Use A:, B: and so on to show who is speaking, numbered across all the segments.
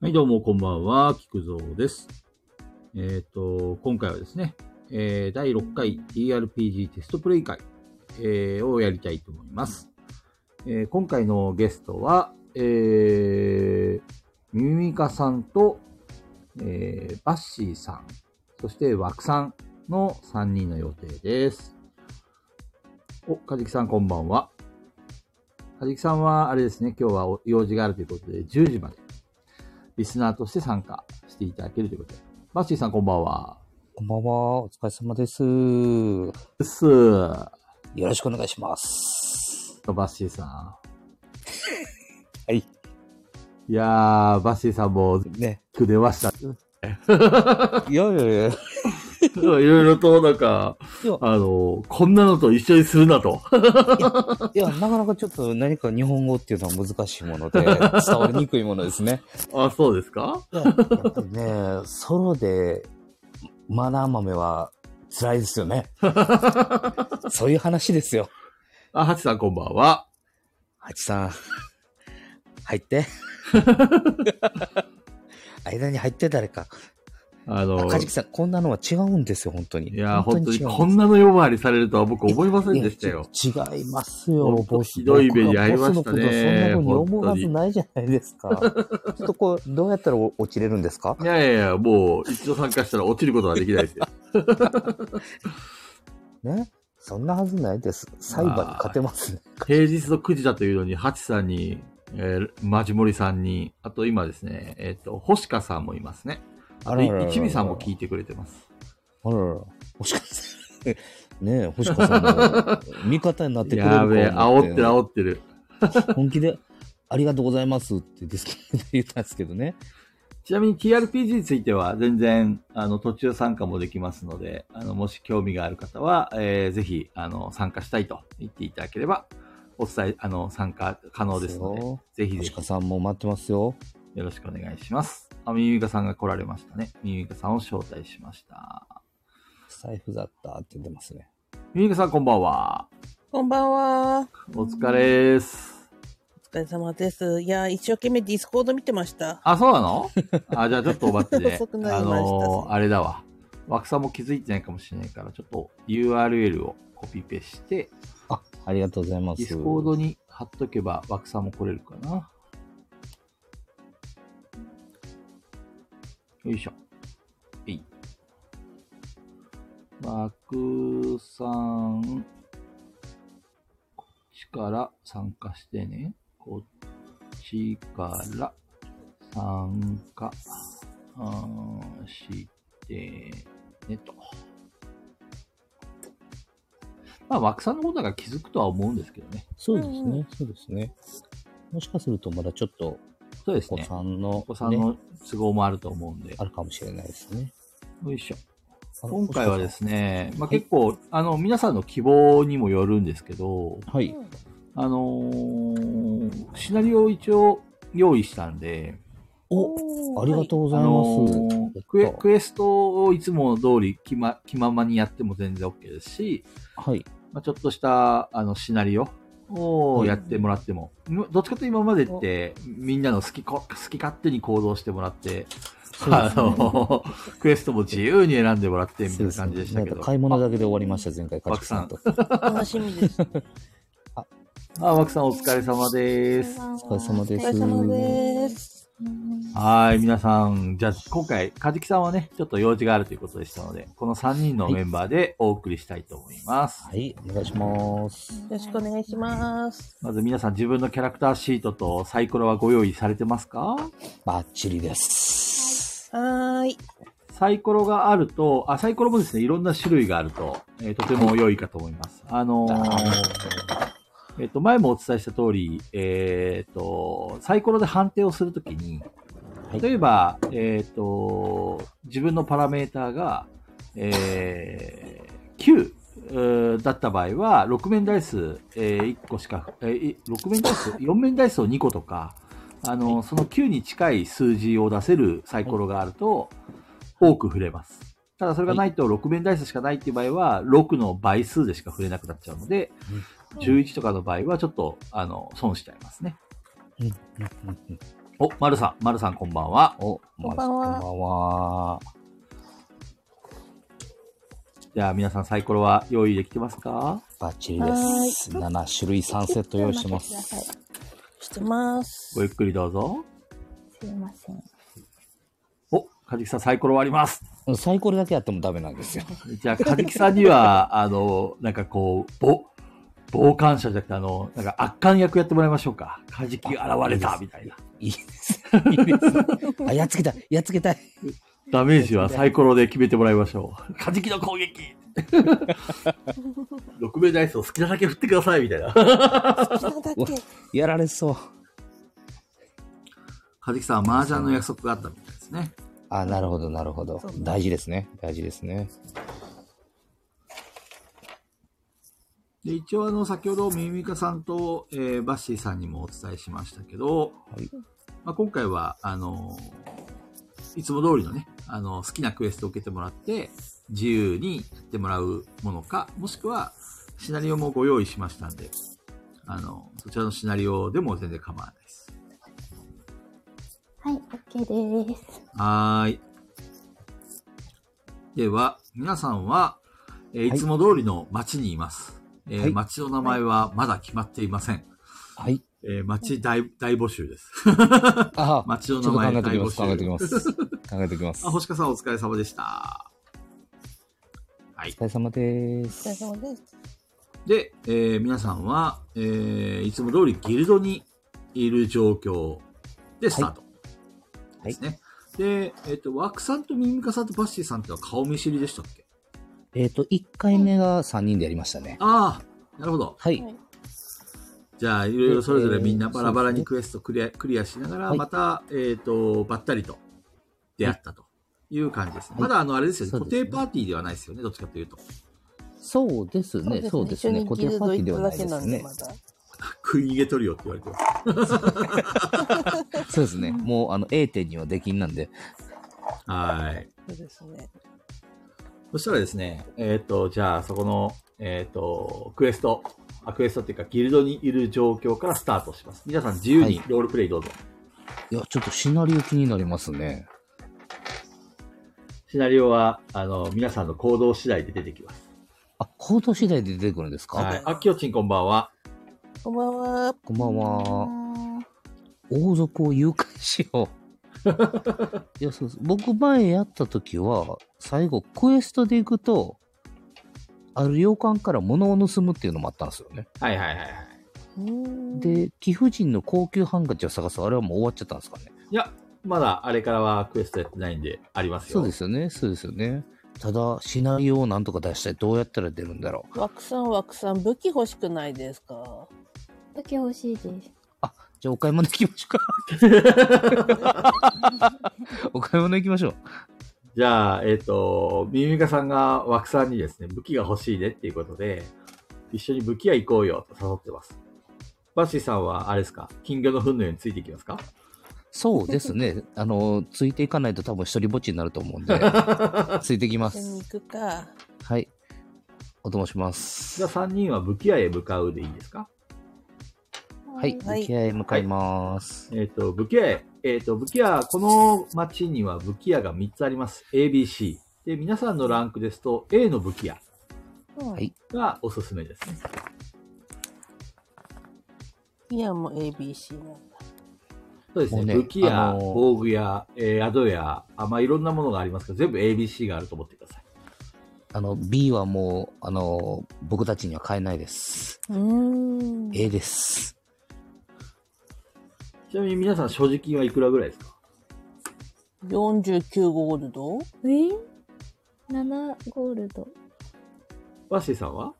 A: はい、どうもこんばんは、菊蔵です。えっ、と、今回はですね、えー第6回 TRPG テストプレイ会、えーをやりたいと思います。えー今回のゲストは、えー、ミミミカさんと、えーバッシーさん、そしてワクさんの3人の予定です。お、カジキさんこんばんは。カジキさんは、あれですね、今日はお用事があるということで、10時までリスナーとして参加していただけるということで。バッシーさんこんばんは。
B: こんばんは、お疲れ様です。よ
A: です。バ
B: ろしくお願いします。
A: ッシーさ
B: は
A: ん。
B: い。
A: いやー、バッシーさんも、
B: ね。
A: く出ました。
B: いやい やいや。
A: いろいろと、なんか
B: いや、
A: あの、こんなのと一緒にするなと。
B: いや、なかなかちょっと何か日本語っていうのは難しいも ので、伝わりにくいものですね。
A: あ、そうですか
B: いややっぱりね、ソロでマナー豆は辛いですよね。 そういう話ですよ。
A: あ、ハチさんこんばんは。
B: ハチさん、入 って。間に入って誰か。
A: あの、
B: カジキさん、こんなのは違うんですよ、本当に。
A: いやー、本当に
B: 違うんです
A: こんなの呼ばわりされるとは僕思いませんでしたよ。
B: いやち違いますよ、ボス。
A: ひどい目に遭いましたね
B: 僕がボスのことそんな風に思うはずないじゃないですか。ちょっとこう、どうやったら落ちれるんですか
A: いやいやいや、もう一度参加したら落ちることはできないですよ。
B: ね。そんなはずないです。裁判に勝てますね。
A: 平日の9時だというのに、ハチさんに、えー、マジモリさんに、あと今ですね、えっ、と、星香さんもいますね。あと、い一味さんも聞いてくれてます。
B: あららら星川さん。ねえ、星川さんも味方になってくれるか
A: やべえ、
B: 思
A: 煽ってる煽ってる。
B: 本気で、ありがとうございますってディスキンで言ったんですけどね。
A: ちなみに TRPG については全然、あの、途中参加もできますので、あの、もし興味がある方は、えーぜひ、あの、参加したいと言っていただければ、お伝え、あの、参加可能ですので、
B: よ
A: ぜひぜ
B: 星
A: ひ
B: 川さんも待ってますよ。
A: よろしくお願いします。あ、ミミカさんが来られましたね。ミミカさんを招待しました。
B: 財布だったって言ってますね。
A: ミミカさんこんばんは。
C: こんばんは。
A: お疲れーす。
C: お疲れ様です。いやー、一生懸命ディスコード見てました。
A: あ、そうな のあ、じゃあちょっと待ってね
C: 遅。くな
A: あ
C: りました
A: のーあれだわ。枠さんも気づいてないかもしれないから、ちょっと URL をコピペして、
B: あ、ありがとうございます。
A: ディスコードに貼っとけば枠さんも来れるかな。よいしょ。えい。枠さん、こっちから参加してね。こっちから参加あーしてねと。まあ、枠さんのことだから気づくとは思うんですけどね。
B: そうです
C: うんう
B: ね、そうですね。もしかするとまだちょっと
A: そうで
B: お
A: す
B: 子
A: ね。
B: さんの
A: お、子さん
B: ね、
A: の都合もあると思うんで。
B: あるかもしれないですね。
A: よいしょ。
B: あの
A: 今回はで。
B: 星
A: すね、まあ、
B: はい
A: 結構、あの、皆さんの希望にもよるんですけど、
B: 川さんはい。
A: あのーシナリオを一応用意したんで、
B: お、ありがとうご
A: あ
B: ざいます。
A: のー
B: やった
A: クエクエストをいつも通り気ま気ままにやっても全然 OK ですし、
B: はい。
A: まあ、ちょっとしたあのシナリオをやってもらっても、どっちかというと今までってみんなの好きこ好き勝手に行動してもらって、
B: そうで
A: あ
B: すね
A: の、クエストも自由に選んでもらってみた
B: そ
A: いうな
B: すね
A: 感じでしたけ
B: なん
A: ど。
B: か買い物だけで終わりました、前回、カジキさんと。
C: う。楽しみです。
A: あ、マクさんお疲れ様です。
D: お
B: 疲れ様で
C: お
B: す
C: 疲れ様です。
A: はい、皆さん。じゃあ、今回、カジキさんはね、ちょっと用事があるということでしたので、この3人のメンバーでお送りしたいと思います。
B: はい、お願いします。
C: よろしくお願いします。
A: まず皆さん、自分のキャラクターシートとサイコロはご用意されてますか
B: バッチリです。
C: はーい。
A: サイコロがあると、あ、サイコロもですね、いろんな種類があると、えーとても良いかと思います。あのーえっ、と、前もお伝えした通り、えっ、と、サイコロで判定をするときに、
B: はい
A: 例えば、えっ、と、自分のパラメーターが、えー9えーだった場合は、6面ダイス、え1個しか、え6面ダイ ス、4面ダイスを2個とか、あの、その9に近い数字を出せるサイコロがあると、多く振れます。ただそれがないと6面ダイスしかないっていう場合は、6の倍数でしか振れなくなっちゃうので、11とかの場合はちょっと、あの、損しちゃいますね。
B: うんうんうんうん
A: お、まるさん、まるさんこんばんは。
B: お、
C: こんばんは
B: こんばんは。
A: じゃあ皆さんサイコロは用意できてますか
B: バッチリです。7種類3セット用意してま
D: ちょっと待っ
B: す。
D: てくだ
C: してます
A: ご。ゆっくりどうぞ。
D: さいすいません。
A: お、かじきさんサイコロ割ります。
B: サイコロだけやってもダメなんですよ。
A: じゃあ、かじきさんには、 あの、なんかこう、ぼ、傍観者じゃなくて、あの、なんか圧巻役やってもらいましょうか。かじき現れた、みたいな。
B: いいです。いいです。 あ、やっつけたい。やっつけたい。
A: ダメージはサイコロで決めてもらいましょ う。カジキの攻 撃 !6 名ダイスを好きなだけ振ってくださいみたいな。
C: 好きなだけ。
B: やられそう。
A: カジキさんは麻雀の約束があったみたいですね。
B: あ、なるほど、なるほど。大事ですね。大事ですね。
A: で一応あの、先ほどミミカさんと、えーバッシーさんにもお伝えしましたけど、
B: はい
A: まあ、今回は、あのいつも通りのね、あの好きなクエストを受けてもらって、自由にやってもらうものか、もしくは、シナリオもご用意しましたんで、あの、そちらのシナリオでも全然構わないです。
D: はい、OK です。
A: はーい。では、皆さんは、えー
B: はい
A: いつも通りの町にいます。えー
B: はい
A: 町の名前はまだ決まっていません。
B: はい。
A: えー町大大募集です。
B: あ、
A: 町の
B: ちょ
A: 名
B: っと考
A: 前
B: え
A: 大
B: てき
A: 募
B: ます。考えてき
A: 集。
B: ます。考えてきます。
A: あ、
B: お
A: 星川さんお疲れ様でした。はい。
B: 疲れ様で
C: お疲れ
B: す。
C: 様です。
A: で、えー皆さんは、えーいつも通りギルドにいる状況でスタート
B: は
A: で
B: い
A: すね。で、えっ、と、ワークさんとミミカさんとバッシーさんってのは顔見知りでしたっけ
B: えっと、1回目が3人でやりましたね。
A: ああ、なるほど。
B: はい。
A: じゃあ、いろいろそれぞれみんな
B: えー
A: バラバラに
B: そ
A: クエストクリアクリアしながら、
B: はい
A: また、えっ、と、ばったりと出会ったという感じですね。
B: は
A: ま
B: い
A: だ、あの、あれですよね、
B: そう
A: 固
B: です
A: 定
B: ね
A: パーティーではないですよね、どっちかというと。
B: そうですね。そうですね。
C: 一緒
B: 固
C: にギ
B: 定
C: ル
B: パー
C: ド
B: ティーで
C: 行っ
B: は
C: ただ
B: ないで
C: けな
B: す
C: んで、
B: ね
C: ま。だ。
A: 食い逃げトリオって言われてます。
B: そうですね。もう、あの、A 点には出禁なんで。
A: はい。
C: そうですね。
A: そしたらですね、えっ、と、じゃあ、そこの、えっ、と、クエスト、あ、クエストっていうか、ギルドにいる状況からスタートします。皆さん、自由に
B: はい
A: ロールプレイどうぞ。
B: いや、ちょっとシナリオ気になりますね。
A: シナリオは、あの、皆さんの行動次第で出てきます。
B: あ、行動次第で出てくるんですか、
A: はい。あ、きよちんこんばんは。
C: こんばんは。
B: こんばんは。
D: は。
B: 王族を誘拐しよ う。いや、そうです。僕前やった時は、最後、クエストで行くと、ある洋館から物を盗むっていうのもあったんですよね。
A: はいはいはいはい。
C: うーん、
B: で、貴婦人の高級ハンカチを探す、あれはもう終わっちゃったんですかね。
A: いや、まだあれからはクエストやってないんで、ありますよ。
B: そうですよね、そうですよね。ただ、シナリオをなんとか出したい。どうやったら出るんだろう。
C: 枠さん枠さん武器欲しくないですか。
D: 武器欲しいです。
B: じゃあ、お買い物行きましょう か。お買い物行きましょう。
A: じゃあ、えっ、と、ミミカさんが枠さんにですね、武器が欲しいねっていうことで、一緒に武器屋行こうよと誘ってます。バッシーさんは、あれですか、金魚の糞のようについていきますか
B: そうですね。あの、ついていかないと多分一人ぼっちになると思うん で、ついてきま
C: 一緒に
B: す。
C: 行くか。
B: はい。お供しま
A: じゃあ
B: す。
A: 3人は武器屋へ向かうでいいですか
B: はい。
C: はい
B: 向き合い向かいます。
A: えっ、と、武器屋へ、えっ、と、武器屋、この町には武器屋が3つあります。ABC。で、皆さんのランクですと、A の武器屋
C: うん
B: はい
A: がおすすめですね。
C: いやもう ABC なんだ。
A: そうですね。
B: もうね
A: 武器や、
B: あのー
A: 防具や、えー、宿や、あまあ、いろんなものがありますけど、全部 ABC があると思ってください。
B: あの、B はもう、あの、僕たちには買えないです。
C: うーん。
B: A です。
A: ちなみに皆さん、所持金はいくらぐらいですか
C: 49ゴールド
D: え7ゴールド。
A: バッシーさんは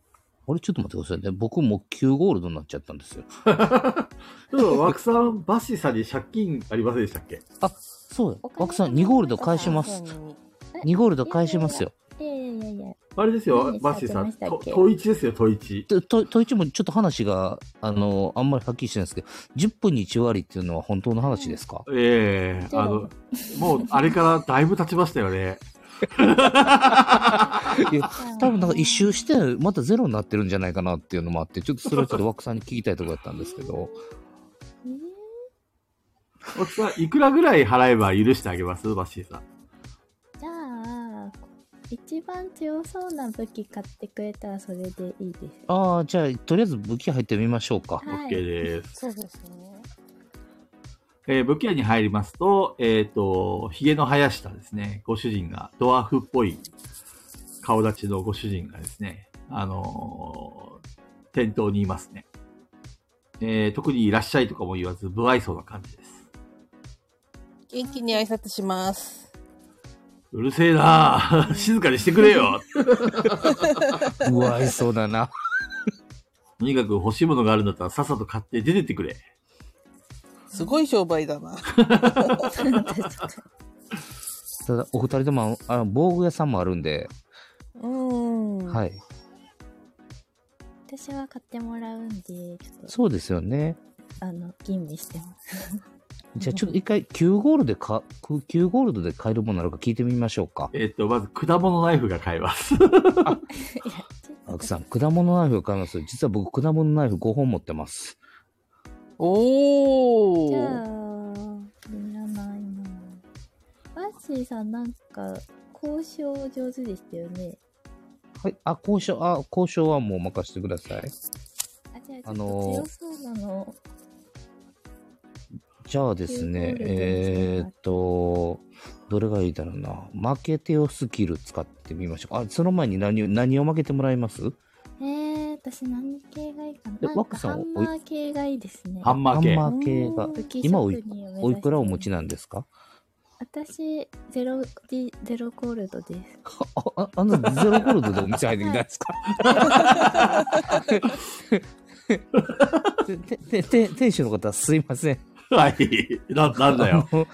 B: あれ、ちょっと待ってくださいね。僕もう9ゴールドになっちゃったんですよ。
A: ちょっと、枠さん、バッシーさんに借金ありませんでしたっけ
B: そうや
D: お。金
B: 枠さん、2ゴールド返しま
C: あ
B: す
C: そ。うなのに
B: 2ゴールド返しますよ。
D: いやいやいやいや。
A: あれですよ
D: 何、
A: バッシーさん。
D: 借金あり
A: と
D: ましたっけ
A: 統一ですよ、統一。
B: と、と、といちもちょっと話が、あの、あんまりはっきりしてないんですけど、10分に1割っていうのは本当の話ですか
A: ええ
D: ゼロ
A: あの、もう、あれからだいぶ経ちましたよね。
B: いや、多分なんか一周して、またゼロになってるんじゃないかなっていうのもあって、ちょっとそれはちょっと枠さんに聞きたいところだったんですけど、
D: えー
A: おつさん、いくらぐらい払えば許してあげますバッシーさん。
D: じゃあ、一番強そうな武器買ってくれたらそれでいいです。
B: ああ、じゃあ、とりあえず武器入ってみましょうか。
D: はい
A: OK です。
C: そうですね。
A: えー武器屋に入りますと、えっ、と、髭の生やしたですね、ご主人が、ドワーフっぽい顔立ちのご主人がですね、あのー店頭にいますね。えー特にいらっしゃいとかも言わず、不愛想な感じです。
C: 元気に挨拶します。
A: うるせえ なあ静かにしてくれよ
B: うわ、いそうだな。
A: とにかく欲しいものがあるんだったらさっさと買って出てってくれ。
C: すごい商売だな。
B: ただ、お二人とも、あ防具屋さんもあるんで、
C: うーん。い。
B: はい。
D: 私は買ってもらうんで、ちょっと、
B: そうですよね。
D: あの、吟味してます。
B: じゃあ、ちょっと一回、9ゴールドでか、9ゴールドで買えるものあるか聞いてみましょうか。
A: えっ、と、まず果物ナイフが買えます。
D: いや、ちょっと
B: 青木さん、果物ナイフを買います。実は僕、果物ナイフ5本持ってます。
C: お
D: じゃ
C: ー。
D: あ、いらないな。バッシーさんなんか、交渉上手でしたよね。
B: はい。あ、交渉、あ、交渉はもう任せてください。
D: あ、じゃ
B: あ
D: あ、ちょっと
B: のー
D: 強そうなのを
B: じゃあですね、
D: と
B: え
D: いう
B: ーっと、どれがいいだろうな。負けてよスキル使ってみましょう。あ、その前に何を、何を負けてもらいます
D: えー、私何系がいいか
B: え
D: ななん
B: ワック
D: か
B: さ
D: ハ
B: ん
D: ンマー系がいいですね。
A: ハンマー系。
B: ハンマー系が
C: う。
D: 武器
B: 今
D: 職
B: おい
D: 人を目指して
B: おいくらお持ちなんですか
D: 私、ゼロ、D、ゼロゴールドです。
B: あ、ああの、ゼロゴールドでお店入ってきたんですか ててて店主の方、すいません。
A: はい。な、なんだよ。
B: あの。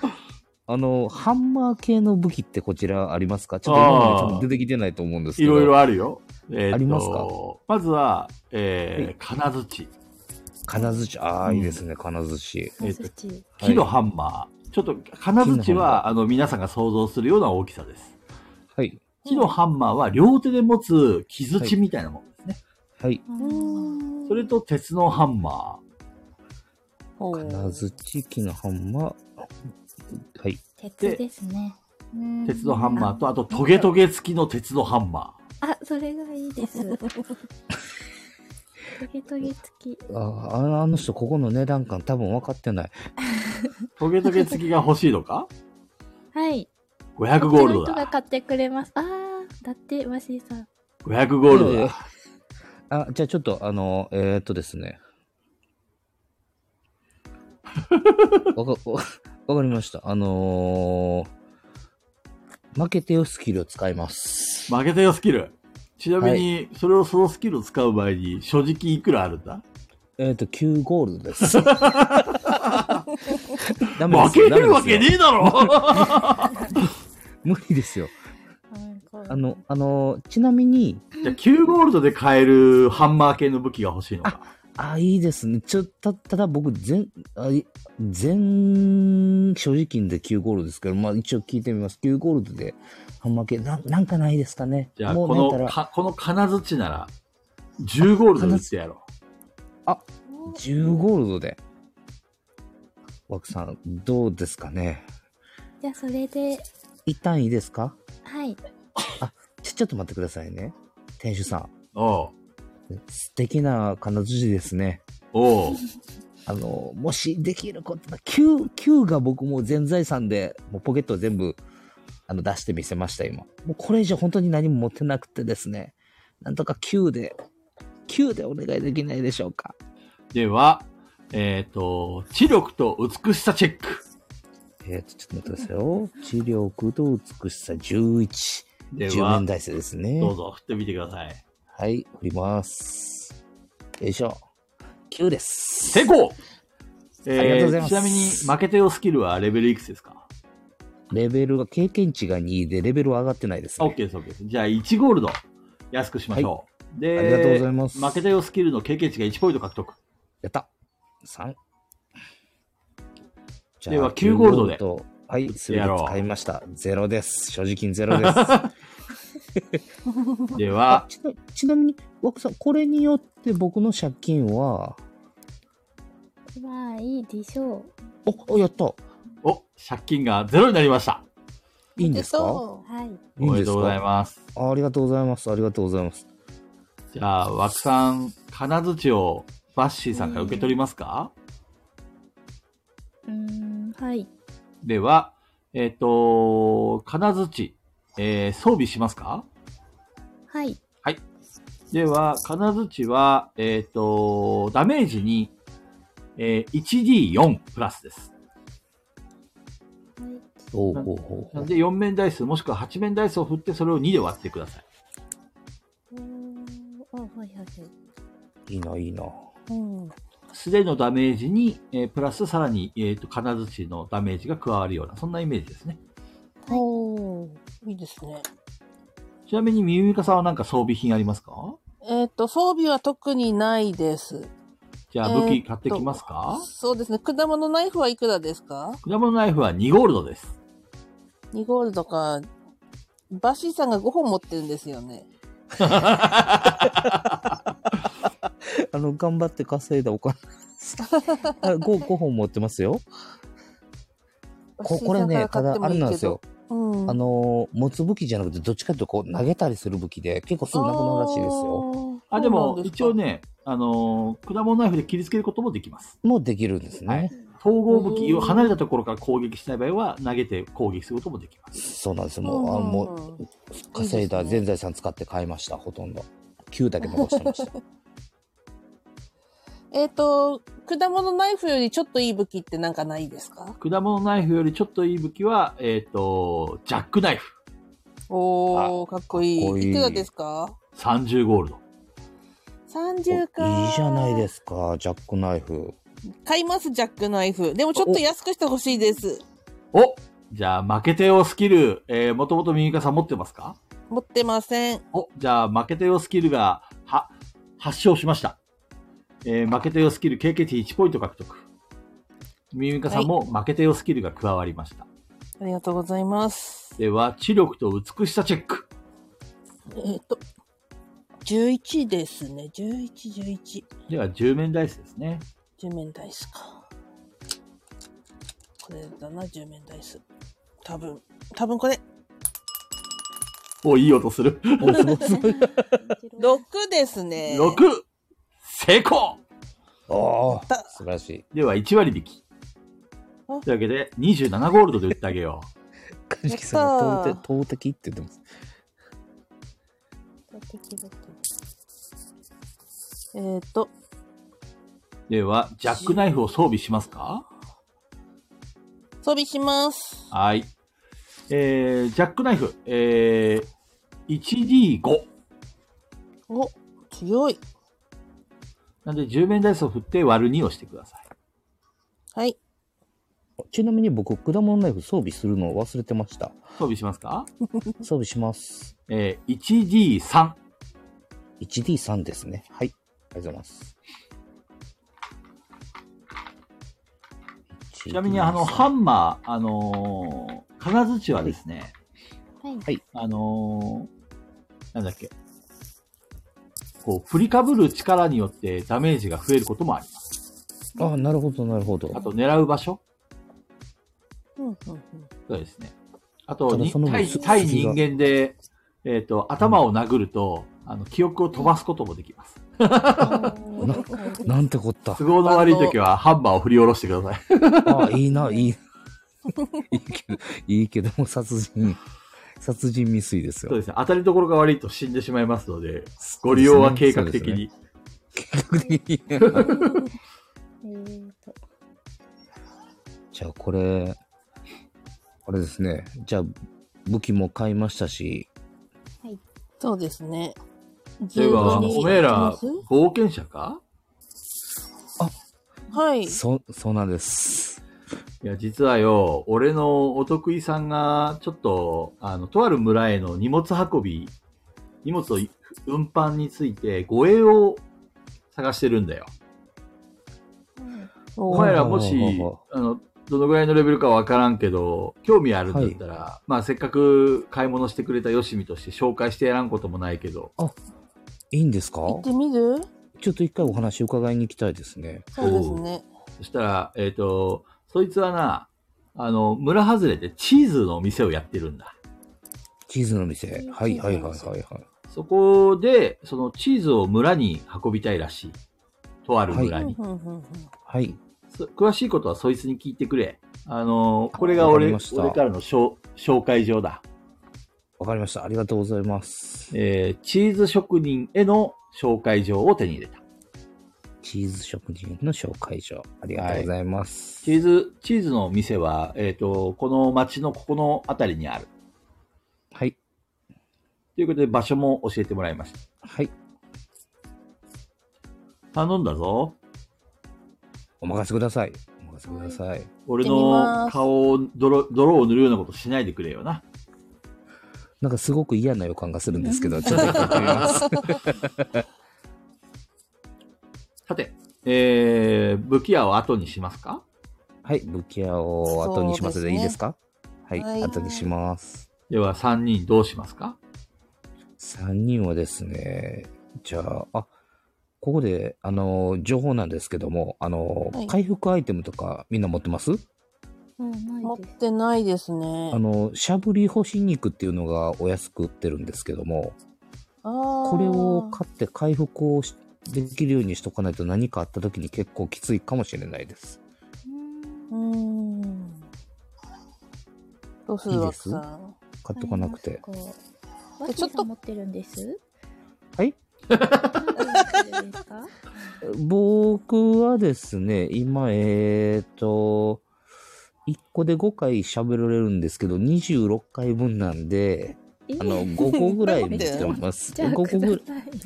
B: あの、ハンマー系の武器ってこちらありますかちょっと今まで多分出てきてないと思うんですけ
A: い
B: ど。
A: ろいろあるよ。えっと
B: ありますか
A: まずは、えー、金槌。
B: 金槌、ああ、いいですね、金槌。
A: えっと
D: そっち。
B: はい
A: 木のハンマー。ちょっと、金
B: 木
A: 槌
B: のハンマ
A: は、あの、皆さんが想像するような大きさです。
B: はい。
A: 木のハンマーは両手で持つ木槌みたいなもんですね。
B: はい。
D: う
C: う
D: ーん
C: ーん。
A: それと鉄のハンマ
C: おー、
B: 金槌、木のハンマー。はい。
A: で
D: 鉄ですね。
A: ー、鉄のハンマーと、あとトゲトゲ付きの鉄のハンマ
D: あ、それがいいです。 トゲトゲ付き。
B: あーあの、あの人、ここの値段感多分分かってない。
A: ー。トゲトゲ付きが欲しいのか
D: はい。
A: ?500 ゴール
D: こっちの
A: ド
D: 人が
A: だ。
D: 買ってくれます。あー、だって、マシーさん。
A: 500ゴール
B: いやい
A: ド
B: や
A: だ。
B: あ、じゃあちょっと、あの、えー、っとで すね。わか、わわかりました。あのー、負けてよスキルを使います。
A: 負けたよスキル。ちなみに、それをそのスキルを使う前に、所持金いくらあるんだ
B: えー、っと、9ゴールド です。ダメで
A: 負
B: す
A: け
B: よ
A: るわけ
B: ダメですよ
A: ねえだろ
B: 無理ですよ。あ
D: あ
B: の、あのー、ちなみに、
A: じゃあ9ゴールドで買えるハンマー系の武器が欲しいのか。
B: あ、いいですね。ちょ、た、ただ僕、全、あい全、所持金で9ゴールドですけど、まあ一応聞いてみます。9ゴールドで、あんまけ、なん、なんかないですかね。
A: じゃあ、
B: も
A: こ
B: うなんた
A: の、
B: ら、
A: かこの金槌なら、10ゴールドで売ってやろ
B: 10ゴールドで。枠さん、どうですかね。
D: じゃあ、それで、
B: 一旦いいですか
D: はい。
B: ちょ、ちょっと待ってくださいね。店主さん。
A: う。おう
B: 素敵な金槌ですね。
A: おう。
B: あの、もしできることな、9、9が僕もう全財産で、もうポケットを全部、あの、出してみせました、今。もうこれ以上本当に何も持ってなくてですね、なんとか9で、9でお願いできないでしょうか。
A: では、えっ、と、知力と美しさチェック。
B: えー、と、ちょっと待ってくださいよ。知力と美しさ11。
A: で
B: 10
A: は
B: 面、大生ですね。
A: どうぞ振ってみてください。
B: はい、振ります。よいしょ。9です。
A: 成功
B: ありがとうござい
A: え
B: ま
A: ー
B: す
A: ちなみに、負けてよスキルはレベルいくつですか
B: レベルが、経験値が2で、レベルは上がってないです、
A: あ
B: ね。
A: ?OK です、OK です。じゃあ、1ゴールド、安くしましょう。で、
B: ありがとうございます
A: 負けてよスキルの経験値が1ポイント獲得。
B: やった。3。じ
A: では9ゴールドで
B: ドはい、すべ
A: や
B: て
A: ろう
B: 使いました。ゼロです。所持金ゼ ロです。
A: では、
B: ちなちなみに、枠さん、これによって僕の借金は、
D: まあいいでしょう。
B: お、あやった。
A: お、借金がゼロになりました。
B: いいんですか
C: そ
D: はい。
B: いい
A: お
B: ん
A: め
B: で
A: ですと
B: か
A: うございます。
B: あありがとうございます。ありがとうございます。
A: じゃあ、枠さん、金槌をバッシーさんから受け取りますか、
D: うーん、はい。
A: では、えっ、と、金槌、えー装備しますか
D: はい。
A: では、金槌は、えっ、と、ダメージに、えー 1D4 プラスです。
D: はい。
B: おうほうほう
A: な
B: ほ
A: の
B: う。
A: で、4面ダイス、もしくは8面ダイスを振って、それを2で割ってください。
D: おーあ、はいはいはい。
B: いいな、いいな。
C: う。うん。
A: 素手のダメージに、えープラスさらに、えっ、と、金槌のダメージが加わるような、そんなイメージですね。
C: おーいいですね。
A: ちなみに、ミミカさんはなんか装備品ありますか
C: えっ、と、装備は特にないです。
A: じゃあ、
C: えー
A: 武器買ってきますか、
C: そうですね。果物ナイフはいくらですか
A: 果物ナイフは2ゴールドです。
C: ?2 ゴールドか。バッシーさんが5本持ってるんですよね。
B: あの、頑張って稼いだお金。あ5、5本持ってますよ。ここれね、ただ、あれなんですよ。。
C: うん。
B: あのー、持つ武器じゃなくて、どっちかというとこう投げたりする武器で、結構すぐなくなるらしいですよ。
C: よ
A: あ、でも、一応
C: ね。
A: ね、あのー果物ナイフで切りつけることもできます。
B: もうできるんですね。
A: はい統合武器
C: う
A: を
C: ん
A: 離れたところから攻撃したい場合は、投げて攻撃することもできます。
B: そうなんです。
C: ん
B: もう、あのも
C: んん
B: う稼いだ全財産使って買いました、ほとんど。9だけ残してました。
C: えっ、と、果物ナイフよりちょっといい武器ってなんかないですか
A: 果物ナイフよりちょっといい武器は、えっ、と、ジャックナイフ。
C: おー、かっこいい。
B: かっこいい
C: いくらですか
A: 30ゴールド。
C: ?30 か。
B: いいじゃないですか、ジャックナイフ。
C: 買います、ジャックナイフ。でもちょっと安くしてほしいです。
A: おじゃあ、負けてよスキル、えー、もともとミミカさん持ってますか
C: 持ってません。
A: お、じゃあ、負けてよスキルが、は、発症しました。えー、負けてよスキル、経験値1ポイント獲得。ミミカさんも負けてよスキルが加わりました。
C: ありがとうございます。
A: では、知力と美しさチェック。
C: えっ、と、11ですね。11、11。
A: では、10面ダイスですね。
C: 10面ダイスか。これだな、10面ダイス。多分、多分これ。
A: お、いい音する。
B: おすごいすごい。
C: 6ですね。
A: 6! 成功
B: おー
C: た
B: 素晴らしい。
A: では、1割引き。
C: あ
A: というわけで、27ゴールドで売ってあげよう。
B: カジキさんが
C: や
B: 投
C: った
B: 擲投擲
C: ー
B: って言ってます。
C: えっ、と、
A: では、ジャックナイフを装備しますか
C: 装備します。
A: はい。えー、ジャックナイフ、えー、1D5。
C: お、強い。
A: なんで、10面ダイスを振って割る2をしてください。
C: はい。
B: ちなみに僕、果物ナイフ装備するのを忘れてました。
A: 装備しますか
B: 装備します。
A: えー、1D3。
B: 1D3 ですね。はい。ありがとうございます。
A: ちなみに、あの、ハンマー、あのー、金槌はですね、
D: はい。
A: あのー、なんだっけ。こう、振りかぶる力によってダメージが増えることもあります。
B: あ、なるほど、なるほど。
A: あと、狙う場所
C: うんうんうん。
A: そうですね。あと、
B: ただ
A: に
B: その分
A: 対
B: す
A: 対
B: 次
A: 人
B: が
A: 間で、えっ、と、頭を殴ると、あの、記憶を飛ばすこともできます。
B: なんて こった。
A: 都合の悪い時は、ハンマーを振り下ろしてください。
B: あ、いいな、いい。いいけど、いいけども、殺人、殺人未遂です
A: そう
B: よ。
A: ですね。当たりどころが悪いと死んでしまいますので、ご利用は計画的に。
B: そうですね。計画的に。
D: えーと、
B: じゃあ、これ、あれですね。じゃあ、武器も買いましたし、
C: そうですね。
A: では、
C: 15に
A: おめえ
C: 行き
A: ら
C: ます、
A: 冒険者か
C: はい。
B: そ、そうなんです。
A: いや、実はよ、俺のお得意さんが、ちょっと、あの、とある村への荷物運び、荷物の運搬について、護衛を探してるんだよ。お
C: お
A: 前らもし
B: ほうほうほ、
A: あの、どのぐらいのレベルかわからんけど、興味あるんだったら、まあ、せっかく買い物してくれたよしみとして紹介してやらんこともないけど、
B: いいんですか
C: 行ってみる
B: ちょっと一回お話伺いに行きたいですね。
C: そうですね。
A: そしたら、えっ、と、そいつはな、あの、村外れでチーズのお店をやってるんだ。
B: チーズの店。はいはいはいはいはい。
A: そこで、そのチーズを村に運びたいらしい。とある村に。
C: うんうんうんうん
B: はい。
A: そ詳しいことはそいつに聞いてくれ。あの、これが
B: わかり
A: 俺
B: ました
A: 俺からの紹紹介状だ。
B: わかりました。ありがとうございます。
A: えーチーズ職人への紹介状を手に入れた。
B: チーズ職人の紹介状。ありがとうございます。
A: チーズ、チーズの店は、えっ、と、この町のここの辺りにある。
B: はい。
A: ということで場所も教えてもらいました。
B: はい。
A: 頼んだぞ。
B: お任せください。お任せください。
A: 俺
C: 行ってみ
A: の
C: ます
A: 顔を泥、泥を塗るようなことしないでくれよな。
B: なんかすごく嫌な予感がするんですけど、ちょっとやってみます。
A: さて、えー、武器屋を後にしますか
B: はい。武器屋を後にします
C: そう
B: で
C: です
B: い
C: ね
B: いですかはい。
C: はい
B: 後にします。
A: では3人どうしますか
B: 3人はですね、じゃあ、あ、ここで、あの、情報なんですけども、あの、
C: はい
B: 回復アイテムとかみんな持ってます
D: もうな
C: 持
D: いで
C: っ
D: す。
C: てないですね
B: あ。の、しゃぶり干し肉っていうのがお安く売ってるんですけども、
C: こ
B: これを買って回復をしできるようにしとかないと何かあった時に結構きついかもしれないです。
C: うーん。ロスワさん。
B: 買っとかなくて。
D: わ
C: ち
D: ち
C: ょ
D: ょ
C: っ
D: っ
C: と
D: と持ってるんです。
B: はい
D: 何持ってるんですか
B: 僕はですね、今、えーと、1個で5回喋られるんですけど、26回分なんで、
D: え
B: あの、5個ぐらい持ってます。
D: じゃあ
B: 5個ぐら
D: く
B: い。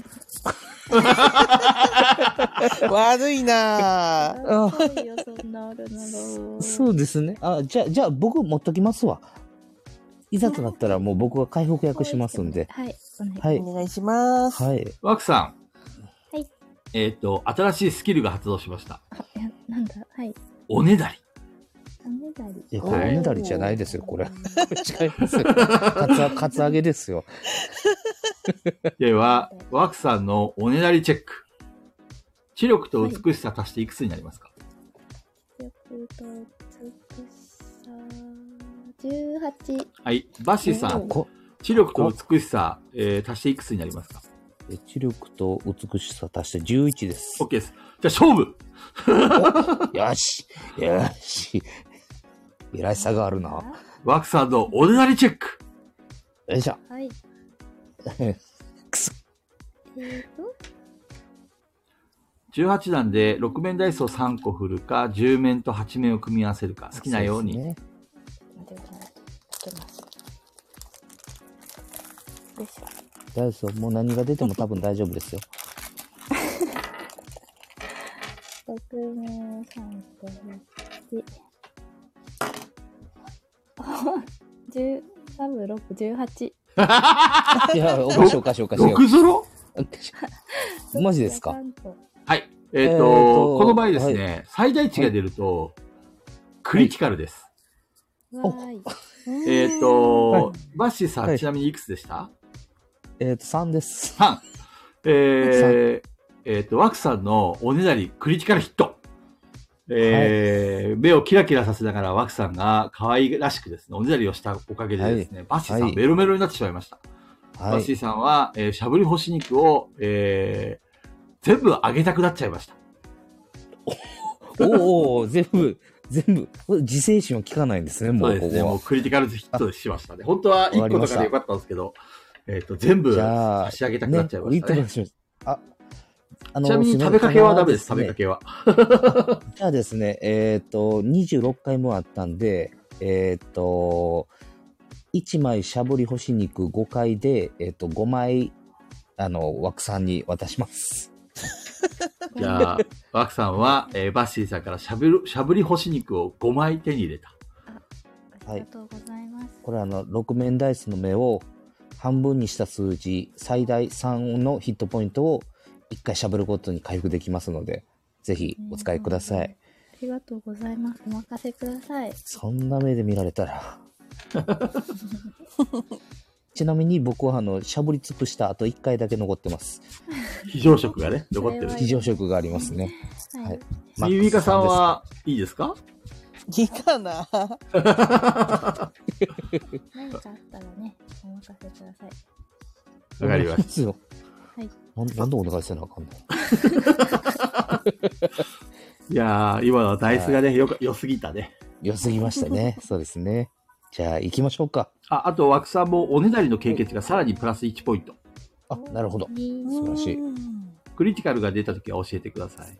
D: ださい。
C: 悪いなぁ。
B: あ
D: 高いよそんなあるなら。
B: そうですね。あ、じゃあ、じゃあ僕持っときますわ。いざとなったらもう僕が回復役しますんで。
D: はい、お願い。
B: はい。
C: お願いします。
B: はい。
A: ワクさん。
D: はい。
A: えっ、と、新しいスキルが発動しました。
D: あいやなんだ、はい。
A: おねだり。
D: おねだり。
B: いや、これ
A: はい
B: おねだりじゃないですよ、こ れ。違いますよ。カツア、カツアゲですよ。
A: で は、ワクさんのおねだりチェック。知力と美しさ足していくつになりますか、
D: よくと美しさ。18。
A: はい。バッシーさ
B: あ
A: ん、
B: こ
A: 知力と美しさ、えー足していくつになりますか
B: 知力と美しさ足して11です。
A: ?OK です。じゃあ勝負
B: よしよし偉い差があるな。よ
A: ワクさんのおねだりチェック。
B: いしょ。
D: はい。
B: くそ
D: えーと、
A: 18段で6面ダイスを3個振るか、10面と8面を組み合わせるか、好きなように。
B: そですね
C: 待ってくださいちょっと待ってよいしょ
B: 大丈夫ですよもう何が出ても多分大丈夫です よ。
D: 6名3個1。10多分6、18。
B: いや、おかしいおかしいおかしい。
A: 6ゾロ
B: おかしいマジですか
A: はい。えっ、と、
B: えーと
A: この場合ですね、最大値が出ると、クリティカルです。
D: わーい。
A: えっ、と、
B: は
A: バッシーさん、
B: はい
A: ちなみにいくつでした
B: えっと、3です。
A: ?3。えー、えっ、と、ワクさんのおねだりクリティカルヒット。えー目をキラキラさせながらワクさんが可愛らしくですね、おねだりをしたおかげでですね、バッシーさ
B: は
A: ん
B: い
A: メロメロになってしまいました。
B: は
A: バッシー
B: い。
A: さんは、えーしゃぶり干し肉を、えー全部あげたくなっちゃいました。
B: おーおー全部、全部、これ自制心は効かないんですね、も
A: そうで
B: うこ
A: すね。
B: こ
A: も
B: は
A: う。クリティカルヒットしましたね。本当は1個とかでよかったんですけど、えっ、と、全部
B: じゃあ
A: 差し上げたくなっちゃいましたね。
B: ねリットルしますあ、あ
A: ちなみに
B: すごい
A: 食べかけはダメです、
B: こ
A: 食
B: の
A: べかけは。
B: じゃあですね、えっ、と、26回もあったんで、えっ、と、1枚しゃぶり干し肉5回で、えっ、と、5枚、あの、枠さんに渡します。
A: じゃあ、ワクさんは、えーバッシーさんからしゃぶりしゃぶり干し肉を5枚手に入れた。
D: ありがとうございます。
B: これあの、6面ダイスの目を半分にした数字、最大3のヒットポイントを1回しゃぶるごとに回復できますので、ぜひお使いください。
D: ありがとうございます。お任せください。
B: そんな目で見られたら。ちなみに僕はあの、しゃぶり尽くした後1回だけ残ってます。
A: 非常食がね、残ってる
D: それ。は
B: 非常食がありますね。
D: は
B: はいい。
A: ミミカさんはいいですか
C: いいかな
D: 何かあったらね、お任せください。
B: マ
A: わ
B: ッ
A: か
B: クスさんです
A: りまし
B: すよ。
D: はい。
B: なんなんでお願いせなあかんの
A: た。いやー、今のはダイスがね、よか、良すぎたね。
B: 良すぎましたね。そうですね。じゃあ行きましょうか。
A: あ、あと、枠さんもおねだりの経験値がさらにプラス1ポイント。
B: あ、なるほど。
D: に
B: 素晴らしい
C: うん
A: クリティカルが出たときは教えてください。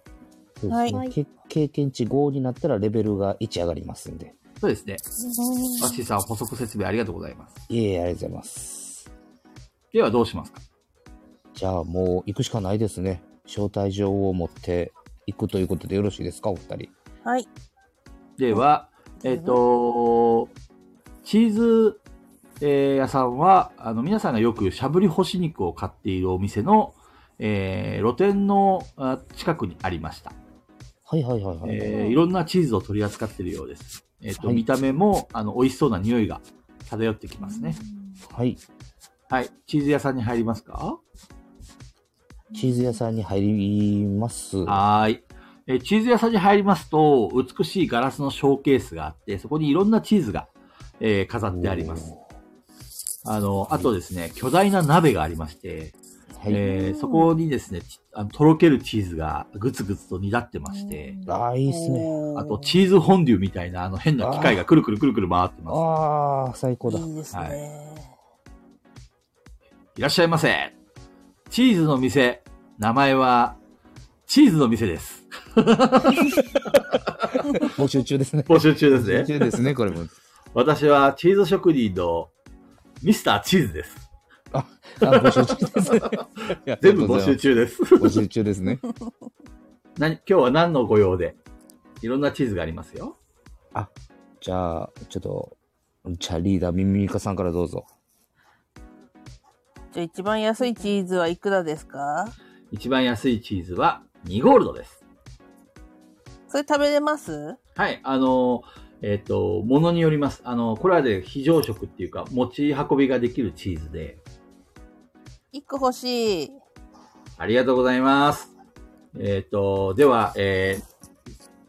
B: そうですね
D: はい
B: け経験値5になったらレベルが1上がりますんで。
A: そうですね。ワッシーさん、補足説明ありがとうございます。
B: いえいえ、ありがとうございます。
A: では、どうしますか
B: じゃあもう行くしかないですね。招待状を持って行くということでよろしいですか、お二人。
C: はい。
A: では、えっ、と、チーズ、えー屋さんは、あの、皆さんがよくしゃぶり干し肉を買っているお店の、えー露店のあ近くにありました。
B: はいはいはいはい。
A: えーいろんなチーズを取り扱っているようです。えっ、と、
B: はい
A: 見た目も、あの、美味しそうな匂いが漂ってきますね。
B: はい。
A: はい。チーズ屋さんに入りますか
B: チーズ屋さんに入ります。
A: はーい。えーチーズ屋さんに入りますと、美しいガラスのショーケースがあって、そこにいろんなチーズが、えー飾ってあります。あの、あとですね、巨大な鍋がありまして、
B: はい。
A: えーそこにですね、ちあのとろけるチーズがぐつぐつと煮立ってまして、
B: ああ、いいっすね。
A: あと
C: ー
A: チーズフォンデュみたいなあの変な機械がくるくるくるくる回ってます。
B: ああ、最高だ。
C: いいです
A: は
C: ね。
A: いらっしゃいませ。チーズの店、名前は、チーズの店です。
B: 募集中ですね。
A: 募集中
B: 募集。中ですね、これも。
A: 私はチーズ職人のミスターチーズです。
B: あ、募集中です。いや
A: 全部募集。中です。
B: 募集中ですね。
A: 何今日は何のご用でいろんなチーズがありますよ。
B: じゃあ、ちょっと、じゃあリーダー、ミミミカさんからどうぞ。
C: じゃあ一番安いチーズはいくらですか
A: 一番安いチーズは2ゴールドです。
C: それ食べれます
A: はい、あの、えっ、と、ものによります。あの、これはで非常食っていうか、持ち運びができるチーズで、
C: 一個欲しい。
A: ありがとうございます。えっ、と、では、え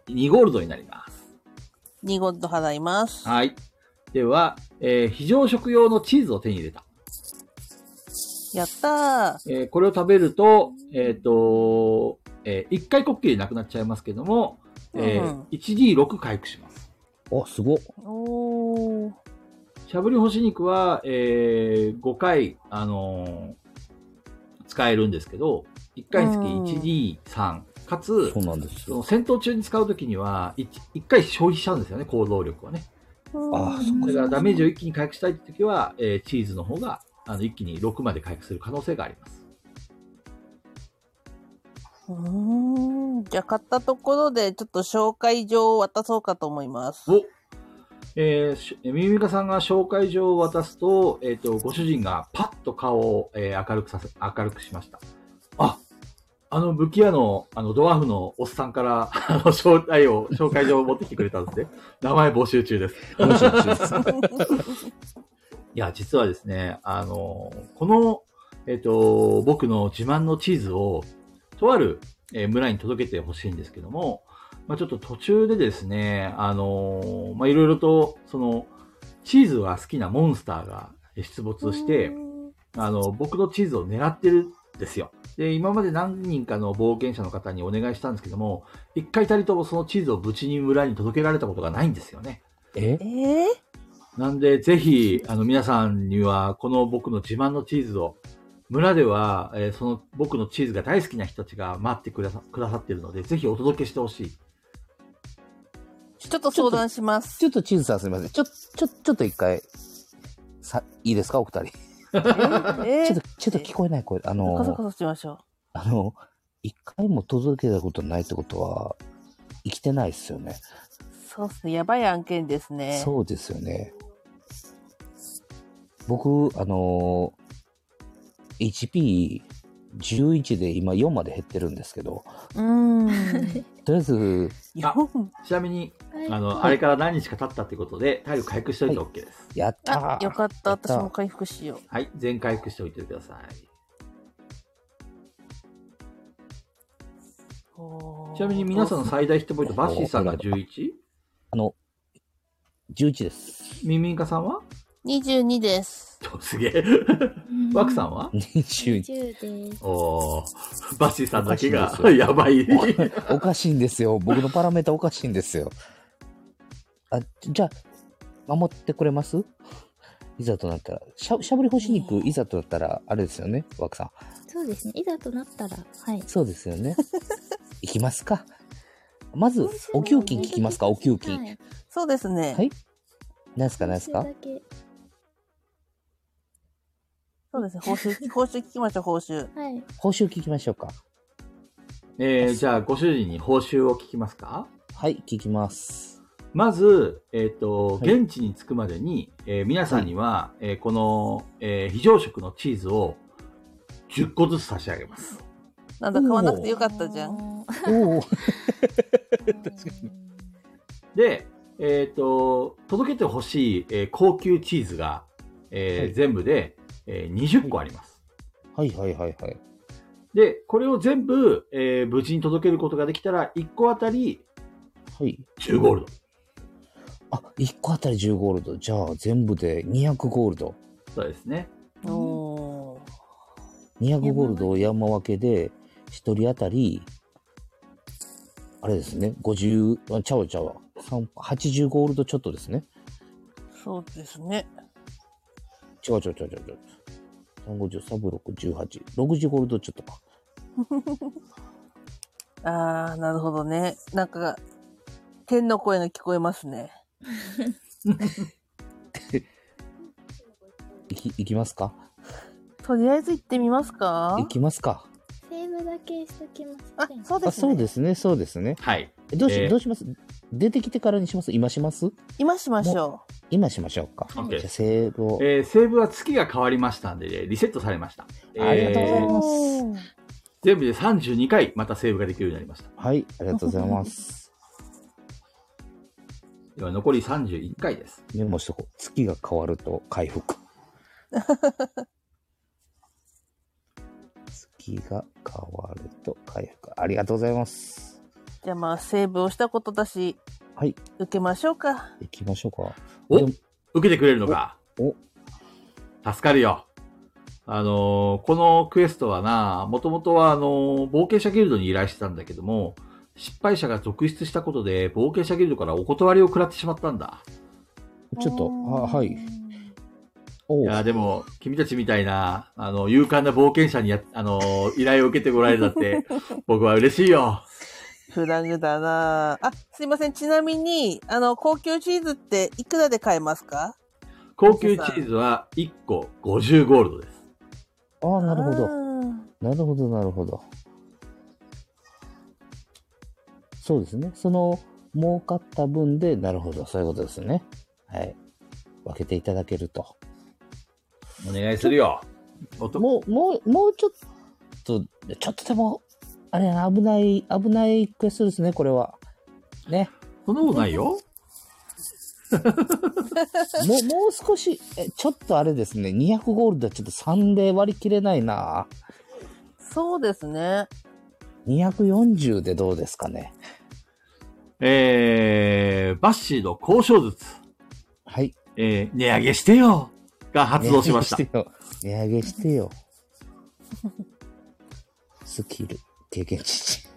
A: ー、2ゴールドになります。
C: 2ゴッド払います。
A: はい。では、えー非常食用のチーズを手に入れた。
C: やったー。
A: えーこれを食べると、えっ、と、えー、1回こっきりなくなっちゃいますけども、え
C: う
A: ー
C: ん、
A: 1D6 回復します。
B: お、すごっ。
C: おー。
A: しゃぶり干し肉は、えー5回、あのー使えるんですけど、1回につき 1D3、かつ
B: そう、なんです
A: その
B: よ。
A: 戦闘中に使うときには1、一回消費しちゃうんですよね、行動力はね。
B: ああ、そっ
A: だ
B: か。
A: からダメージを一気に回復したいときは、えーチーズの方が、あの、一気に6まで回復する可能性があります。
C: うーん。じゃあ買ったところでちょっと紹介状を渡そうかと思います。
A: おえーしえー、ミミカさんが紹介状を渡すと、えっ、と、ご主人がパッと顔を、えー明るくさせ、明るくしました。あ、あの武器屋の、あの、ドワーフのおっさんから、あの、招待を、紹介状を持ってきてくれたんですね。名前募集中です。
B: 募集中です。
A: いや、実はですね、あの、この、えっ、と、僕の自慢のチーズを、とある、えー村に届けてほしいんですけども、まあ、ちょっと途中でですね、あの、まあ、いろいろと、その、チーズが好きなモンスターが出没して、あの、僕のチーズを狙ってるんですよ。で、今まで何人かの冒険者の方にお願いしたんですけども、一回たりともそのチーズを無事に村に届けられたことがないんですよね。
B: え
C: えー、
A: なんで、ぜひ、あの、皆さんには、この僕の自慢のチーズを、村では、えーその僕のチーズが大好きな人たちが待ってくださくださっているので、ぜひお届けしてほしい。
C: ちょっと相談します
B: ち。ょっとチーズさんすみません。ちょ、ちょ、ちょっと一回、さ、いいですか、お二人。
C: えーえ
B: ちょっと、
C: ー
B: ちょっと聞こえない声。あ
C: カサカ
B: の、
C: サしましょ
B: あの、一回も届けたことないってことは、生きてないっすよね。
C: う。そうっすね。やばい案件ですね。
B: そうですよね。僕、あのー、HP11 で今4まで減ってるんですけど、
C: うーん。
B: とりあえず、
C: 4
A: ちなみに、
D: はいはい。
A: あの、あれから何日か経ったってことで、体力回復しておいて OK です。
B: やった
C: あ、
B: ー
C: よかった。
B: やった
C: 私も回復しよう。
A: はい、全回復しておいてください。
C: おー
A: ちなみに皆さんの最大ヒットポイント、バッシーさんが 11?
B: あの、11です。
A: ミンミンカさんは
C: 22です。
A: とすげえ。ワクさんは
B: 22。
D: 20です。
A: おー、バッシーさんだけ
B: お
A: が
B: かしいです よ
A: やばい。
B: お かしいんですよ。僕のパラメータおかしいんですよ。あ、じゃあ、守ってくれますいざとなったら。しゃ、しゃぶり干し肉、いざとなったら、あれですよね、枠さん。
D: そうですね。いざとなったら、はい。
B: そうですよね。 行きますか。まず、お給金聞きますか、お給金。
D: はい。
C: そうですね。
B: はい何ですか、何ですか
D: 報酬だけ
C: そうですね。報 酬、報酬聞きましょう、報酬。
D: はい。
B: 報酬聞きましょうか。
A: えー、じゃあ、ご主人に報酬を聞きますか
B: はい、聞き ます。
A: まず、えっ、と、
B: はい
A: 現地に着くまでに、えー皆さんには、えーこの、えー非常食のチーズを10個ずつ差し上げます。
C: なんだ、買わなくてよかったじゃん。
D: ん。
B: おお、
D: 確かに。
A: で、えっ、と、届けてほしい、えー高級チーズが、えー
B: はい
A: 全部で、えー20個あります。
B: はいはいはいはい。
A: で、これを全部、えー無事に届けることができたら、1個あたり
B: はい。
A: 10ゴールド。
B: あ、1個あたり10ゴールド。じゃあ、全部で200ゴールド。
A: そうですね。
D: うん
C: おー。
B: 200ゴールドを山分けで、1人当たり、あれですね、50、あちゃうちゃうわ。三80ゴールドちょっとですね。
C: そうですね。
B: 違う違う違う違う違う。350、356、18、60ゴールドちょっとか。
C: あー、なるほどね。なんか、天の声が聞こえますね。
B: いき、いきますか
C: とりあえず行ってみますか
B: いきますか。
D: セーブだけしときます。
C: あ、
D: ね
C: そうで
B: あ、
C: すね。
B: そうですね、そうですね。
A: はい。
B: どうし、
A: えー
B: どうします出てきてからにします今します
C: 今しましょ
B: 今しましょうか。
A: OK
B: じゃあ、セーブを。
A: えー、セーブは月が変わりましたんで、リセットされました。
B: ありがとうござい
A: えー
B: ます
C: おー
A: 全部で32回、またセーブができるようになりました。
B: はい、ありがとうございます。
A: では、残り31回です。
B: メモしとこう。月が変わると 回復。月が変わると回復。ありがとうございます。
C: じゃあまあ、セーブをしたことだし、
B: はい、
C: 受けましょうか。
B: 行きましょうか。
A: お
B: でも
A: 受けてくれるのか
B: お
A: 助かるよ。あのーこのクエストはな、もともとはあのー冒険者ギルドに依頼してたんだけども、失敗者が続出したことで、冒険者ギルドからお断りを食らってしまったんだ。
B: ちょっと、あはい。お
A: いうやー、でも、君たちみたいな、あの、勇敢な冒険者にや、あのー依頼を受けてもらえるだ って、僕は嬉しいよ。
C: フラグだなあ、すいません。ちなみに、あの、高級チーズっていくらで買えますか
A: 高級チーズは1個50ゴールドです。
B: ああ、なるほ
C: あ
B: ど。
C: ー
B: なるほど、なるほど。そうですね。その、儲かった分で、なるほど、そういうことですね。はい。分けていただけると。
A: お願いするよ。おと
B: もう、もう、もうちょっと、ちょっとでも、あれやな、危ない、危ないクエストですね、これは。ね。
A: そんなことないよ。
B: も う、もう少し、え、ちょっとあれですね、200ゴールドはちょっと3で割り切れないな。
C: そうですね。
B: 240でどうですかね。
A: えー、バッシーの交渉術。
B: はい。
A: えー値上げしてよが発動しました。
B: 値上げてよ。値上げしてよ。 スキル、経験値。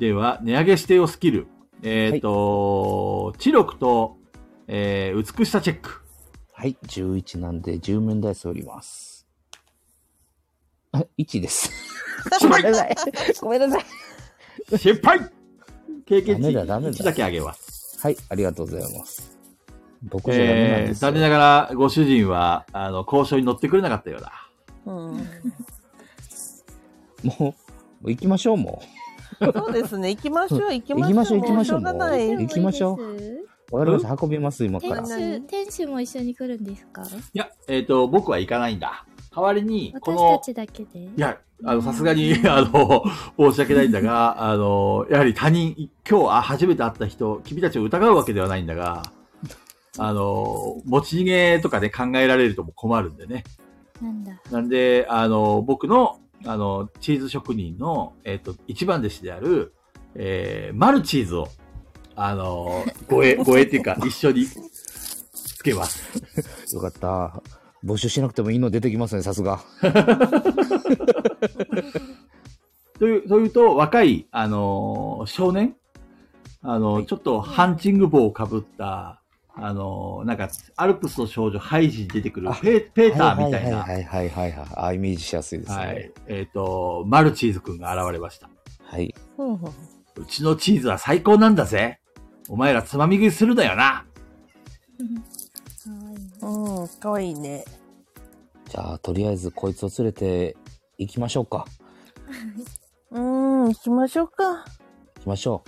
A: では、値上げしてよスキル。えっ、と、知力と、えー美しさチェック。
B: はい、11なんで10面ダイスおります。あ、1です。ごめんなさい。ごめんなさい。
A: 失 敗経験値
B: ダメだダメだ
A: 1だけ上げます。
B: はい、ありがとうございます。僕じゃダメなん
A: え
B: で
A: ー
B: すよ。
A: 残念ながら、ご主人は、あの、交渉に乗ってくれなかったようだ。
C: うん。
B: もう、もう行きましょう、も
C: そうですね。行きましょう、行きましょう。
B: 行きましょう行きましょう
C: もしょうがない。
B: 行きましょ
D: う。
B: う。わかりました。運びます、今か
D: 店
B: ら。
C: 何
D: 主、店主も一緒に来るんです
A: い
D: か
A: や、えっ、と、僕は行かないんだ。代わりに、こ
D: 私
A: の
D: た、ちだけで
A: いや、あの、さすがに、あの、申し訳ないんだが、あの、やはり他人、今日、あ、初めて会った人、君たちを疑うわけではないんだが、あの、持ち逃げとかで、ね、考えられるとも困るんでね。
D: なんだ。
A: なんで、あの、僕の、あの、チーズ職人の、えっ、と、一番弟子である、えー、マルチーズを、あの、護衛、護衛っていうか、一緒に、つけます。
B: よかった。募集しなくてもいいの出てきますね、さすが。
A: という、というと、若い、あのー少年あのーちょっとハンチング帽をかぶった、あのーなんか、アルプスの少女ハイジに出てくる
B: あ
A: ペー、ペーターみたいな、
B: はいはいはいはいはい、はい。あ、イメージしやすいですね。
A: はい。えっ、と、マルチーズくんが現れました。
B: はい。
D: ほうほう。
A: うちのチーズは最高なんだぜ。お前らつまみ食いするなよな。
D: かわいい。
C: うん、かわいいね。
B: じゃあ、とりあえずこいつを連れて行きましょうか。
C: うん、行きましょうか。
B: 行きましょ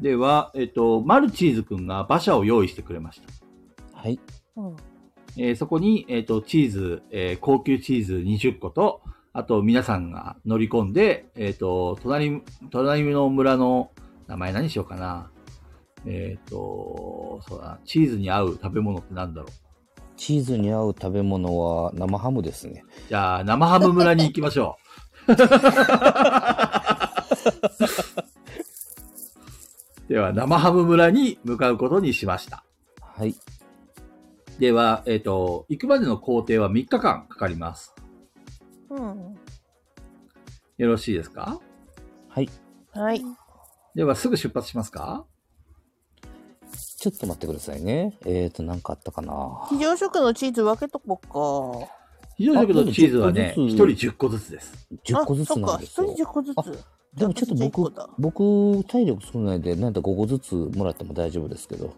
A: では、えっ、と、マルチーズくんが馬車を用意してくれました。
B: う。はい。
C: うん。
A: えーそこに、えっ、と、チーズ、えー高級チーズ20個と、あと皆さんが乗り込んで、えっ、と、隣、隣の村の名前何しようかな。えっ、と、そうだな、チーズに合う食べ物ってなんだろう。
B: チーズに合う食べ物は生ハムですね。
A: じゃあ、生ハム村に行きましょう。では、生ハム村に向かうことにしました。
B: はい。
A: では、えっ、と、行くまでの工程は3日間かかります。
C: うん。
A: よろしいですか
B: はい。
C: はい。
A: では、すぐ出発しますか
B: ちょっと待ってくださいね。えーと、なんかあったかな。
C: 非常食のチーズ分けとこっか。
A: 非常食のチーズはね、
B: あでも
A: 1人10個ずつです。
B: 10個ずつなんです
C: あ、そっか。一人
B: よ。
C: 10個ず
B: あ
C: つ。
B: でもちょっと
C: 私10個
B: 僕
C: だ、
B: 僕、体力少ないんで、なんだ5個ずつもらっても大丈夫ですけど。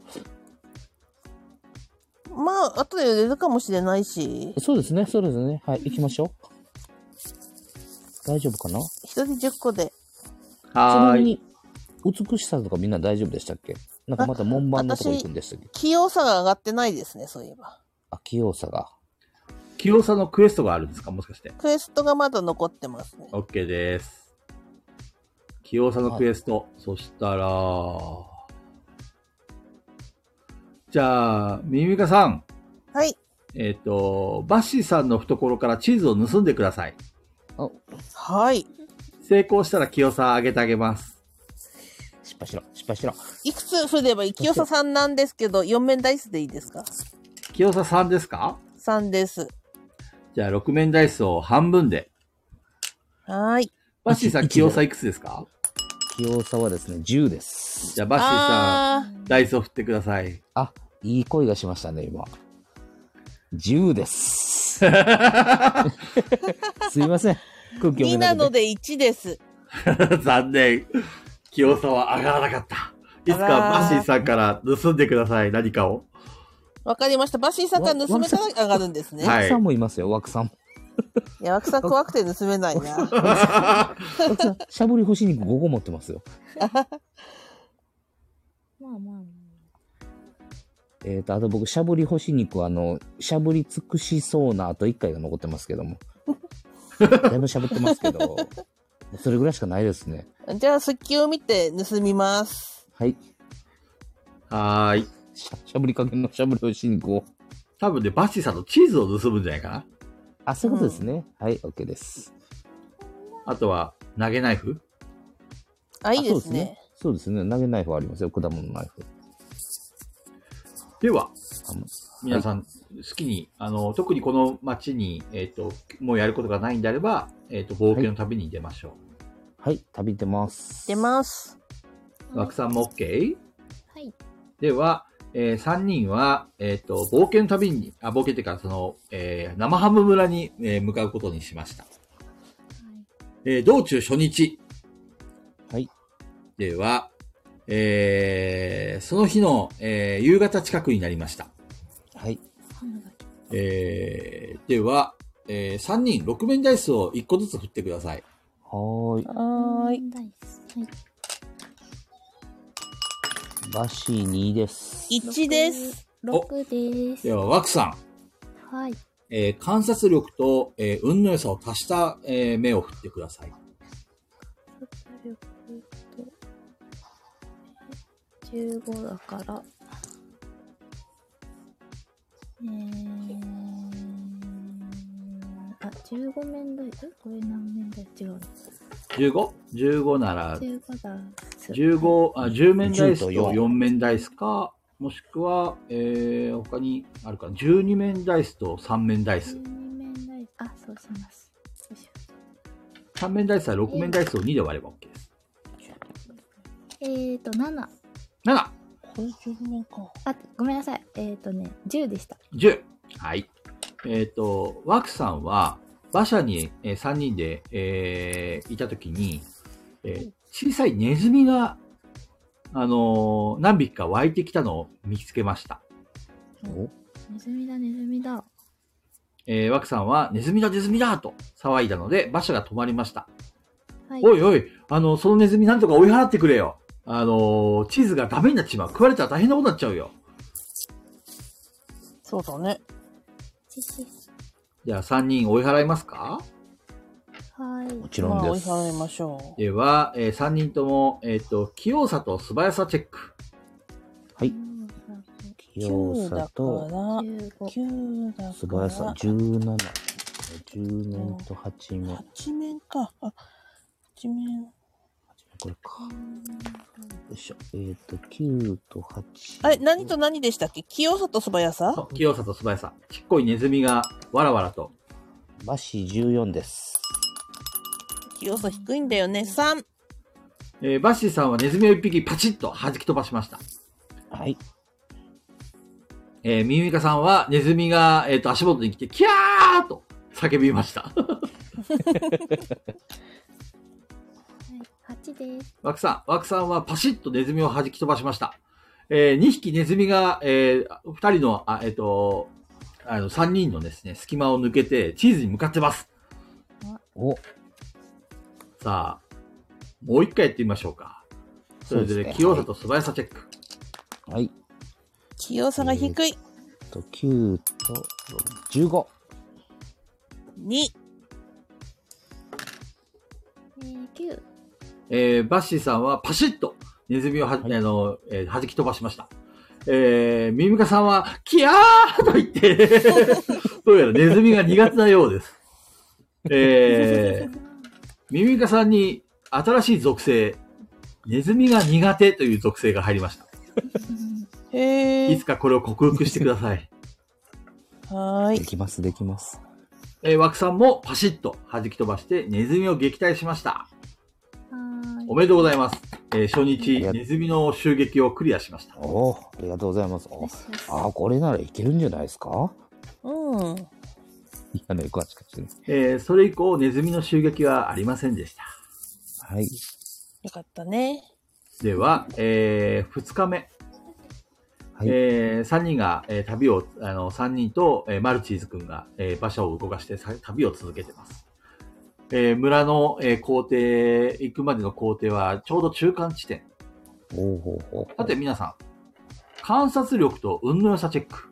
C: まあ、後で入れるかもしれないし、
B: そうですね、そうですね。はい、行きましょう。大丈夫かなち
C: 一人10個で。
A: は
B: なみ
A: ーい。
B: に、美しさとかみんな大丈夫でしたっけなんかまた門番のとこ行くんでしたっけ
C: 器用さが上がってないですね、そういえば。
B: あ、器用さが。
A: 器用さのクエストがあるんですかもしかして。
C: クエストがまだ残ってますね。
A: OK です。器用さのクエスト。そしたら、じゃあ、ミミカさん、
C: はい。
A: えっ、と、バッシーさんの懐からチーズを盗んでください。
C: はい。
A: 成功したら器用さあげてあげます。
B: 失敗しろ、失敗しろ。
C: いくつ、それでは、清ささんなんですけど、4面ダイスでいいですか
A: 器用さ3ですか
C: ?3 です。
A: じゃあ、6面ダイスを半分で。
C: はーい。
A: バッシーさん、
B: 一
A: 器用さいくつですか
B: 器用さはですね、10です。
A: じゃあ、バッシーさん、
C: あ
A: ダイスを振ってください。
B: あ、いい声がしましたね、今。10です。 すいません。空気読
C: ー、
B: め
C: 2
B: なく
C: なの
B: て。
C: で1です。
A: 残念。清さは上がらなかった。いつか
C: あら
A: バ
C: ー
A: ッシーさんから盗んでください、何か を。
C: わかりました。バシーさんから盗めたら上がるんですね。
A: はい
B: 枠さんもいますよ、枠さんも。
C: いや、枠さん怖くて盗めないな。
B: 枠さん、しゃぶり干し肉5個持ってますよ。
D: まあまあま
B: えっ、と、あと僕、しゃぶり干し肉、あの、しゃぶり尽くしそうなあと1回が残ってますけども。だいぶしゃぶってますけど、それぐらいしかないですね。
C: じゃあ、スッキを見て盗みます。
B: はい。
A: はーい。
B: しゃしゃぶりかけのしゃぶり干し肉を。
A: 多分ね、バッシーさんのチーズを盗むんじゃないかな。
B: あ、そういうことですね。はい、OK です。
A: あとは、投げナイフ
C: あ、いい
B: あ
C: ですね。。
B: そうですね。そうですね投げナイフありますよ。果物ナイフ。
A: では、
B: あの
A: 皆さん、好きに、あの、特にこの町に、えっ、と、もうやることがないんであれば、えっ、と、冒険の旅に出ましょ
B: はい、旅出ます。
C: 出ます。
A: う。
D: あ。
A: 枠、さんも OK?
D: はい。
A: では、え3人は、えっ、と、冒険の旅に、あ、冒険っていうか、その、えー生ハム村に、えー向かうことにしました。えー道中初日。
B: はい。
A: では、えーその日の、えー夕方近くになりました。
B: はい。
D: ハムが来た。
A: えーでは、え3人6面ダイスを1個ずつ振ってください。
B: はーい。
C: はーい。
D: ダイス。はい。
B: バシー2です。
C: 1です。
D: 六です。
A: では、ワクさん、
D: はい。
A: えー観察力と、えー運の良さを足した、えー目を振ってください。
D: 活力と15だからえー、あ15面台えこれ何面台違うの
A: 15?15 なら、
D: 15だす
A: 15、あ、10面ダイスと
B: 10と
A: 4面ダイスか、もしくは、えー、他にあるかな、12面ダイスと3面ダイス
D: 12。面台あそうしますよいしょ
A: 3面ダイスは6面ダイスを2で割れば OK です。
D: えーと7
A: 7、
C: これ10面か。
D: あごめんなさいえーとね10でした
A: 10。はい。えっ、と、ワクさんは、馬車に、え3人で、えーいたときに、えー小さいネズミが、あのー何匹か湧いてきたのを見つけました。
B: お
D: ネズミだネズミだ
A: えー、ワクさんは、ネズミだ、ネズミだと騒いだので、馬車が止まりました。
D: はい
A: おいおい、あの、そのネズミなんとか追い払ってくれよ。あのー、チーズがダメになっちまう。食われたら大変なことになっちゃうよ。
C: そうだね。
D: チシ
A: じゃあ3人追い払いますか
D: はい
B: もち
C: ま
B: ろ
C: あ、
B: ん
C: 追
B: で
C: い
B: す。
C: 払いましょう。
A: では、え3人とも、えっ、と、器用さと素早さチェック。
B: はい
C: 9
B: 強
C: だ
B: さ
C: か
B: と
C: ら、
D: 15
C: 9だから、
B: 素早さ17。10面と8面。
C: 8面か。あ、8面。
B: これか。よいしょ。えっ、ー、と、9と8。
C: あれ、何と何でしたっけ器用さと素早さ
A: そう器用さと素早さ。ちっこいネズミがわらわらと。
B: 馬シ14です。
C: 器用さ低いんだよね。3。
A: えーバッシーさんはネズミを1匹パチッと弾き飛ばしました。
B: はい。
A: えーミミカさんはネズミが、えっ、と、足元に来て、キャーと叫びました。
D: はい8です
A: ワクさん、ワクさんはパシッとネズミを弾き飛ばしました。えー、2匹ネズミが、えー、2人の、あえっ、と、あの、3人のですね、隙間を抜けて、チーズに向かってます。
B: お、
A: さあ、もう一回やってみましょうか。それ
B: そう
A: で、
B: ですね
A: 器用さと素早さチェック。
B: はい。
C: 器用さが低い。
B: えっと、9と15。
C: 2。
D: えー、9
A: えー、バッシーさんはパシッとネズミをは、あの、えー弾き飛ばしました。えー、ミミカさんは、キヤーと言 って、どうやらネズミが苦手なようです。え ー、ミミカさんに新しい属性、ネズミが苦手という属性が入りました。
C: へ
A: い
C: え
A: つ。かこれを克服してください。
C: はー
B: で
C: い。
B: きます、できます。
A: えー、枠さんもパシッと弾き飛ばしてネズミを撃退しました。お
D: は
A: めでとうございます。えー初
B: あ
A: 日
B: りが、とう
A: ネズミの襲撃をクリアしました。
B: おーありがとうございます。
D: ーいよ
B: お
D: しよし
B: あー、これならいけるんじゃないですか
C: うん。
B: いやね、詳しくしてね。
A: えーそれ以降、ネズミの襲撃はありませんでした。
B: はい。
C: よかったね。
A: では、え2日目、
B: はい。
A: え3人が、えー旅を、あの、3人と、えーマルチーズ君が、えー馬車を動かしてさ旅を続けてます。えー村の、えー工程、行くまでの工程はちょうど中間地点。
B: おおほうほう
A: さて皆さん、観察力と運の良さチェック。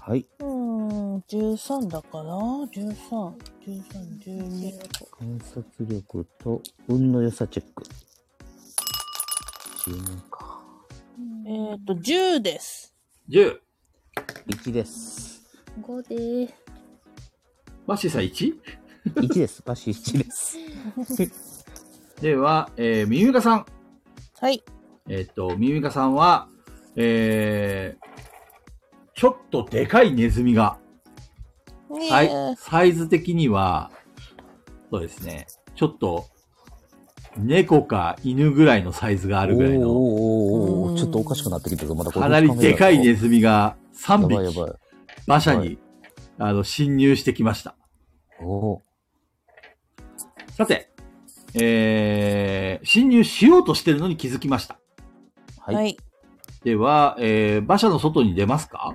B: はい。
C: うん。13だから、13、13、12。
B: 観察力と運の良さチェック。10面か。
C: えーっと、10です。
A: 10、
B: 1です。
D: 5です
A: マッシーさん 1?
B: 1です。馬シ1です。
A: では、えー、ミミカさん。
C: はい。
A: えっと、ミミカさんは、えー、ちょっとでかいネズミが、
C: ねえ。
A: サイサイズ的には、そうですね、ちょっと、猫か犬ぐらいのサイズ があ
B: あ
A: るぐらいの、
B: おーおーおーお
C: うん
B: ーちょっとおかしくなってきてる。まだこれ
A: かなりでかいネ
B: す。
A: ズミが
B: やばい
A: 3
B: やば
A: 匹
B: い。
A: 馬車
B: は
A: に、あの、侵入してきました。
B: おお。
A: さて、えー、侵入しようとしてるのに気づきました。
B: は。
C: はいい。
A: では、えー、馬車の外に出ますか、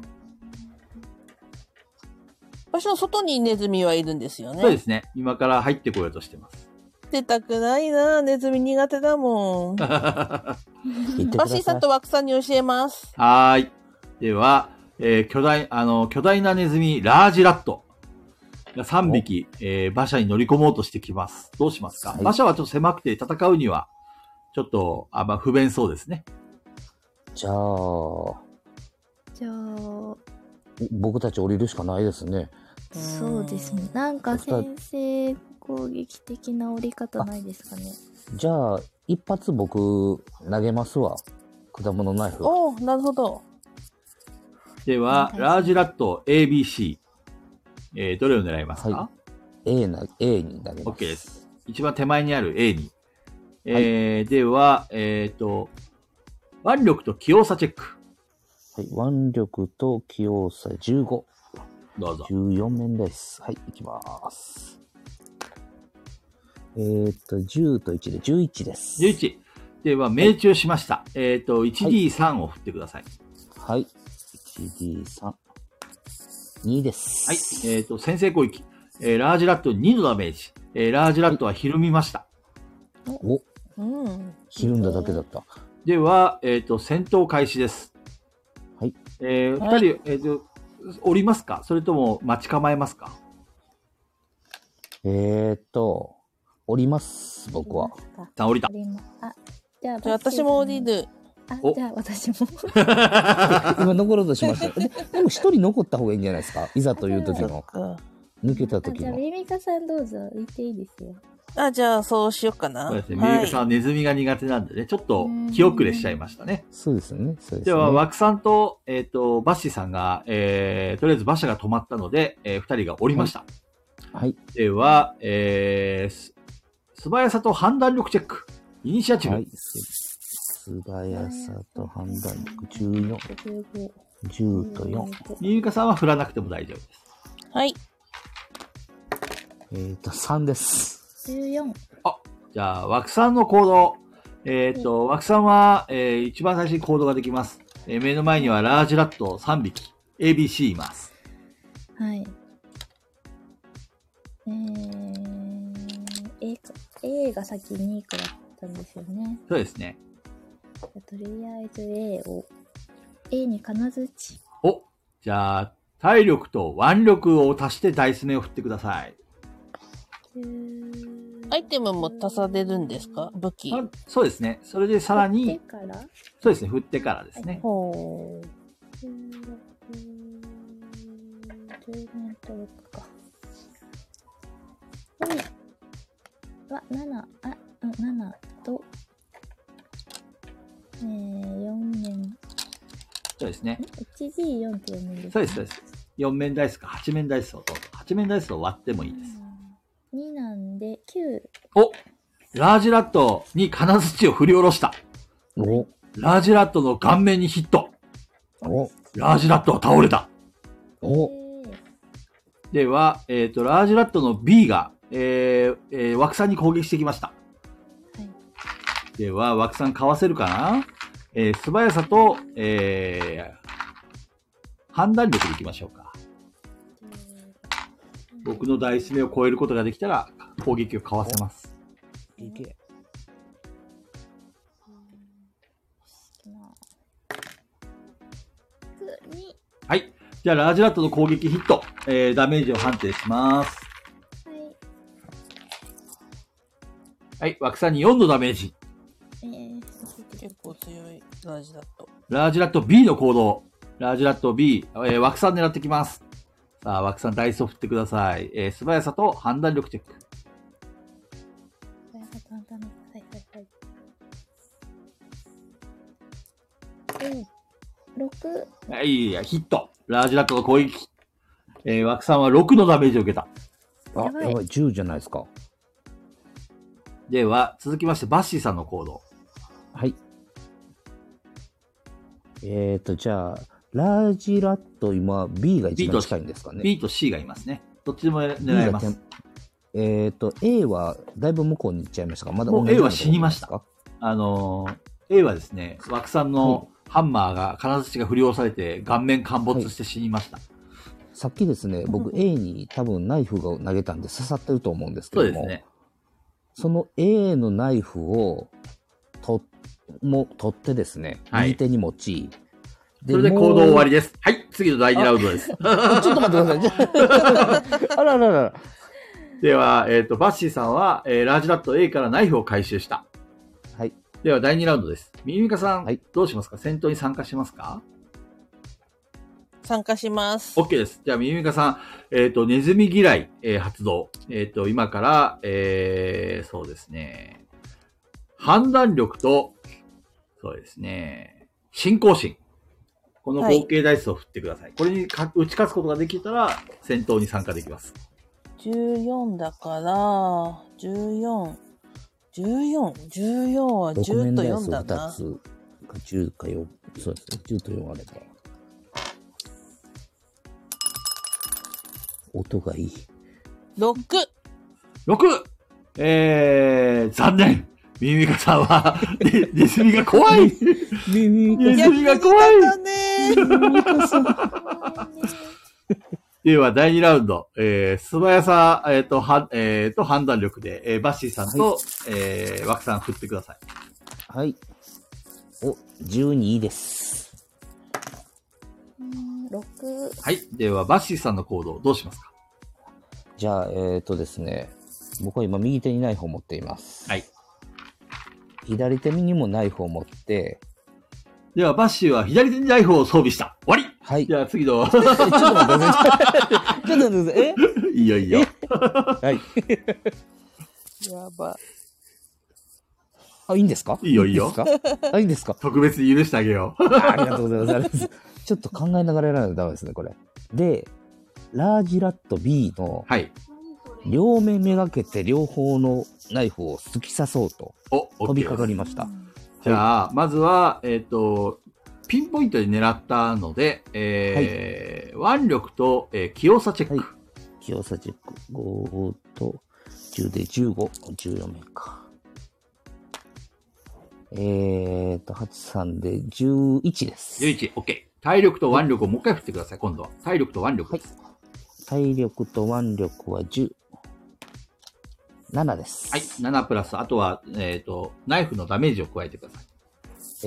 C: 場所の外にネズミはいるんですよね。
A: そうですね。今から入ってこようとしてます。
C: 出たくないなネズミ苦手 だもん。バ
B: 行ってください。
C: シーさんとワクさんに教えます。
A: はーい。では、えー巨大、あの、巨大なネズミ、ラージラット。 3匹、えー馬車に乗り込もうとしてきます。どうしますか、
B: はい
A: 馬車はちょっと狭くて戦うには、ちょっと、あ、まあ、不便そうですね。
B: じゃあ、お
D: じゃあ、
B: 僕たち降りるしかないですね。
D: そうですね。なんか先制攻撃的な折り方ないですかね。
B: じゃあ、一発僕、投げますわ。果物ナイフ。
C: おおなるほど
A: では、
D: はい
A: ラージラット ABC、えーどれを狙いますか、
B: は A な、A に投げます。
A: OK です。一番手前にある A に。えーでは、えっ、と、腕力と器用さチェック。
B: はい、腕力と器用さ15。
A: どうぞ。
B: 14面です。はい、いきます。えー、っと、10と1で11です。
A: 11。では、命中しました。えっ、と、1D3 を振ってください。
B: はい。1D3。2です。
A: はい。えっ、と、先制攻撃。えーラージラット2のダメージ。えーラージラットはひるみました。
B: お、
C: うん
B: ひるんだだけだった。
A: では、えっ、と、戦闘開始です。
B: はい。
A: えー、二人、
C: はい
A: えっ、と、降りますかそれとも待ち構えますか
B: えー、っと、降ります、僕 は。
D: あ。
A: さあ、降りた
D: あ。りますあ、じゃあ、
C: じゃあ私も降りる
D: バッチリさんに。
A: お
D: あ、じゃあ私も。
B: 今残ろうとしました。ででも一人残った方がいいんじゃないですかいざという時 の、
C: うん
B: 抜けた
D: あ
B: 時
D: じゃあ、
B: の。
D: ミミカさんどうぞ、行っていいですよ。
C: あじゃあそうしようかな
A: そうですね。ミ
C: は
A: ル
C: い
A: クさんはネズミが苦手なんでね、ちょっと気遅れしちゃいましたね。
B: そうですよね。そうです
A: で
B: よ
A: は、
B: ね。
A: 枠さんと、えっ、と、バッシーさんが、えー、とりあえず馬車が止まったので、えー、二人が降りました。
B: はい。
A: では、えー、す素早さと判断力チェック。イニシアチブ。
B: はい。素早さと判断力14。
D: 15
B: 10と4。。
A: ミルカさんは振らなくても大丈夫です。
C: はい
B: えー、っと、3です。
D: 14。
A: じゃあ、枠さんの行動。えっ、と、枠さんは、えー、一番最初に行動ができます。えー目の前にはラージラット3匹、ABC います。
D: はい。えー、A か、A が先にいくだったんですよね。
A: そうですね。
D: じゃあとりあえず A を。A に金槌。
A: おじゃあ、体力と腕力を足してダイス目を振ってください。
C: アイテムも足されるんですか武器
A: あそうですね。それでさら
D: 取っ
A: に、
D: てから
A: そうですね、振ってからですね。
C: ほう
D: 16 17と6か。おいうわ、7、あ、うん、7と、えー、4面、
A: そうですね。
D: 1G4 って読むんです、ね。
A: そうです、そうです。4面ダイスか8面ダイスをどうぞ。8面ダイスを割ってもいいです。
D: 2なんで、9。
A: おラージラットに金槌を振り下ろした。
B: お、
A: ラージラットの顔面にヒット。
B: お、
A: ラージラットは倒れた。
B: お、
D: えー
A: では、えっ、と、ラージラットの B が、えー、えー、枠さんに攻撃してきました。
D: はい。
A: では、枠さんかわせるかなえー、素早さと、えー、判断力でいきましょうか。僕のダイス目を超えることができたら、攻撃をかわせます。
B: いけ。
D: に、
A: はい。じゃあ、ラージラットの攻撃ヒット、えー、ダメージを判定します。
D: はい、
A: はい。枠さんに4のダメージ。
D: えー、
C: 結構強いラジだと
A: ラージラット B の行動。ラージラット B、えー、枠さん狙ってきます。さあ、枠さんダイスを振ってください。えー、素早さと判断力チェック。
D: これが簡単なはいはいはい。うん。六。
A: はい、いや、ヒット。ラージラットの攻撃。えー、枠さんは6のダメージを受けた。
B: あ、や
D: やばい
B: ばい、10じゃないですか。
A: では、続きまして、バッシーさんの行動。
B: はい。えー、っと、じゃあ、ラージラット、今、B が一
A: B と
B: 番近いんですかね。
A: B と C がいますね。どっちでも狙えます。
B: B がえー、っと、A は、だいぶ向こうに行っちゃいましたが、まだ
A: もう
B: 同じよ
A: A
B: う
A: は
B: な
A: 死にました
B: とこ
A: あのー A はですね、枠さん
B: は
A: のハンマーが、金槌が振り下ろされて、顔面陥没して死にました。
B: ろですか。さっきですね、僕 A に多分ナイフを投げたんで刺さってると思うんですけ
A: そう
B: ど
A: です
B: も、
A: ね。
B: その A のナイフをとも取ってですね、
A: はい
B: 右手に持ち、
A: それで行動終わりです。はい、次の第2ラウンドです。
B: り。ちょっと待ってください。 あらららら。
A: では、えっ、と、バッシーさんは、えーラージラット A からナイフを回収した。
B: はい。
A: では、第2ラウンドです。ミミカさん、
B: はい
A: どうしますか戦闘に参加しますか
C: 参加します。
A: ?OK です。じゃあ、ミミカさん、えっ、と、ネズミ嫌い、えー発動。えっ、と、今から、えー、そうですね。判断力と、そうですね。信仰心。この合計ダイスを振ってください。これにか打ち勝つことができたら、戦闘に参加できます。
C: 14だから、14。14。14は
B: ドキュメ
C: 10
B: ン
C: と
B: ダイス
C: 4
B: を
C: だ
B: 2
C: な。
B: つか10か4、そうですね、10と4あれば。音がいい。
C: 6。
A: 6! えー、残念ミミカさんは、 ねネズミが怖い
B: 耳
A: ネズミが怖い
C: だ ね。
D: 怖いね
A: では、第2ラウンド、えー、素早さ、えーと、は、えー、と、判断力で、えー、バッシーさんと、えー、枠さん振ってください。
B: はい。お、12です。
D: うん六
A: はい。では、バッシーさんの行動、どうしますか
B: じゃあ、えっ、ー、とですね、僕は今右手にナイフを持っています。
A: はい。
B: 左手にもナイフを持って、
A: では、バッシーは左手にナイフを装備した。終わり
B: はい。
A: じゃあ、次の、
B: えちょっと待ってください。 ちょっと待ってください。え
A: いいよいいよ。
B: はい。
C: やば。
B: あ、いいんですか
A: いいよいいよ
B: ですかあ、いいんで すか
A: 特別に許してあげよう。
B: あありがとうございます。ちょっと考えながらやらないとダメですね、これ。で、ラージラット B の
A: はい。
B: 両面めがけて両方のナイフを突き刺そうと
A: お、
B: 飛
A: OK
B: び
A: です
B: かかりました。
A: じゃあ、まずは、えっ、と、ピンポイントで狙ったので、えー腕力と、えー器用さチェック。
B: はい清さチェック5と10で15、14面か。えーと、83で11です。
A: 11、OK。体力と腕力をもう一回振ってください、今度は。体力と腕力です。
B: 体力と腕力は10。7です。
A: はい、7プラス、あとは、えっ、と、ナイフのダメージを加えてください。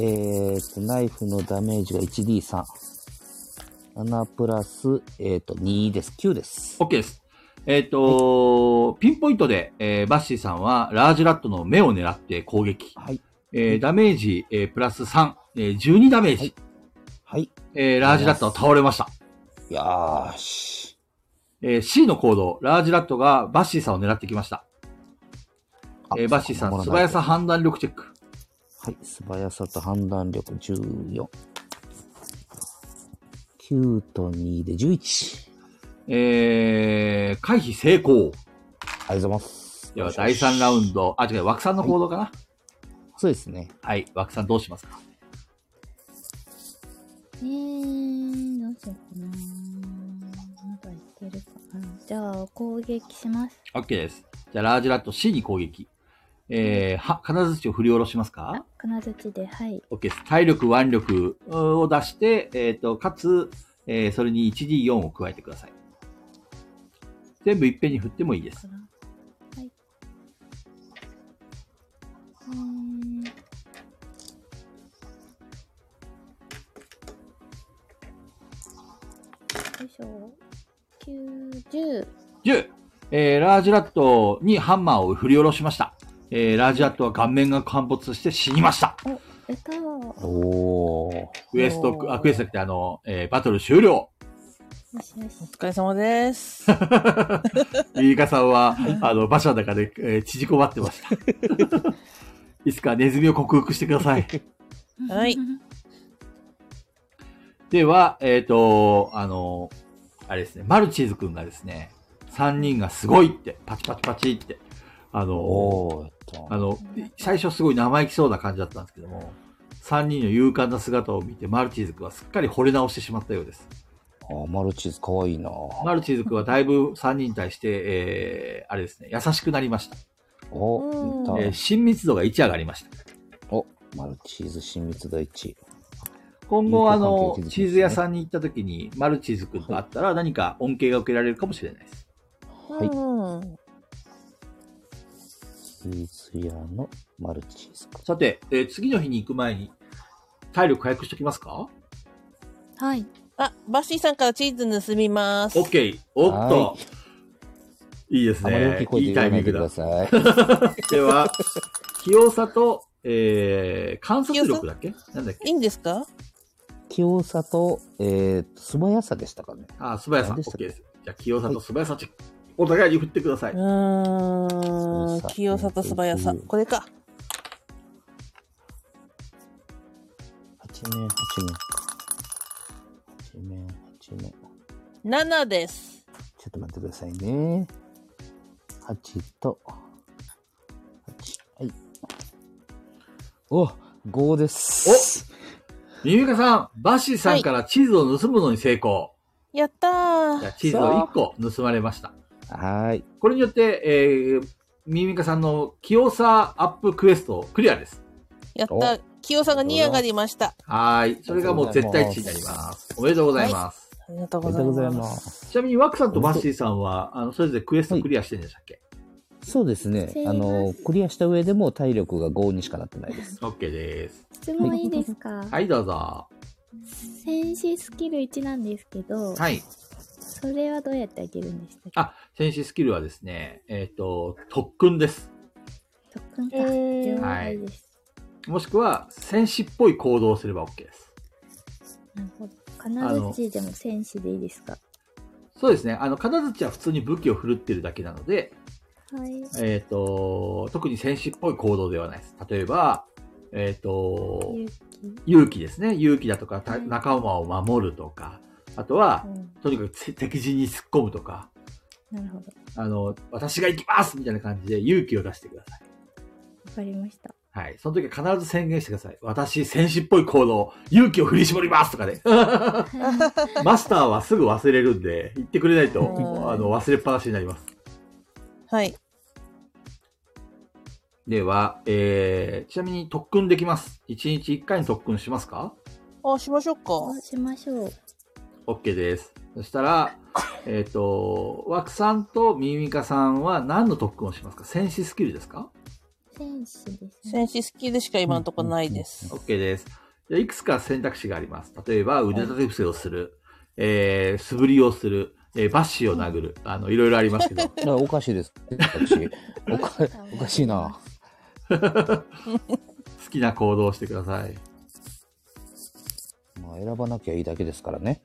B: えーと、ナイフのダメージが 1D3。7プラス、えーと、2です。9です。
A: OK です。えっ、と、ピンポイントで、えーバッシーさんは、ラージラットの目を狙って攻撃。
B: はい。
A: えーダメージ、えープラス3、えー12ダメージ。
B: はいはい。
A: えーラージラットは倒れました。
B: よーし。
A: えー C の行動、ラージラットがバッシーさんを狙ってきました。
B: あ
A: えーバッシーさん、
B: 守ら
A: 素
B: ない
A: 早
B: と
A: さ判断力チェック。
B: はい。素早さと判断力14。9と2で11。
A: えー、回避成功。
B: ありがとうございます。
A: では、第3ラウンド。あ、違う、枠さんの行動かな
B: そうですね。
A: はい、枠さんどうしますか
D: えー、どうしようかなまだいけるかなじゃあ攻撃します
A: ?OK です。じゃあ、ラージラット C に攻撃。えー、は、金槌を振り下ろします
D: あ
A: か
D: 金槌ではい
A: ?OK です。体力、腕力うーを出して、えっ、と、かつ、えー、それに 1D4 を加えてください。全部いっぺんに振ってもいいです。
D: かなはいえーよいしょ90
A: 10、えーラージラットにハンマーを振り下ろしました。えーラージラットは顔面が陥没して死にました。
D: やったー
B: おー。
A: クエスト
C: お、ー
A: あ、クエストじゃなくて、あの、えーバトル終了。
D: よしよし
C: お疲れ様です。
A: ミリカさんは、あの、馬車の中で、えー縮こまってました。 いつかネズミを克服してください。
C: はい
A: では、えっ、と、あの、あれですね、マルチーズくんがですね、3人がすごいって、パチパチパチって、あの、
B: おー。やった
A: あの、最初すごい生意気そうな感じだったんですけども、3人の勇敢な姿を見て、マルチーズ君はすっかり惚れ直してしまったようです。
B: あーマルチーズかわいいな
A: マルチーズ君はだいぶ3人に対して、えー、あれですね、優しくなりました。
B: お、
D: うん
A: え
B: や
A: ー
B: った。
A: 親密度が1上がりました。
B: お、マルチーズ親密度1。
A: 今後、あの
B: 友好関係を築いてます、ね
A: チーズ屋さんに行った時に、マルチーズ君と会ったら何か恩恵が受けられるかもしれないです。
B: はい
C: うん。
B: チーズ屋のマルチーズか。
A: さて、えー次の日に行く前に、体力回復しときますか
D: はい。
C: あ、バッシーさんからチーズ盗みます。
A: OK。おっと
B: は。
A: いいです
B: あまり大
A: ね
B: きい。声
A: い
B: で
A: いタ
B: 言わ
A: イ
B: な
A: ミン
B: いで
A: グ
B: く
A: だ
B: だ。さい。
A: では、 清里、えー、観察力だっけなんだっけ
C: いいんですか。
B: 清さと、えー、素早さでしたかね。
A: あ、素早さ。
B: 何でしたっ
A: OK
B: け
A: です。じゃあ、清里、素早さチェック。お互いに振ってくださいう
C: ーん
B: 素早さ、
C: 清里素早さ。これか。
B: 八面八面。八面八面。
C: 7です。
B: ちょっと待ってくださいね。八と、八、はい。お、五です。
A: ミミカさん、バッシーさんから地図を盗むのに成功。
C: やった
A: じゃ
C: ー。
A: あ地図を1個盗まれました。
B: はーい。
A: これによって、えー、ミミカさんの清さアップクエストクリアです。
C: やった
B: お
C: ー。清さんが2上がりました。
A: はーい。それがもう絶対値になります。おめでとうございます。
C: ありがとう
B: ありが
C: ござ
B: と
C: い
B: ご
C: う
B: ざい
C: ま。
B: ますす。
A: ちなみに、ワクさんとバッシーさんは、あの、それぞれクエストクリアしてるんでしたっけ、
B: そうですね
D: 失礼。し
B: あ
D: ます
B: の、クリアした上でも体力が5にしかなってないです。
A: オッ ?OK です。
D: 質問いいですか
A: はい、どうぞ。
D: 戦士スキル1なんですけど、
A: はい。
D: それはどうやってあげるんでしたっけ
A: あ、戦士スキルはですね、えっ、と、特訓です。
D: 特訓か。
C: えー
D: 了解です。
A: もしくは、戦士っぽい行動をすれば OK です。
D: なるほど。金槌でも戦士でいいですか
A: そうですね。あの、金槌は普通に武器を振るってるだけなので、
D: はい。
A: えっ、と、特に戦士っぽい行動ではないです。例えば、えっ、と、
D: 勇
A: 勇気ですね。勇気だとか、た
D: はい
A: 仲間を守るとか、あとは
D: 気。う、ん
A: とにかくて敵陣に突っ込むとか、
D: なるほど。
A: あの、私が行きますみたいな感じで勇気を出してください。
D: わかりました。
A: はい。その時は必ず宣言してください。私、戦士っぽい行動、勇気を振り絞りますとか ね。マスターはすぐ忘れるんで、言ってくれないと、
C: うん
A: あの、忘れっぱなしになります。
C: はい。
A: では、えー、ちなみに特訓できます。1日1回の特訓しますか
C: あ、しましょうか
D: あ。しましょう。
A: ?OK です。そした ら、えっ、と、枠さんとミミカさんは何の特訓をしますか戦士スキルですか
D: 戦士ですね。
C: 戦士スキルしか今のとこないです。
A: OK です。じゃあいくつか選択肢があります。例えば、腕立て伏せをする、えー、素振りをする、えー、バッシュを殴る、あの、いろいろあります けど、
B: あおかしいです。 私。おか、おかしいな。
A: 好きな行動をしてください。
B: まあ、選ばなきゃいいだけですからね。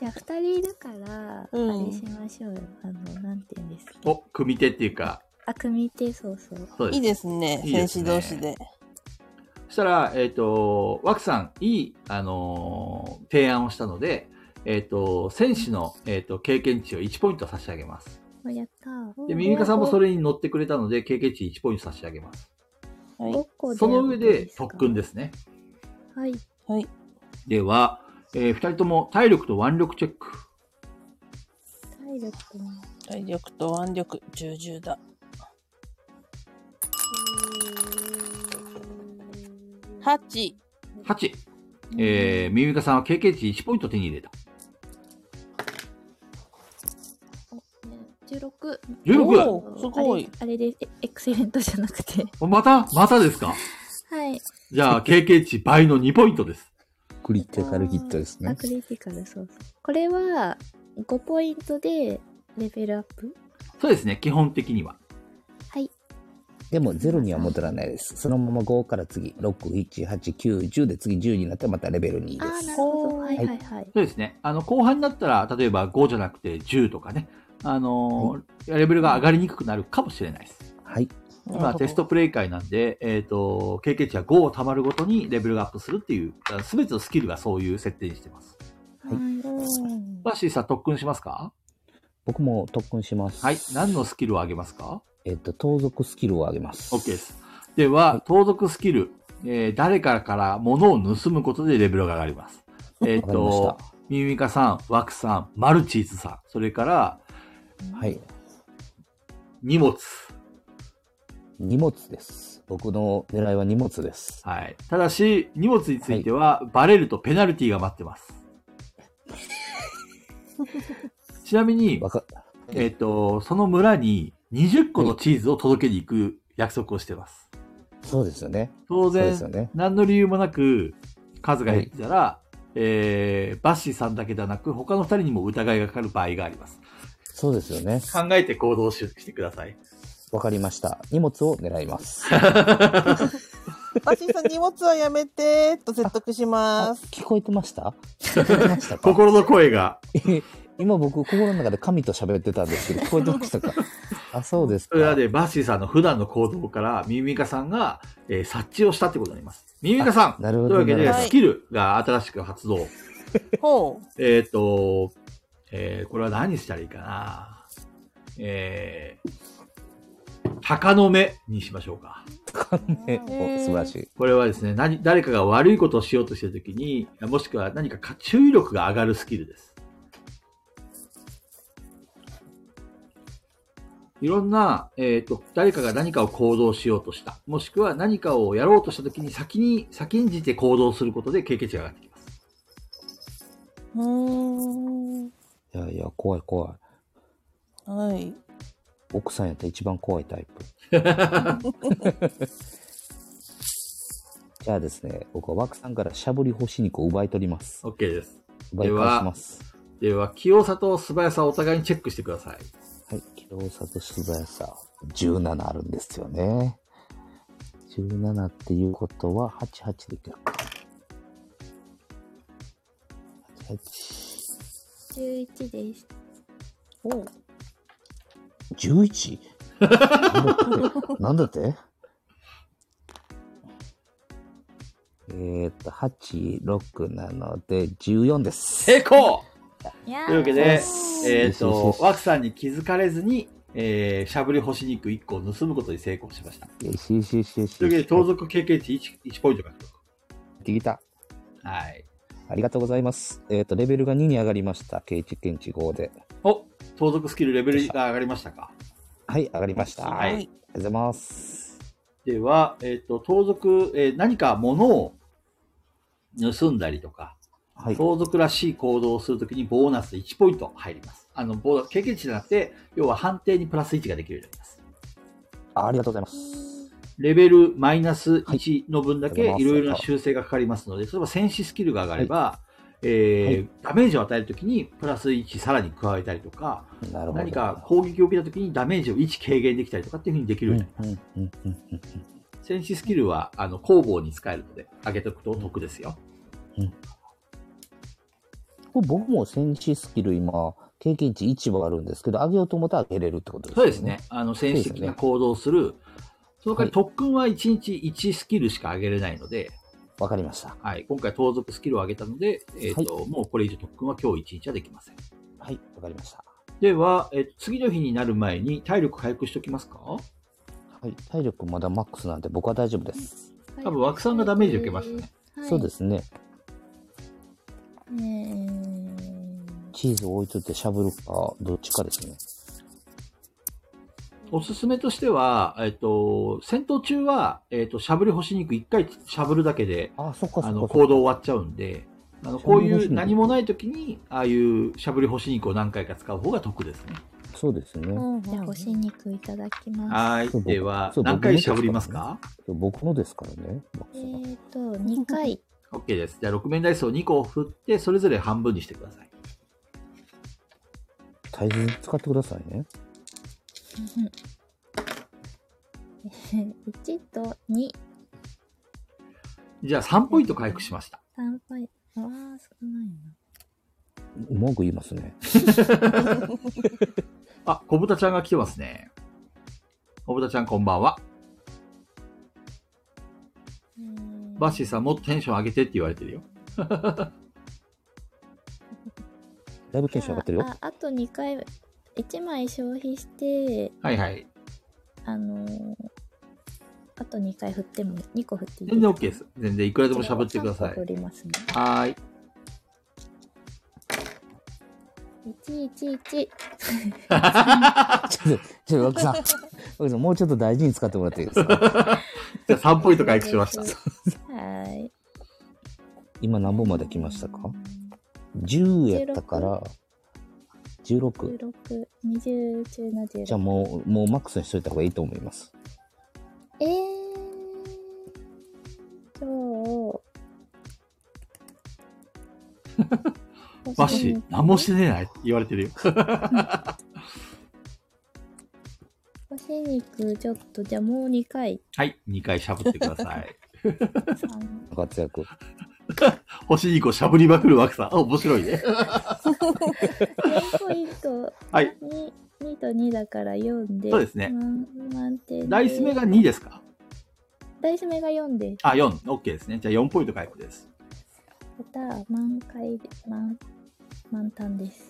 D: じゃあ、二人いるから、
C: うん
D: あれしましょうよ。あの、なんて言うんですか。
A: お、組手っていうか、
D: あくみ手、そうそう。
A: そうです。
C: いいですね。
A: いいで
C: 戦
A: す
C: 士
A: ね
C: 同士で。
A: そしたら、えっ、と、枠さん、いい、あのー提案をしたので、えっ、と、選手の、えっと経験値を1ポイント差し上げます。
D: おやったー。
A: で、ミミカさんもそれに乗ってくれたので、経験値1ポイント差し上げます。
C: はい
D: 5。個で
A: その上で特訓ですすね。
D: か。はい。
C: はい。
A: では、え2人とも体力と腕力チェック。
D: 体力も。
C: 体力と腕力、重々だ。8。
A: 8。えー、ミミカさんは経験値1ポイント手に入れた。
D: 十六。
A: 16!
C: おーすごい。
D: あれあれで、えエクセレントじゃなくて。
A: またまたですか
D: はい。
A: じ ゃあ、経験値倍の2ポイントです。
B: クリティカルヒットです
D: あ、
B: ね。
D: クリティカル、そうそう。これは、5ポイントで、レベルアップ
A: そうですね、基本的には。
D: はい。
B: でも、ゼロには戻らないです。そのまま5から次、6、7、8、9、10で次10になってまたレベル2
D: あ
B: で
D: あ、
B: す
D: なる。ほど。
C: おー
D: はいはいはい。
A: そうですね。あの、後半になったら、例えば5じゃなくて10とかね、あのーレベルが上がりにくくなるかもしれないです。
B: はい。
A: 今、テストプレイ会なんで、えっ、と、経験値は5を貯まるごとにレベルがアップするっていう、すべてのスキルがそういう設定にしてます。
B: はい
C: うん
A: バッシーさん、特訓しますか
B: 僕も特訓します。
A: はい。何のスキルを上げますか
B: えっと、盗賊スキルを上げます。
A: ?OK です。では、盗賊スキル、えー誰かから物を盗むことでレベルが上がります。えっ、
B: わかりま
A: と、ミミカさん、ワクさん、マルチーズさん、それから、
B: はい。
A: 荷物。
B: 荷物です。僕の狙いは荷物です。
A: はい。ただし、荷物については、バレるとペナルティが待ってます。ちなみに、
B: わか、
A: えっ、と、その村に20個のチーズを届けに行く約束をしてます。
B: そうですよね。
A: 当
B: そうで
A: 然
B: す、よね。
A: 何の理由もなく、数が減ったら、えーバッシーさんだけではなく、他の二人にも疑いがかかる場合があります。
B: そうですよね。
A: 考えて行動ししてください。
B: わかりました。荷物を狙います。
C: バッシーさん荷物はやめてと説得し
B: あ
C: ます。
B: 聞こえて ました聞こえてましたか
A: 心の声が。
B: 今僕、心の中で神と喋ってたんですけど、聞こえてました かあ、そうです
A: それは
B: か。
A: ね、バッシーさんの普段の行動から、ミミカさんが、えー察知をしたってことになります。ミミカさん
B: なるほ
A: という
B: ど。
A: わけで、
B: なるほ
C: はい
A: スキルが新しく発動。
C: ほう。
A: えっ、と、えーこれは何したらいいかな。えー、鷹の目にしましょうか。
B: どねお素晴らしい。
A: これはですね、何、誰かが悪いことをしようとしてるときに、もしくは何か注意力が上がるスキルです。いろんな、えっ、と、誰かが何かを行動しようとした。もしくは何かをやろうとしたときに先に、先んじて行動することで経験値が上がってきます。
C: うーん。
B: いやいや、怖い怖い。
C: はい。
B: 奥さんやったら一番怖いタイプ。 じゃあですね、僕はワークさんからしゃぶり干し肉を奪い取ります。
A: OK です。
B: 奪い返します。
A: では、器用さと素早さをお互いにチェックしてください。
B: はい、器用さと素早さ、17あるんですよね。17っていうことは、88でいくのか。88。
D: 11です。
C: おう
B: 11? なんだってなんだってえー、っと、8、6なので、14です。
A: 成功
D: いやー
A: というわけで、えっ、
B: よしよ
A: と
B: しよ、し
A: ワクさんに気づかれずに、えー、しゃぶり干し肉1個を盗むことに成功しました。
B: よしよしよしよし。
A: というわけで、盗賊経験値 1, 1ポイント獲得。
B: できた。
A: はい。
B: ありがとうございます。えっ、と、レベルが2に上がりました。経知検知5で。
A: お盗賊スキルレベルが上がりましたか
B: はい、上がりました。
A: は
B: はいい。ありがとうございます。
A: では、えっ、と、盗賊、えー何か物を盗んだりとか、
B: はい。
A: 盗賊らしい行動をするときにボーナス1ポイント入ります。あの、ボーナス、経験値じゃなくて、要は判定にプラス1ができるようになります。
B: あありがとうございます。
A: レベルマイナス1の分だけい
B: はい
A: ろいろな修正がかかりますので、例えば戦士スキルが上がれば、えー
B: はい
A: ダメージを与えるときにプラス1さらに加えたりとか、
B: なるほど。
A: 何か攻撃を受けたときにダメージを1軽減できたりとかっていうふうにでき
B: う
A: る
B: ん、
A: よ
B: う
A: うんになる、、
B: うん、うんうん。
A: 戦士スキルはあの攻防に使えるので、上げておくと得ですよ。
B: これ僕も戦士スキル今、経験値1はあるんですけど、上げようと思ったら上げれるってことです
A: そ
B: よ
A: うですね。。あの戦士的な行動をする。その代わり特訓は1日1スキルしか上げれないので、
B: わかりました。
A: はい、今回盗賊スキルを上げたので、えーともうこれ以上特訓は今日1日はできません。
B: はい、わかりました。
A: では、え次の日になる前に体力回復しておきますか
B: はい、体力まだマックスなんで僕は大丈夫です。
A: 多分枠さんがダメージ受けましたね。
D: はい、。
B: そうですすね。
D: えー、
B: チーズを置いといてしゃぶるか、どっちかですね。
A: おすすめとしては、えっ、と、戦闘中は、えっ、と、しゃぶり干し肉1回しゃぶるだけで、
B: あ、そっかそっか。
A: あ
B: そ
A: の、
B: っか
A: 行動終わっちゃうんで、あの、こうい
B: しゃぶり干し
A: う
B: 肉
A: 何もない時に、ああいうしゃぶり干し肉を何回か使う方が得ですね。
B: そうですね。
D: じゃあ、干し肉いただきます。
A: はい
B: そう。僕
A: では、
B: そう僕
A: 何回しゃぶりますか
B: 僕のですからね。マック
D: え
B: スが
D: ーと、2回。
A: ?OK です。じゃあ、6面ダイスを2個振って、それぞれ半分にしてください。
B: 大変使ってくださいね。
D: 1と2、
A: じゃあ、3ポイント回復しました。
D: 3ポイント。わー、少ないな。
B: 文句言いますね。
A: あ、小豚ちゃんが来てますね。小豚ちゃんこんばんは。
D: えー
A: バッシーさんもっとテンション上げてって言われてるよ。
B: だいぶテンション上がってるよ。
D: ああと2回1枚消費して
A: はいはい。
D: あのーあと2回振っても2個振っていい
A: 全然 OK です。全然いくらでも喋ってください
D: 3個。振りますね
A: はーい。
D: 111
B: ちょっと、ちょっと、奥さん。奥さん、もうちょっと大事に使ってもらっていいですか
A: じゃあ3ポイント回復しました。
D: たはい
B: 今何本まで来ましたか ?10 やったから、16。
D: 1620中の
B: じゃあ
D: 16
B: もう、もうマックスにしといた方がいいと思います。
D: えー今日
A: バッシー、何もしてねえな、言われてるよ。
D: 干し肉、ちょっと、じゃあもう2回。
A: はい、2回しゃぶってください。
D: 三
B: 活躍。
A: 星2個しゃぶりまくる枠さん。あ、面白いね。
D: 4ポイント。
A: はい。
D: 2、2と2だから4で。
A: そうですね
D: 満満点です。
A: ダイス目が2ですか
D: ダイス目が4です。
A: あ、4。OK ですね。じゃあ4ポイント回復です。
D: また、満開で、満、満タンです。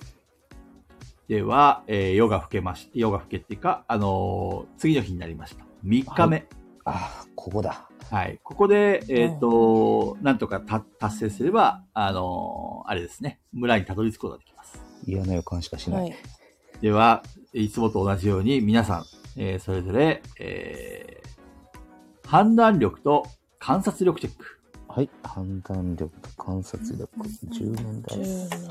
A: では、えー夜が更けまし、夜が更けっていうか、あのー次の日になりました。3日目。
B: ああ、ここだ。
A: はい。ここで、えっ、と、なんとかた達成すれば、あのーあれですね、村にたどり着くことができます。
B: 嫌な予感しかしない。
C: はい。
A: では、いつもと同じように皆さん、えーそれぞれ、えー判断力と観察力チェック。
B: はい。判断力と観察力、10面台。
C: 17、8、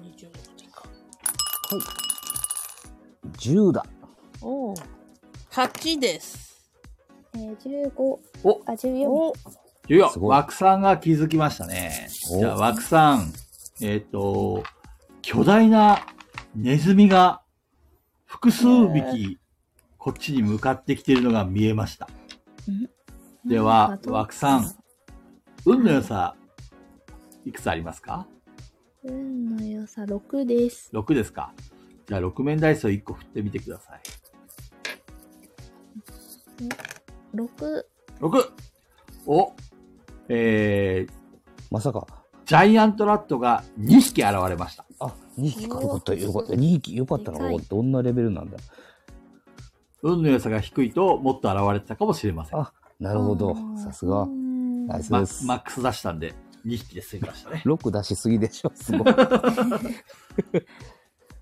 C: 26でか。
B: 10だ。
C: おお。8です。
D: えー、15、
A: お
D: あ、14。
C: お
A: 14
B: すごい
A: 枠さんが気づきましたね。
B: お
A: じゃあ、枠さん、えっ、と、巨大なネズミが複数匹、こっちに向かってきているのが見えました。では、枠さん、運の良さ、いくつありますか
D: 運の良さ6です。
A: ?6 ですか。じゃあ、6面ダイスを1個振ってみてください。
D: 6、
A: 6! おえー、
B: まさか。
A: ジャイアントラットが2匹現れました。
B: あ、2匹か。
C: お
B: よかった、よかった。2匹、よかったな。
D: でかい
B: おどんなレベルなんだ。
A: 運の良さが低いともっと現れてたかもしれません。
B: あ、なるほど
D: あ。ー
B: さすが
D: う。ん
B: ナイス
A: マ
B: です。。
A: マックス出したんで、2匹で吸いましたね
B: 6出しすぎでしょ。すごい。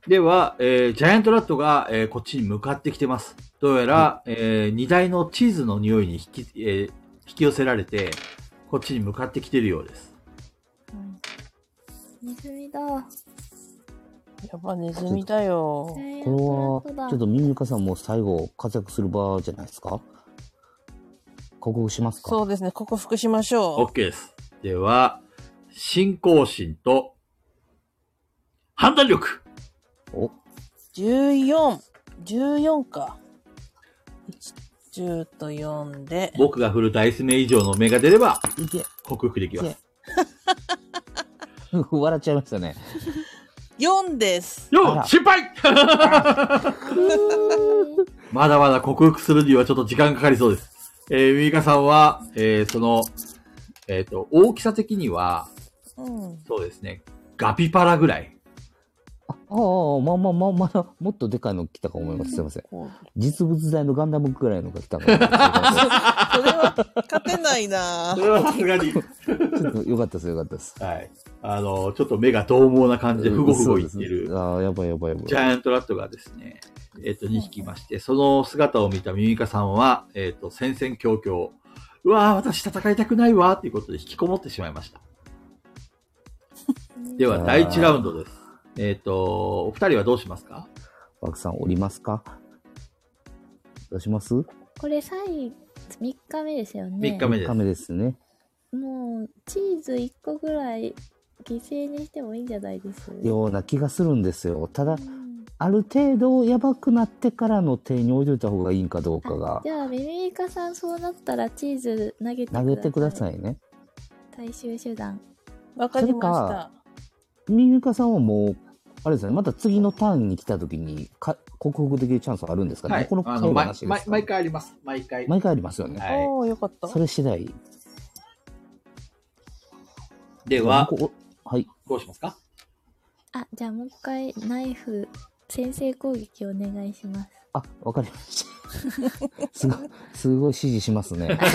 A: では、えージャイアントラットが、えーこっちに向かってきてます。どうやら、えー荷台のチーズの匂いに引き,、えー引き寄せられて、こっちに向かってきてるようです。
D: ネズミだ。
C: やっぱネズミだよ。
B: これは、ちょっ
D: と。
B: とミミカさんも最後活躍する場じゃないですかここしますか
C: そうですね、克服しましょ
A: OK です。では、信仰心と、判断力
B: お、
C: う。14、14か。10と4で。
A: 僕が振るダイス目以上の目が出れば、
C: いけ、
A: 克服でき
C: い
A: ます
C: け。。
B: 笑っちゃいましたね。
C: 4です。
B: あ
A: よっ
B: ら
A: 失敗まだまだ克服するにはちょっと時間かかりそうです。えー、ミミカさんは、えーその、えっ、と、大きさ的には、
C: うん。
A: そうですね、ガピパラぐらい。
B: あああ、まあまあまあまだ、もっとでかいの来たか思います。すいません。
C: こう
B: 実物大のガンダムぐらいのが来たか と思いま
C: それは勝てないな
A: それ はさすがに。
B: す。ちょっとよかったです、よかったです。
A: はい。あの、ちょっと目が獰猛な感じで、ふごふごいって
B: そうで
A: る
B: す。ああ、やばいやばいやばい。
A: ジャイアントラットがですね、えっ、と、2匹いまして、その姿を見たミミカさんは、えっ、と、戦々恐々、うわー、私戦いたくないわーっていうことで引きこもってしまいました。では、
B: あー
A: 第1ラウンドです。えっ、と、お二人はどうしますか
B: 枠さんおりますかどうします
D: これ最、3日目ですよね。
A: 三日目です
B: カメですね。
D: もう、チーズ1個ぐらい犠牲にしてもいいんじゃないですか。
B: ような気がするんですよ。ただ
D: う、ん
B: ある程度やばくなってからの手に置いといた方がいいんかどうかが
D: じゃあ、ミミイカさんそうなったらチーズ投げてくださ
B: 投
D: い。
B: げてくださ
D: い。
B: いね。
D: 最終手段。
C: わかりま
B: ミミカさんはもう、あれですね、また次のターンに来た時にか克服できるチャンスはあるんですかね。この
A: あ
B: 回
A: の、
B: の
A: 毎
B: 話です
A: 毎
B: か
A: 毎回あります。毎回。
B: 毎回ありますよね。
C: した。
A: は
C: おおーよかった。
B: それ次第。
A: い。では、
B: ここはい。
A: どうしますか
D: あ、じゃあもう一回、ナイフ、先制攻撃お願いします。
B: あ、わかりま した。すごい、すごい指示しますね。わかりま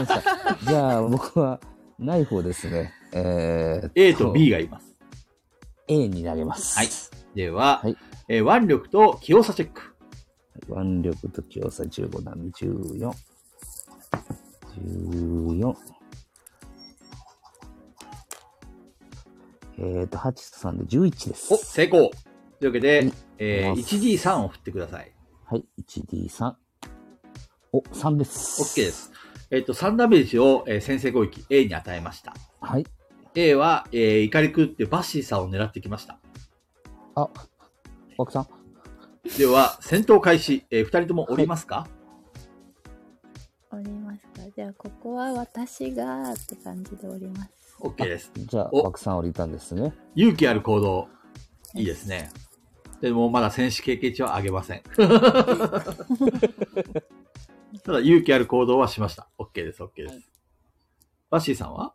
B: した。じゃあ、僕は、ナイフをですね、えーっ
A: ?A と B がいます。
B: A になります。
A: はい。では、
B: はい
A: えー腕力と器用さチェック。
B: 腕力と強さ15段で14。14。えーっと、8と3で11です。
A: お、成功というわけ
B: う
A: で
B: ん、
A: えー
B: いき
A: 1D3 を振ってください。
B: はい、1D3。お、3です。
A: OK で。す。えっ、と、3ダメージを、えー先制攻撃 A に与えました。
B: はい。
A: A は、えー、怒り狂ってバッシーさんを狙ってきました。
B: あ、枠さん。
A: では、戦闘開始。えー、二人ともおりますか、
D: おりますかじゃあ、ここは私がって感じでおります。
A: ?OK です。
B: じゃあ、
A: お
B: 枠さん降りたんですね。
A: 勇気ある行動。いいですね。でも、まだ戦士経験値は上げませ ん。ただ、勇気ある行動はしました。OK です、OK です。バッシーさんは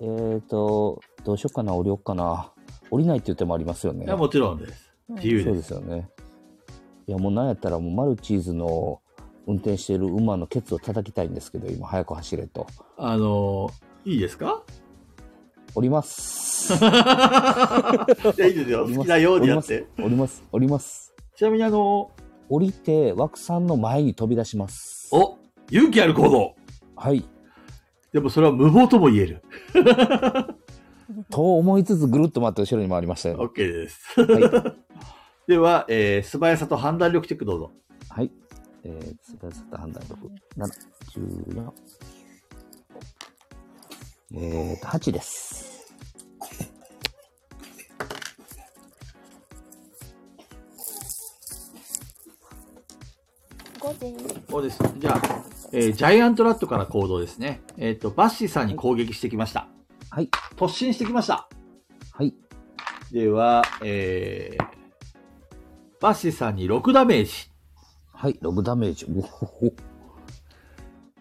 B: えーと、どうしようかな、降りようかな。降りないっていう手もありますよね。
A: いや、もちろんです。自由
B: そう
A: で。
B: ですすよね。いや、もうなんやったら、もうマルチーズの運転している馬のケツを叩きたいんですけど、今、早く走れと。
A: あのー、いいです か
B: 降ります。
A: いやいいですよ。 好きなようにやって。
B: 降ります。降ります。
A: ちなみに、あの
B: 降りて、枠さんの前に飛び出します。
A: ー、お勇気ある行動
B: はい。
A: でもそれは無謀とも言える。
B: と思いつつ、ぐるっと回って後ろに回りましたよ。
A: OK です。
B: は
A: では、えー素早さと判断力チェックどうぞ。
B: はい。えー、素早さと判断力。7、14。えーと、8です。
D: 5です。
A: そうです。じゃあ、えージャイアントラットから行動ですね。えっ、と、バッシーさんに攻撃してきました。
B: はい。
A: 突進してきました。
B: はい。
A: では、えーバッシーさんに6ダメージ。
B: はい。6ダメージ。おほほ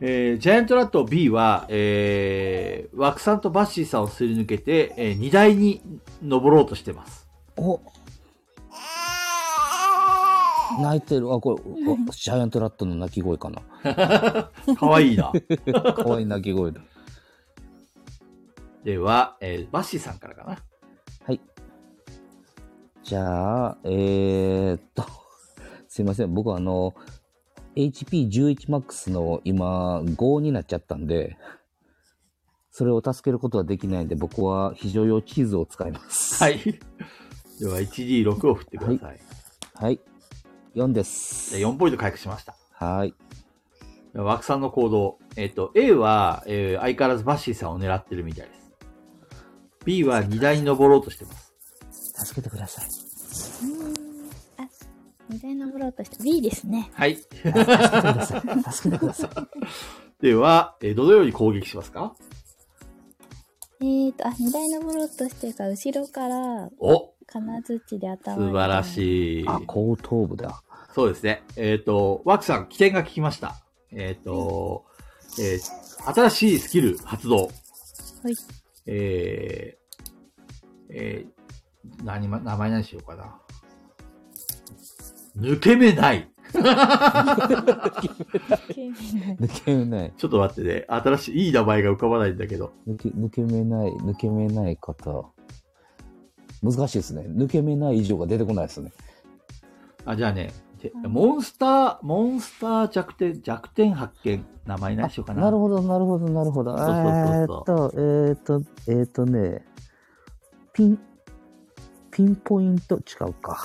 A: えージャイアントラット B は、えー、枠さんとバッシーさんをすり抜けて、えー荷台に登ろうとしてます。
B: お泣いてる。あ、これ、おジャイアントラットの鳴き声かな。
A: かわいいな。
B: かわいい鳴き声だ。
A: では、えーバッシーさんからかな。
B: じゃあ、えー、っと、すいません。僕あの、HP11MAX の今、5になっちゃったんで、それを助けることはできないんで、僕は非常用チーズを使います。
A: はい。では、1D6 を振ってください。
B: はい。4です。
A: で4ポイント回復しました。
B: はい。
A: 枠さんの行動。えっ、と、A は、えー相変わらずバッシーさんを狙ってるみたいです。B は荷台に登ろうとしてます。
B: 助けてください。
D: うーんあ、二台登ろうとして B ですね。
A: はい。
B: 助けてください。助けてください。
A: では、えーどのように攻撃しますか
D: えーと、あ、二台登ろうとしてるから、後ろから
A: お
D: 金槌で頭
A: 素晴ら
D: い。
A: しい。
B: あ、後頭部だ。
A: そうですね。えっ、と、枠さん、起点が効きました。えっ、と、えー新しいスキル発動。
D: はい。
A: えー、えー、何ま、名前何しようかな。抜け目ない。
B: 抜け目ない。
A: ちょっと待ってね。新しい、いい名前が浮かばないんだけど。
B: 抜け、抜け目ない、抜け目ない方。難しいですね。抜け目ない以上が出てこないですね。
A: あ、じゃあね、て
D: うん
A: モンスター、モンスター弱点、弱点発見。名前何しようかな。
B: るほど、なるほど、なるほど。
A: そうそう
B: えーっと、えーっと、えーっとね、ピン、ピンポイント、違うか。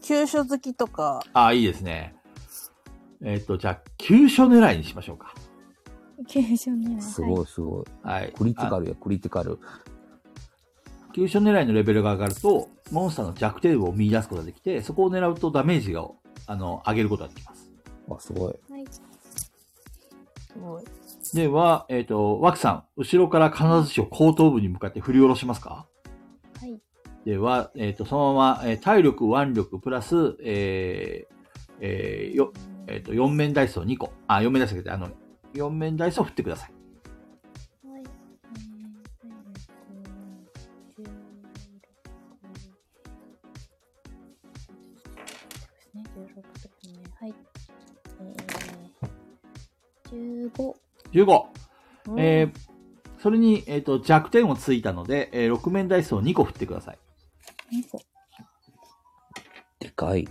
C: 急所好きとか、
A: あ、いいですね。えっ、と、じゃあ、急所狙いにしましょうか。
D: 急所ね。
B: す
D: は
B: ごい、すごい。
A: はい。
B: クリティカ
A: あ
B: ルや、クリティカル。
A: 急所狙いのレベルが上がると、モンスターの弱点を見出すことができて、そこを狙うとダメージを、あの、上げることができます。
B: あ、すごい。
D: い。はい。
C: すごい。
A: では、えっ、と、ワクさん、後ろから金槌を後頭部に向かって振り下ろしますか
D: はい。
A: では、えっ、と、そのまま、えー体力、腕力、プラス、えーえーよ、えっ、と、4面ダイスを2個。あ、4面ダイスだけで、あの、4面ダイスを振ってください。
D: はい。えー体力16ですね。はい。えー、15。
A: 15。
C: うん
A: えーそれに、えっ、と、弱点をついたので、えー6面ダイスを2個振ってください。
D: 2個。
B: でかい。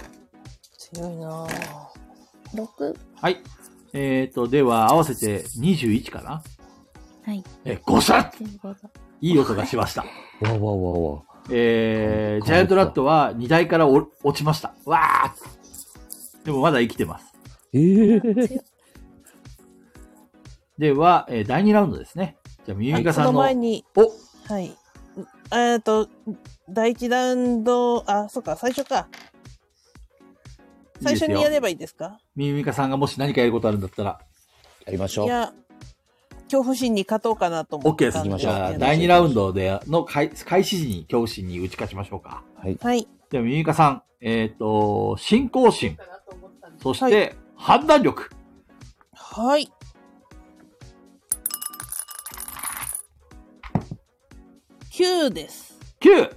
C: 強いなぁ。
D: 6。
A: はい。えっ、と、では、合わせて21かな
D: はい。
A: えー、ゴシャッ
D: 15だ。
A: いい音がしました。
B: わわわわ。
A: えー、ジャイアントラットは荷台からお落ちました。わーでもまだ生きてます。
B: えー、
D: 強い
A: では、えー第2ラウンドですね。じゃあ、ミユミカさん
C: その
A: の、
C: 前に、
A: お
C: はい。んえっ、と、第一ラウンド、あ、そっか、最初か。最初にやればいいですか
A: ミミカさんがもし何かやることあるんだったら。
B: やりましょ。
C: いうや、恐怖心に勝とうかなと思っ
A: OK
C: て
A: です
C: た
B: 行
C: んで
B: きまし
A: じ
B: ょう
A: ゃあ、
C: けど
A: 第2ラウンドでの開開始時に教師に打ち勝ちましょうか。
B: はい。
C: はい。
A: では、ミミカさん、えっ、と、信仰心、そし
C: は
A: て判断力。
C: はい。9です。
A: 9!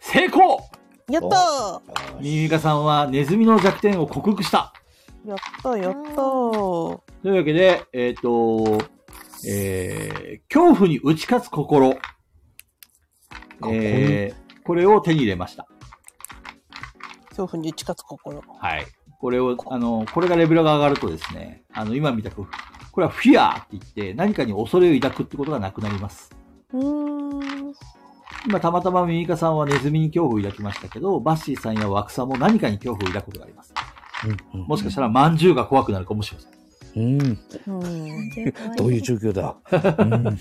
A: 成功
C: やったー
A: ミミカさんはネズミの弱点を克服した。
C: やったーやったー
A: というわけで、えっ、と、えー、恐怖に打ち勝つ心。
B: こいい
A: えー、これを手に入れました。
C: 恐怖に打ち勝つ心。
A: はい。これを、あの、これがレベルが上がるとですね、あの、今見たく、これはフィアーって言って、何かに恐れを抱くってことがなくなります。
C: うーん。
A: 今、たまたまミミカさんはネズミに恐怖を抱きましたけど、バッシーさんやワクさんも何かに恐怖を抱くことがあります。
B: うん
A: もしかしたら、まんじゅうが怖くなるかもしれません。
B: うん。
C: うん。
B: どういう状況だ。うん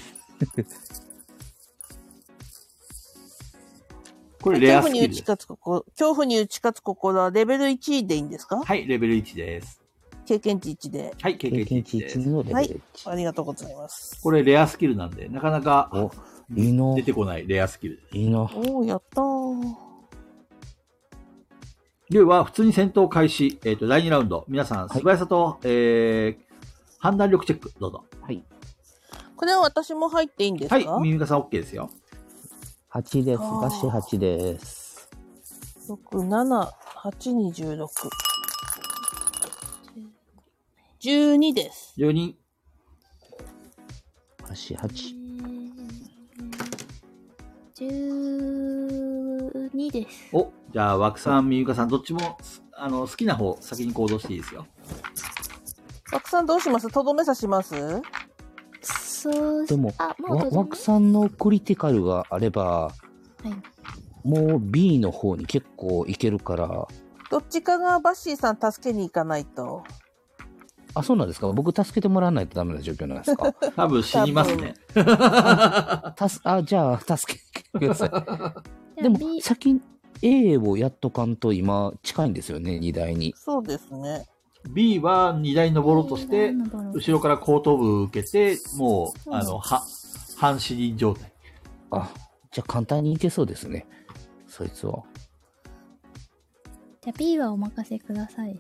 A: これ、レ
C: 恐
A: ア
C: 怖
A: スキ
C: に打
A: ルで
C: ち
A: す。
C: 勝つ心。恐怖に打ち勝つ心はレベル1でいいんですか
A: はい、レベル1です。
C: 経験値1で。
A: はい、経
B: 経
A: 験
B: 験
A: 値
B: 値
A: 1です
B: 1。のレベル1。
C: ありがとうございます。
A: これ、レアスキルなんで、なかなか
B: お、いいな
A: 出てこないレアスキルです。
B: いいな。
C: おおやったー
A: では、普通に戦闘開始、えっ、と、第2ラウンド。皆さん、
B: はい
A: 素早さと、えー、判断力チェック、どうぞ。
B: はい。
C: これは私も入っていいんですか
A: はい、ミミカさん OK ですよ。
B: 8です。
C: あー
B: バシ8です。
C: 六七八二十六。十二です。
A: 12、
B: バシ8。
D: 12です。
A: お、じゃあ、枠さん、みゆかさん、どっちも、すあの、好きな方、先に行動していいですよ。
C: たくさんどうしますとどめさします
D: そうし
B: でも
D: あ、もう
B: わ
D: 閉じる
B: 枠さんのクリティカルがあれば、
D: はい。
B: もう B の方に結構いけるから、
C: どっちかがバッシーさん助けに行かないと。
B: あ、そうなんですか僕助けてもらわないとダメな状況なん ですか
A: 多分死にますね。
B: たすあ、じゃあ、助けてください。
D: じゃ
B: で
D: あ
B: も
D: B、、
B: 先、A をやっとかんと今、近いんですよね、荷台に。
C: そうですね。
A: B は荷台に登ろうとして、後ろから後頭部受けて、もう、あの、は、半死人状態。
B: あ、じゃあ簡単にいけそうですね。そいつは。
D: じゃあ B はお任せください。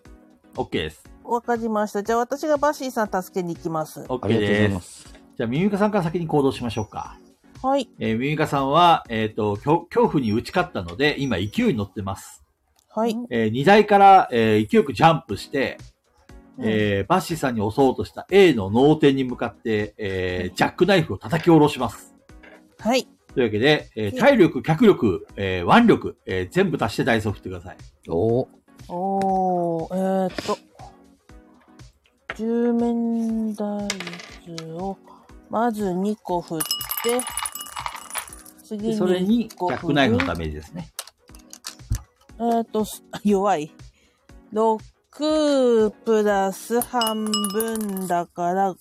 A: OK です。
C: わかりました。じゃあ私がバッシーさん助けに行きます。
B: あ
A: OK
B: りがとうござ
A: で
B: い
A: す。
B: ます。
A: じゃあ、みゆかさんから先に行動しましょうか。
C: はい。
A: えー、みゆかさんは、えっ、と恐、恐怖に打ち勝ったので、今、勢いに乗ってます。
C: はい。
A: えー荷台から、えー勢いよくジャンプして、えーバッシーさんに襲おうとした A の脳天に向かって、えージャックナイフを叩き下ろします。
C: はい。
A: というわけで、えー体力、脚力、えー腕力、えー全部足してダイスを振ってください。
B: おー
C: おー、えー、っと。十面ダイスを、まず2個振って、次
A: で
C: に
A: それに、ジ
C: 1個
A: ャッ
C: 振
A: クナイフのダメージですね。
C: えー、っと、 す弱い。6プラス半分だから、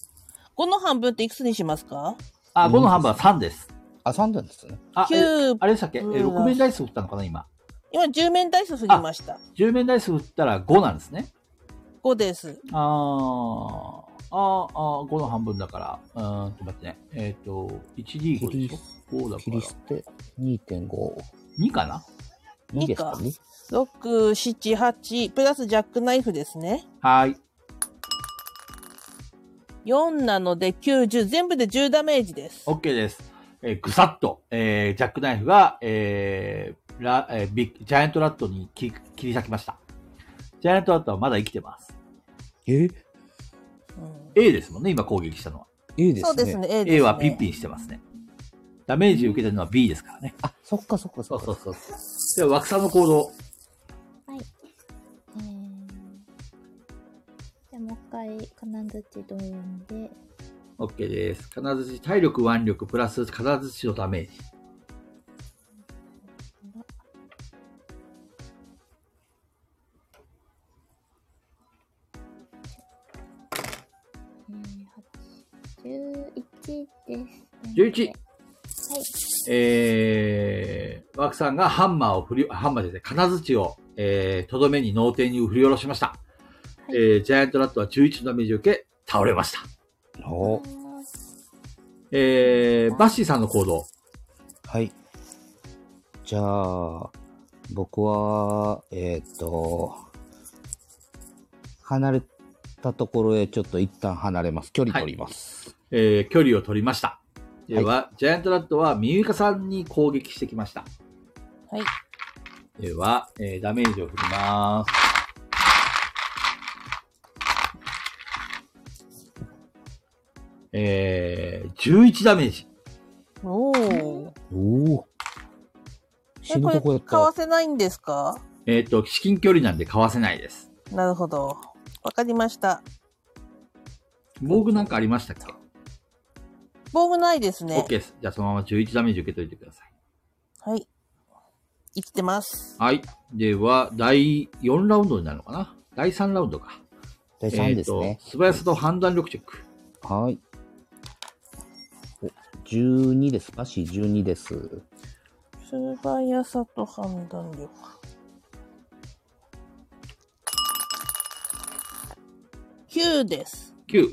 C: この半分っていくつにしますか
A: あ、5の半分は3です。
B: あ、3段ですね。
A: あ、えー
C: ?9、
A: あれでしたっけ、え
C: うん
A: ?6 面ダイス振ったのかな、今。
C: 今10面ダイス振りました。
A: 10面ダイス振ったら5なんですね。
C: 5です。
A: あー、あーあー、5の半分だから、うーんと、待ってね。えっ、と、1D5 でしょ ?5 だか
B: 切り
A: ら
B: 捨、て2.5。
A: 2かな
B: 2ですかね。
C: 6、7、8、プラスジャックナイフですね。
A: はーい。
C: 4なので90、全部で10ダメージです。
A: OK です。えーぐさっと、えージャックナイフが、えーラえービッグジャイアントラットに切り切り裂きました。ジャイアントラットはまだ生きてます。
B: え
C: うん
A: A ですもんね、今攻撃したのは。
B: ?A ですね。
C: そうですね、A ですね。
A: A はピンピンしてますね。ダメージ受けてるのは B ですからね。
B: あ、そっかそっかそっか。
A: そうそうでは、枠さんの行動。
D: えー、じゃあもう一回金槌同様で
A: OK です。金槌、体力、腕力、プラス金槌のダメージ。
D: えー、8 11です。
A: 11。えー、ワークさんがハンマーを振り、ハンマーですね、金槌を、えー、とどめに脳天に振り下ろしました。
D: はい
A: えー、ジャイアントラットは11のダメージを受け、倒れました。
B: お
A: えー、バッシーさんの行動。
B: はい。じゃあ、僕は、えーっ、と、離れたところへちょっと一旦離れます。距離取ります。
A: えー、距離を取りました。では、
B: は
A: ジャイアントラットはミユカさんに攻撃してきました。
C: はい。
A: では、えー、ダメージを振ります。えー、11ダメージ。
C: おお。
B: おお。死
C: え、
B: ぬ
C: ことれ、
B: こやっ
C: 買わ
B: た。
C: せないんですか
A: えっ、と、至近距離なんでかわせないです。
C: なるほど。わかりました。
A: 防具なんかありましたっけ、
C: 防具ないです
A: オッ
C: ね
A: ?OK。です。じゃあそのまま11ダメージ受けといてください。
C: はい。生きてます。
A: はい。では、第4ラウンドになるのかな第3ラウンドか。
B: 第
A: え
B: 3
A: ー
B: です
A: と
B: ね。
A: 素早さと判断力チェック。
B: はい。お、12です。パシ12です。
C: 素早さと判断力。9です。
A: 9。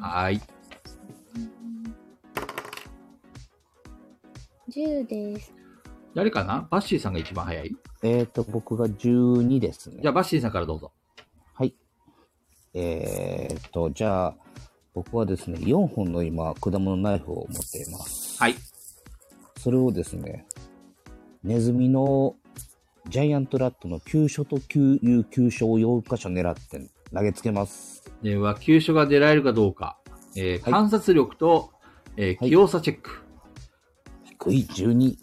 A: はい。
D: 10です。
A: 誰かなバッシーさんが一番早い
B: えーっ、と、僕が12ですね
A: じゃ。あ、バッシーさんからどうぞ。
B: はい。えーっと、じゃあ、僕はですね、4本の今、果物ナイフを持っています。
A: はい。
B: それをですね、ネズミのジャイアントラットの急所と旧有急所を4箇所狙って投げつけます。
A: では、急所が出られるかどうか。えー
B: はい
A: 観察力と、えー
B: はい
A: 器用さチェック。
B: 低い12。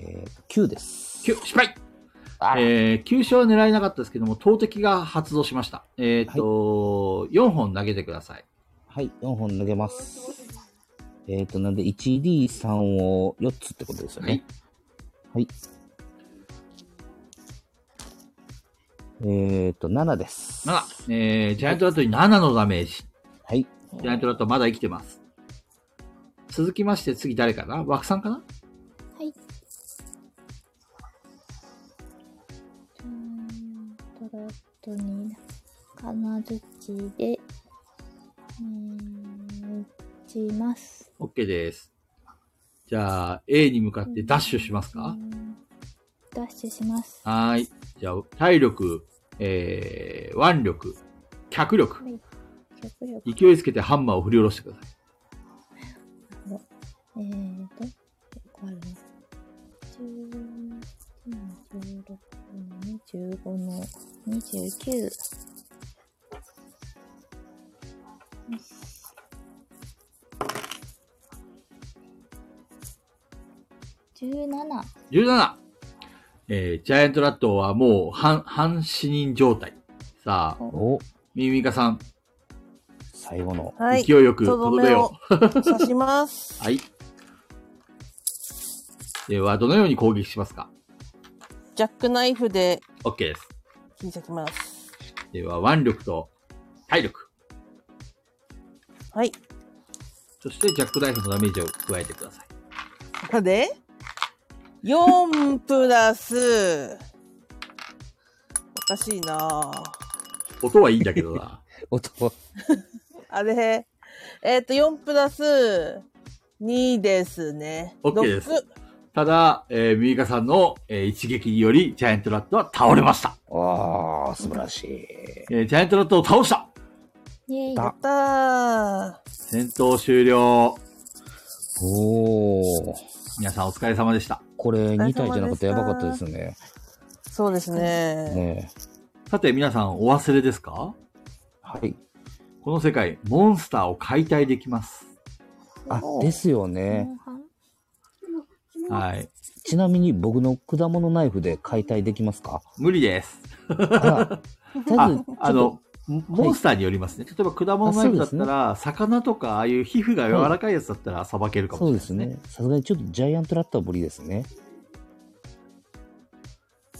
B: えー、9です。
A: 9、失敗
B: あら
A: えー、急所は狙えなかったですけども、投擲が発動しました。えっ、と、4本投げてください。
B: はい、4本投げます。えーっと、なんで 1D3 を4つってことですよね。
A: はい。
B: はい。えーと、7です。
A: 7。えー、ジャイアントラットに7のダメージ。
B: はい。
A: ジャイアントラットまだ生きてます。続きまして、次誰かな枠さんかな
D: はい。ジャイアントラットに金槌で、えー、打ちます。
A: ?OK です。じゃあ、A に向かってダッシュしますか、
D: うんダッシュします。は
A: はーい。じゃあ、体力、えー、腕力、脚力、
D: い。脚力。
A: 勢いつけてハンマーを振り下ろしてください。
D: えーと、これは、10 16 25の29。17
A: 17! えー、ジャイアントラットはもう半、半死人状態。さあ、
B: お、
A: ミミカさん、
B: 最後の。
C: はい。
A: 勢いよくとどめを。
C: 刺 します。
A: はい。では、どのように攻撃しますか
C: ジャックナイフで
A: ?OK です。
C: 切り裂きます。
A: では、腕力と体力、
C: はい。
A: そしてジャックナイフのダメージを加えてください。
C: で、4プラス、おかしいなぁ
A: 音はいいんだけどな。
B: 音は、
C: あれ、えっ、と、4プラス2ですね。
A: OK です
C: 六
A: ただ、えー、ミミカさんの、えー一撃により、ジャイアントラットは倒れました。
B: ああ、素晴らしい。
A: えージャイアントラットを倒した
D: イェイ
B: だ
C: やった
A: 戦闘終了。
B: おー。
A: 皆さんお疲れ様でした。
B: これ、
C: 様
B: 2体じゃなくて
C: でし
B: や
C: た
B: ばかったですね。
C: ー。そうですね。
B: ねえ
A: さて、皆さんお忘れですか
B: はい。
A: この世界、モンスターを解体できます。
B: あ、ですよね。
D: モンハン
A: はい。
B: ちなみに僕の果物ナイフで解体できますか
A: 無理です。
B: あら、とりあえず
A: あ、あの、モンスターによりますね。例えば、果物ナイフだったら、魚とか、ああいう皮膚が柔らかいやつだったら、さばけるかもしれ
B: そう
A: ない
B: で
A: ですすね。
B: ね。さすがにちょっとジャイアントラットは無理ですね。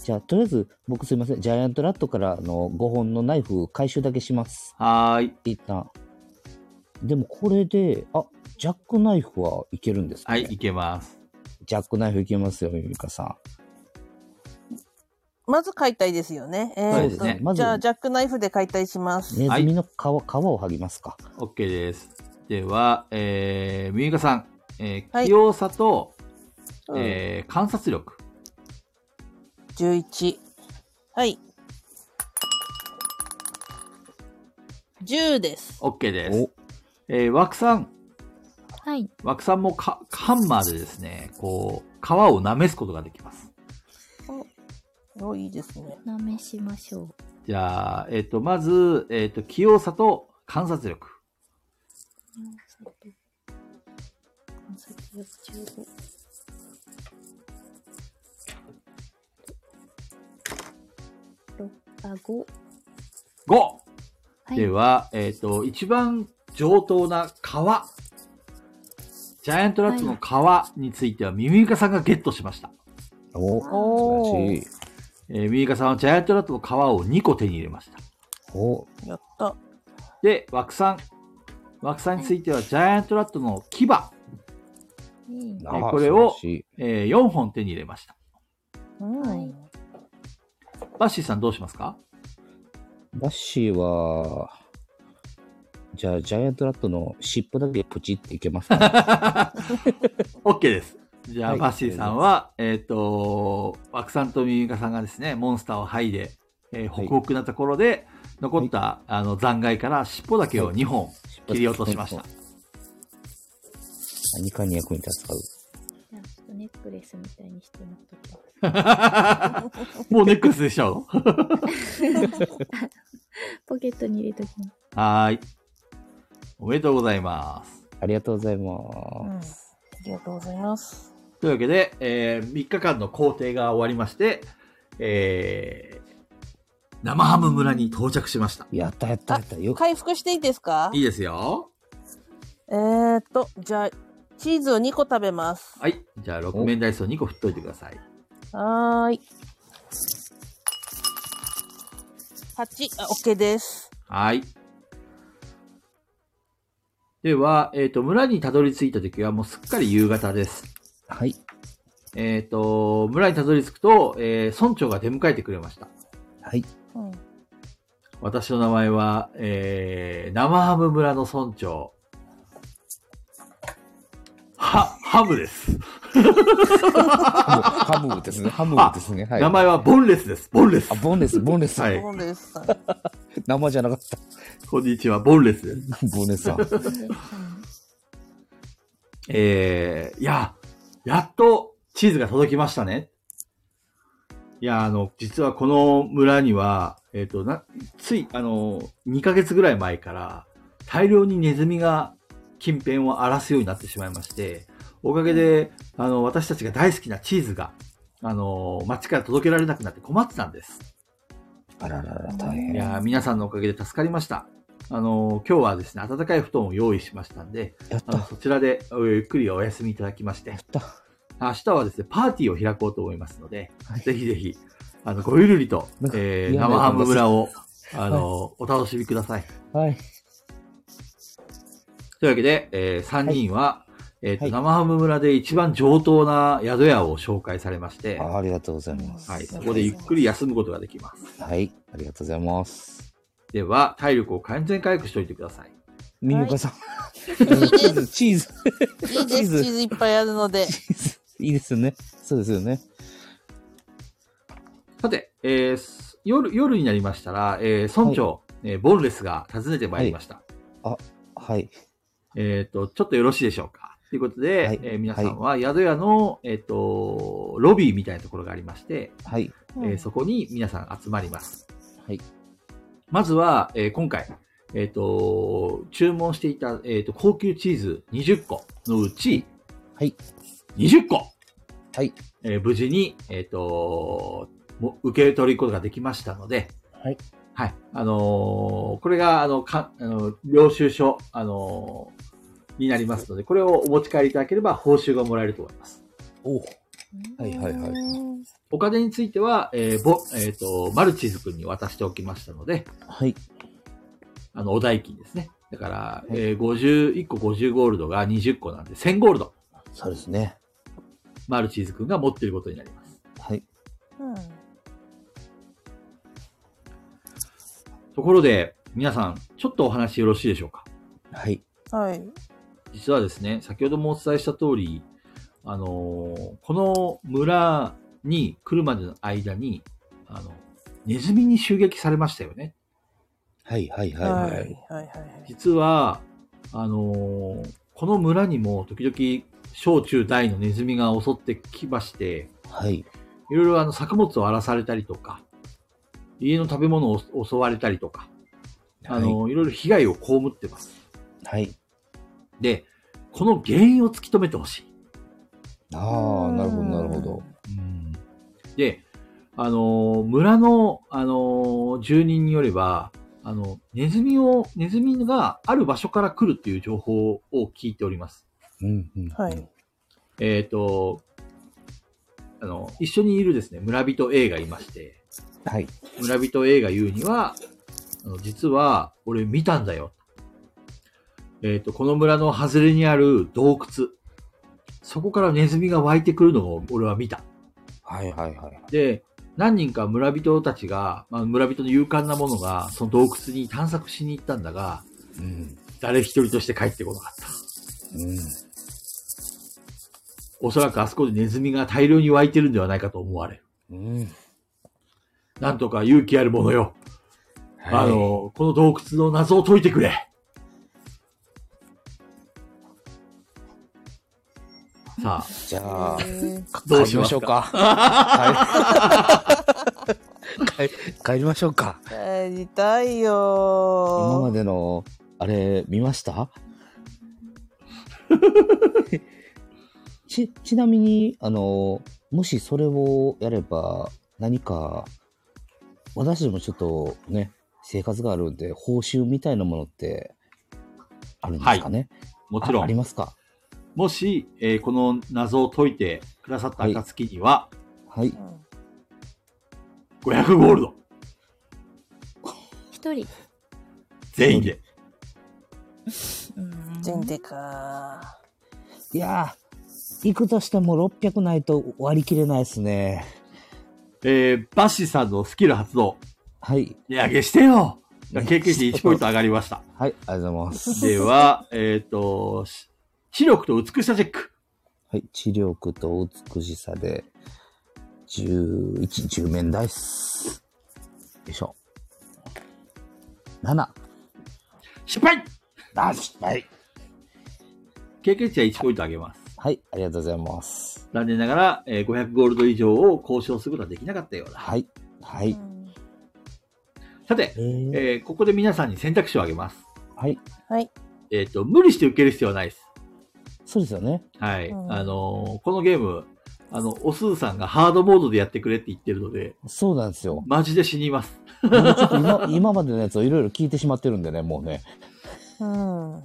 B: じゃあ、とりあえず、僕すいません。ジャイアントラットからあの5本のナイフ回収だけします。
A: はーい。
B: 一旦。でもこれで、あ、ジャックナイフはいけるんですか、
A: は
B: ね
A: い、いけます。
B: ジャックナイフいけますよ、ゆみかさん。
C: まず解体ですよね。えー
A: そうですね
C: と
B: まず
C: じゃあ、ジャックナイフで解体します。
B: ネズミの皮,、皮を剥ぎますか。
A: OK です。では、えー、みゆかさん、えー
C: はい
A: 器用さと、
C: うん
A: えー観察力。
C: 11。はい。10です。
A: OK です
B: お。
A: えー、枠さん、
D: はい。
A: 枠さんもかハンマーでですね、こう、皮を舐めすことができます。
C: おいいですね。
D: なめしましょ
A: じゃあ、えっ、と、まず、えっ、と、器用さと観察力。
D: う。観察力15 6あ5
A: 5!
D: はい
A: では、えっ、と、一番上等な皮。ジャイアントラックの皮については、ミミイカさんがゲットしました。
B: お
C: お
B: 素晴ら
C: ー
B: しい。
A: えーミミイカさんはジャイアントラックの皮を2個手に入れました。
B: お
C: やった。
A: で、枠さん。枠さんについては、ジャイアントラックの牙、
D: いい
B: あー
A: これを
B: 素晴らしい
A: え4本手に入れました。
C: うん。
D: はい
A: バッシーさんどうしますか
B: バッシーは、じゃあ、ジャイアントラットの尻尾だけプチっていけますか、ね、
A: OK です。じゃあ、
B: はい
A: バッシーさんは、えっ、と、枠さんとミミカさんがですね、モンスターを剥いで、えーホクホクなところで、残った、あの残骸から尻尾だけを2本 切り落としました。
B: 何かに役に立つか。
D: じゃあちょっとネックレスみたいにして持っときます。
A: もうネックレスでしょ
D: ポケットに入れときます。
A: はーい。おめでとうございます。
B: ありがとうござい
C: うん
B: ま
C: あ
B: す。
C: りがとうございます。
A: というわけで、え3日間の工程が終わりまして、えー、生ハム村に到着しました。
B: やったやったやった。よく。
C: 回復していいですか
A: いいですよ。
C: えーっと、じゃあ、チーズを2個食べます。
A: はい。じゃあ、6面ダイスを2個振っといてください。
C: はーい。8、あ、OK です。
A: はい。では、えっ、と、村にたどり着いた時はもうすっかり夕方です。
B: はい。
A: えっ、と、村にたどり着くと、えー村長が出迎えてくれました。
B: はい。
C: うん。
A: 私の名前は、えー、生ハム村の村長。は、ハムです。
B: ハムですね。ハムですね。はい。
A: 名前はボンレスです。ボンレス
B: あ、。ボンレ ス、ボンレス。
A: はい
C: ボンレ スさん。
B: 生じゃなかった。
A: こんにちは、ボンレスです。
B: ボンレス さん。
A: えー、いや、やっとチーズが届きましたね。いや、あの、実はこの村には、えっ、と、な、つい、あの、2ヶ月ぐらい前から、大量にネズミが近辺を荒らすようになってしまいまして、おかげで、あの、私たちが大好きなチーズが、あの、街から届けられなくなって困ってたんです。
B: あららら、大
A: い
B: 変。
A: やー皆さんのおかげで助かりました。あのー今日はですね、暖かい布団を用意しましたんで、
B: やっ
A: あ
B: た。
A: の
B: や
A: そちらでおゆっくりお休みいただきまして
B: っ、た。
A: 明日はですね、パーティーを開こうと思いますので、
B: はい
A: ぜひぜひ、あの、ごゆるりと
B: なん、か
A: えー、
B: 嫌な
A: 生
B: 予
A: ハ
B: 感
A: ム
B: がする
A: 村を、あのーお楽しみください。
B: はい。
A: というわけで、え3人は、えっ、と、
B: はい
A: 生ハム村で一番上等な宿屋を紹介されまして、
B: あありがとうございます。
A: はい、そこでゆっくり休むことができます。
B: はい。ありがとうございます。
A: では、体力を完全回復しておいてください。
B: みゆかさん。 チ
C: いい
B: ー
C: で
B: ズ、チーズ。
C: す。いいです。チ
B: チーズ
C: ーズいっぱいあるの で。
B: いいですよね。そうですよね。
A: さて、えーす夜、夜になりましたら、えー村長、えーボンレスが訪ねてまいりました。
B: はい。
A: えっ、と、ちょっとよろしいでしょうかということで、
B: はい
A: えー皆さんは宿屋の、えっ、と、ロビーみたいなところがありまして、
B: はい。
A: えーそこに皆さん集まります。
B: はい。
A: まずは、えー今回、えっ、と、注文していた、えっ、と、高級チーズ20個のうち、
B: はい。
A: 20個
B: はい。
A: えー無事に、えっ、とも受け取ることができましたので、
B: はい。
A: はい。あのーこれが、あの、か、あの、領収書、あのーになりますので、これをお持ち帰りいただければ報酬がもらえると思います。
B: おうはいはいはい
A: お金については、えーぼ、えっ、と、マルチーズ君に渡しておきましたので、
B: はい。
A: あの、お代金ですね。だから、えー、50、1個50ゴールドが20個なんで、1000ゴールド。
B: そうですね。
A: マルチーズくんが持っていることになります。
B: はい。
C: うん。
A: ところで、皆さん、ちょっとお話よろしいでしょうか
B: はい。
C: はい。
A: 実はですね、先ほどもお伝えした通り、あのーこの村に来るまでの間に、あの、ネズミに襲撃されましたよね。
B: はいはいは
C: はいい。は。
B: はい
C: はい
B: い。。
C: はい。
A: 実は、あのーこの村にも時々小中大のネズミが襲ってきまして、
B: はい。
A: いろいろあの作物を荒らされたりとか、家の食べ物を襲われたりとか、あのーいろいろ被害を被ってます。
B: はい。
A: で、この原因を突き止めてほしい。
B: ああ、なるほどなるほど。
A: うんで、あのー村の、あのー住人によれば、あの、ネズミを、ネズミがある場所から来るっていう情報を聞いております。
B: うんうん。
C: はい。
A: えっ、と、あの、一緒にいるですね、村人 A がいまして、
B: はい。
A: 村人 A が言うには、あの実は、俺見たんだよ。えっ、と、この村の外れにある洞窟。そこからネズミが湧いてくるのを俺は見た。
B: はいはいはい。
A: で、何人か村人たちが、まあ、村人の勇敢な者が、その洞窟に探索しに行ったんだが、
B: うん。
A: 誰一人として帰ってこなかった。
B: うん。
A: おそらくあそこでネズミが大量に湧いてるんではないかと思われる。
B: うん。
A: なんとか勇気ある者よ。あ
B: はい、
A: の、この洞窟の謎を解いてくれ。さあ、
B: じゃあ、
A: どう
B: 帰
A: し
B: りま
A: ま
B: し
A: し
B: ょ
A: ょ
B: う
A: う
B: か。帰り 帰帰りましょうか。
C: 帰りたい
B: 今ま
C: よ
B: での、あれ、見ましたち、ちなみに、あの、もしそれをやれば、何か、私もちょっとね、生活があるんで、報酬みたいなものって、あるんですかね、
A: もちろ
B: ああり
A: ん、
B: ますか
A: もし、えーこの謎を解いてくださった暁には、
B: はい。
C: ー。
A: 500ゴールド、
D: 一人。
A: 全員で。
D: うん
C: 全手か。
B: いやー、行くとしても600ないと割り切れないですね。
A: えー、バッシーさんのスキル発動、
B: はい。
A: 値上げしてよ
B: うん
A: 経験値1ポイント上がりました。
B: はい、ありがとうございま す。
A: では、えっ、と、し知力と美しさチェック。
B: はい、知力と美しさで、11、10面ダイス。よいしょ。7。
A: 失敗
B: あ、失敗。
A: 経験値は1ポイント上げます。
B: はい、ありがとうございます。
A: 残念ながら、えー500ゴールド以上を交渉することはできなかったようだ。
B: はい、はい。
C: うん
A: さて、
B: えー、
A: えーここで皆さんに選択肢をあげます。
B: はい、
C: はい。
A: えっ、と、無理して受ける必要はないです。
B: そうですよね。
A: はい。
C: うん
A: あのーこのゲーム、あの、おすずさんがハードモードでやってくれって言ってるので、
B: そうなんで すよ。
A: マジで死にます。
B: もうちょっと今今までのやつをいろいろ聞いてしまってるんでね、もうね。
C: うん。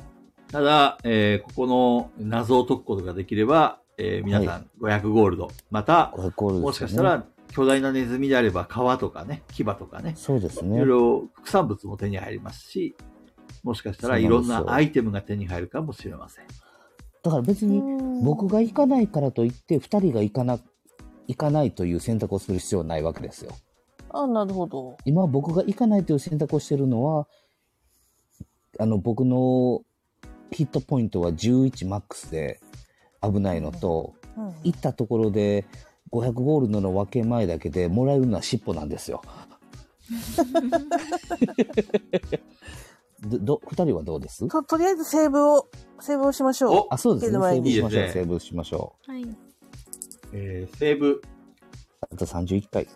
A: ただ、えーここの謎を解くことができれば、えー皆さん500ゴールド、また、
B: これゴール
A: もし
B: ですよ
A: か
B: ね。
A: したら巨大なネズミであれば皮とかね、牙とかね、
B: そうです
A: い
B: ね
A: ろい。ろ副産物も手に入りますし、もしかしたらいろん
B: そうなんです
A: な
B: よ
A: アイテムが手に入るかもしれません。
B: だから別に僕が行かないからといって、二人が行かな、行かないという選択をする必要はないわけですよ。
C: あ、なるほど。
B: 今僕が行かないという選択をしてるのは、あの、僕のヒットポイントは11マックスで危ないのと、
C: うん
B: 行ったところで500ゴールドの分け前だけでもらえるのは尻尾なんです よ。ど、ど、二人はどうです
C: と、とりあえずセーブを、セーブをしましょ
A: お
B: あ、そうですね。セーブしましょ、
A: いういですね
B: セーブしましょ
D: はい。
A: えー、セーブ、
B: う。あと31回。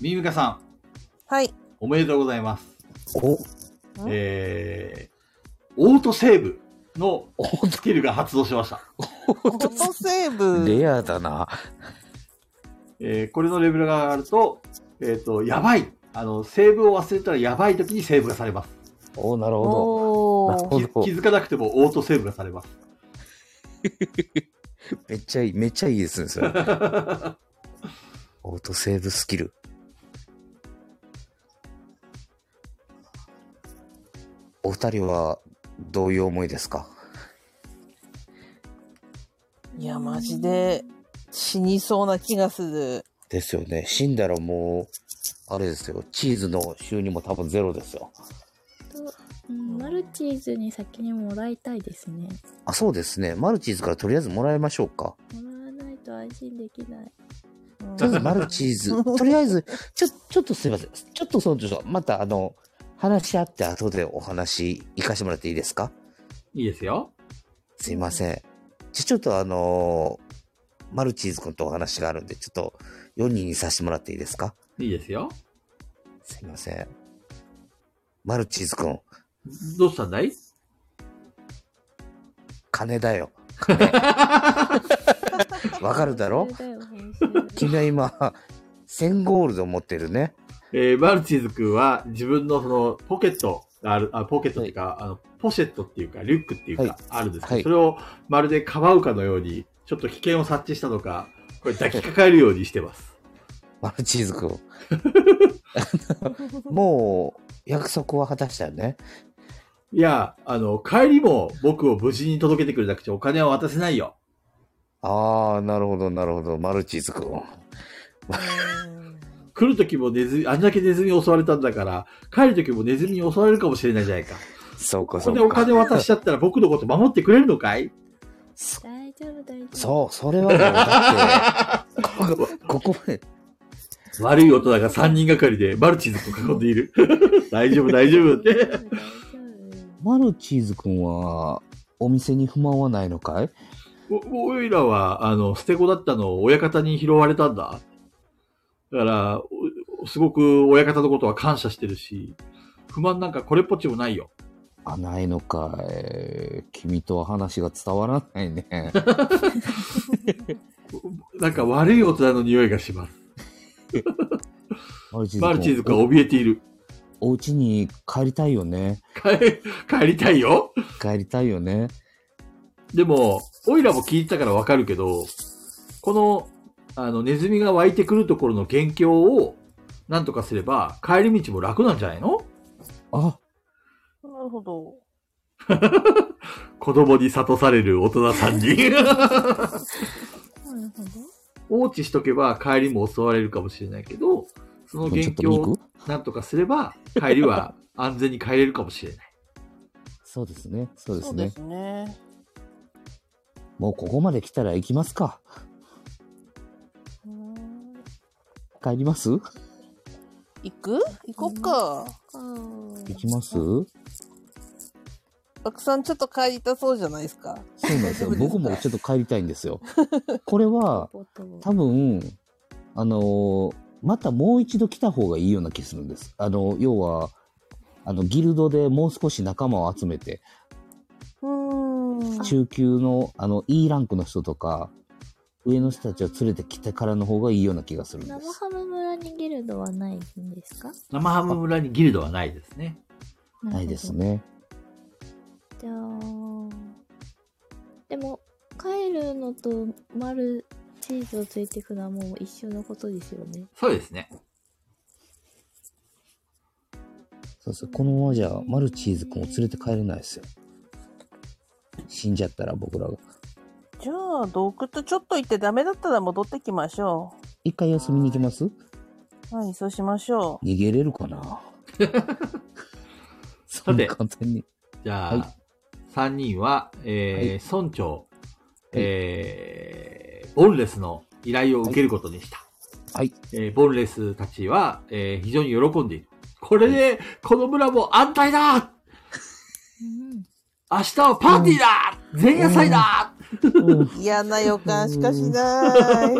A: ミミカさん、
C: う。 はい。
A: おめでとうございます。
B: お、
C: ん
A: えー、オートセーブの
B: お
A: スキルが発動しました。
C: フォトセーブ。
B: アだな。
A: えー、これのレベルが上がると、えっ、と、やばい。あの、セーブを忘れたらやばい時にセーブがされます。
B: お、なるほ
C: お
B: なるほ
C: ー。
A: 気気づかなくてもオートセーブがされます。
B: ど。めっちゃいい、めっちゃいいですね、それ。 オートセーブスキル。お二人はどういう思いですか
C: いや、マジで死にそうな気がする。
B: ですよね。死んだらもう、あれですよ。チーズの収入も多分ゼロですよ。
D: と、うん、マルチーズに先にもらいたいですね
B: あ、そうですね。マルチーズからとりあえずもらいましょうか。
D: もらわないと安心できない
B: とりあえずマルチーズ。とりあえず、ちょ、ちょっとすいません。ちょっとその、ちょっとまたあの、話し合って後でお話行かしてもらっていいですか
A: いいですよ。
B: すいません。じゃ、ちょっとあのーマルチーズ君とお話があるんで、ちょっと4人にさせてもらっていいですか
A: いいですよ。
B: すいません。マルチーズ君、
A: どうしたんだい
B: 金だよ。金わかるだろ
D: それだよ報酬
B: 君は今、1000ゴールド持ってるね。
A: えーマルチーズ君は自分のそのポケットがある、あポケットっていうか、あの、ポシェットっていうか、リュックっていうか、
B: はい
A: あるんですけど、
B: はい
A: それをまるでかばうかのように、ちょっと危険を察知したのか、これ抱きかかえるようにしてます。
B: マルチーズ君。あのもう、約束は果たしたよね。
A: いや、あの、帰りも僕を無事に届けてくれなくちゃお金は渡せないよ。
B: ああ、なるほど、なるほど。マルチーズ君。
C: うん
A: 来る時もネズミ、あれだけネズミに襲われたんだから、帰る時もネズミに襲われるかもしれないじゃないか。
B: そうか、
A: ここ
B: そ
A: で
B: う
A: お
B: か。
A: 金渡しちゃったら僕のこと守ってくれるのかい
D: 大丈夫大丈夫
B: そう、それはもう、だって、ここここまで、
A: 悪い大人が3人がかりでマルチーズを囲んでいる。 大丈夫、大丈夫っ
D: 大
A: て。
D: 丈夫大丈
B: マルチーズ君は、お店に不満はないのかい
A: お、おいらは、あの、捨て子だったのを親方に拾われたんだ。だから、おすごく親方のことは感謝してるし、不満なんかこれっぽっちもないよ。
B: あ、ないのかい。君とは話が伝わらないね。
A: なんか悪い大人の匂いがします。
B: マルチーズ君。
A: マルチーズが怯えている。
B: おお家に帰りたいよね。
A: 帰、 帰りたいよ。
B: 帰りたいよね。
A: でも、オイラも聞いてたからわかるけど、この、あの、ネズミが湧いてくるところの元凶を、なんとかすれば、帰り道も楽なんじゃないの
B: あ、
C: なるほど。
A: 子供に諭される大人さんに。
D: 夫なるほど
A: 放置しとけば帰りも襲われるかもしれないけど、その
B: ちょ
A: 元
B: っと
A: 凶
B: 見に行
A: を
B: く
A: なんとかすれば、帰りは安全に帰れるかもしれ ない。
B: そうですね。そうです
C: そう
B: ね
C: で。すね。
B: もうここまで来たら行きますか。帰ります行
C: 行く行こっか。
D: はーい
B: きますそう
C: たくさんちょっと帰りたそうじゃないですか。
B: なんですよ。
C: 大丈夫ですか
B: 僕もちょっと帰りたいんですよ。これは、
D: おっと
B: 多分、あのーまたもう一度来た方がいいような気するんです。あの、要は、あの、ギルドでもう少し仲間を集めて、
C: うーん。
B: 中級の、あの、E ランクの人とか、上の人たちを連れてきてからの方がいいような気がするんで
D: 生
B: す。
D: ハム村にギルドはないんですか
A: 生ハム村にギルドはないですね。
B: ないですね。
D: じゃあでも帰るのとマルチーズをついていくのはもう一緒のことですよね
A: そうですね。
B: そうそう。このままじゃ、マルチーズ君を連れて帰れないですよ。死んじゃったら僕らが。
C: じゃあ、洞窟ちょっと行ってダメだったら戻ってきましょ
B: 一回休みに行きます
C: う。はい、そうしましょ
B: 逃げれるか なそ
A: さ
B: んな
A: て
B: 簡単に。
A: じゃ
B: はい
A: あ、三3人は、
B: は
A: えー村長、えーボンレスの依頼を受けることにした。
B: はい。
A: えーボンレスたちは、えー非常に喜んでいる。これで、この村も安泰だ明日はパーティーだ、前夜祭だ、
B: うん
C: う。嫌な予感しかしない。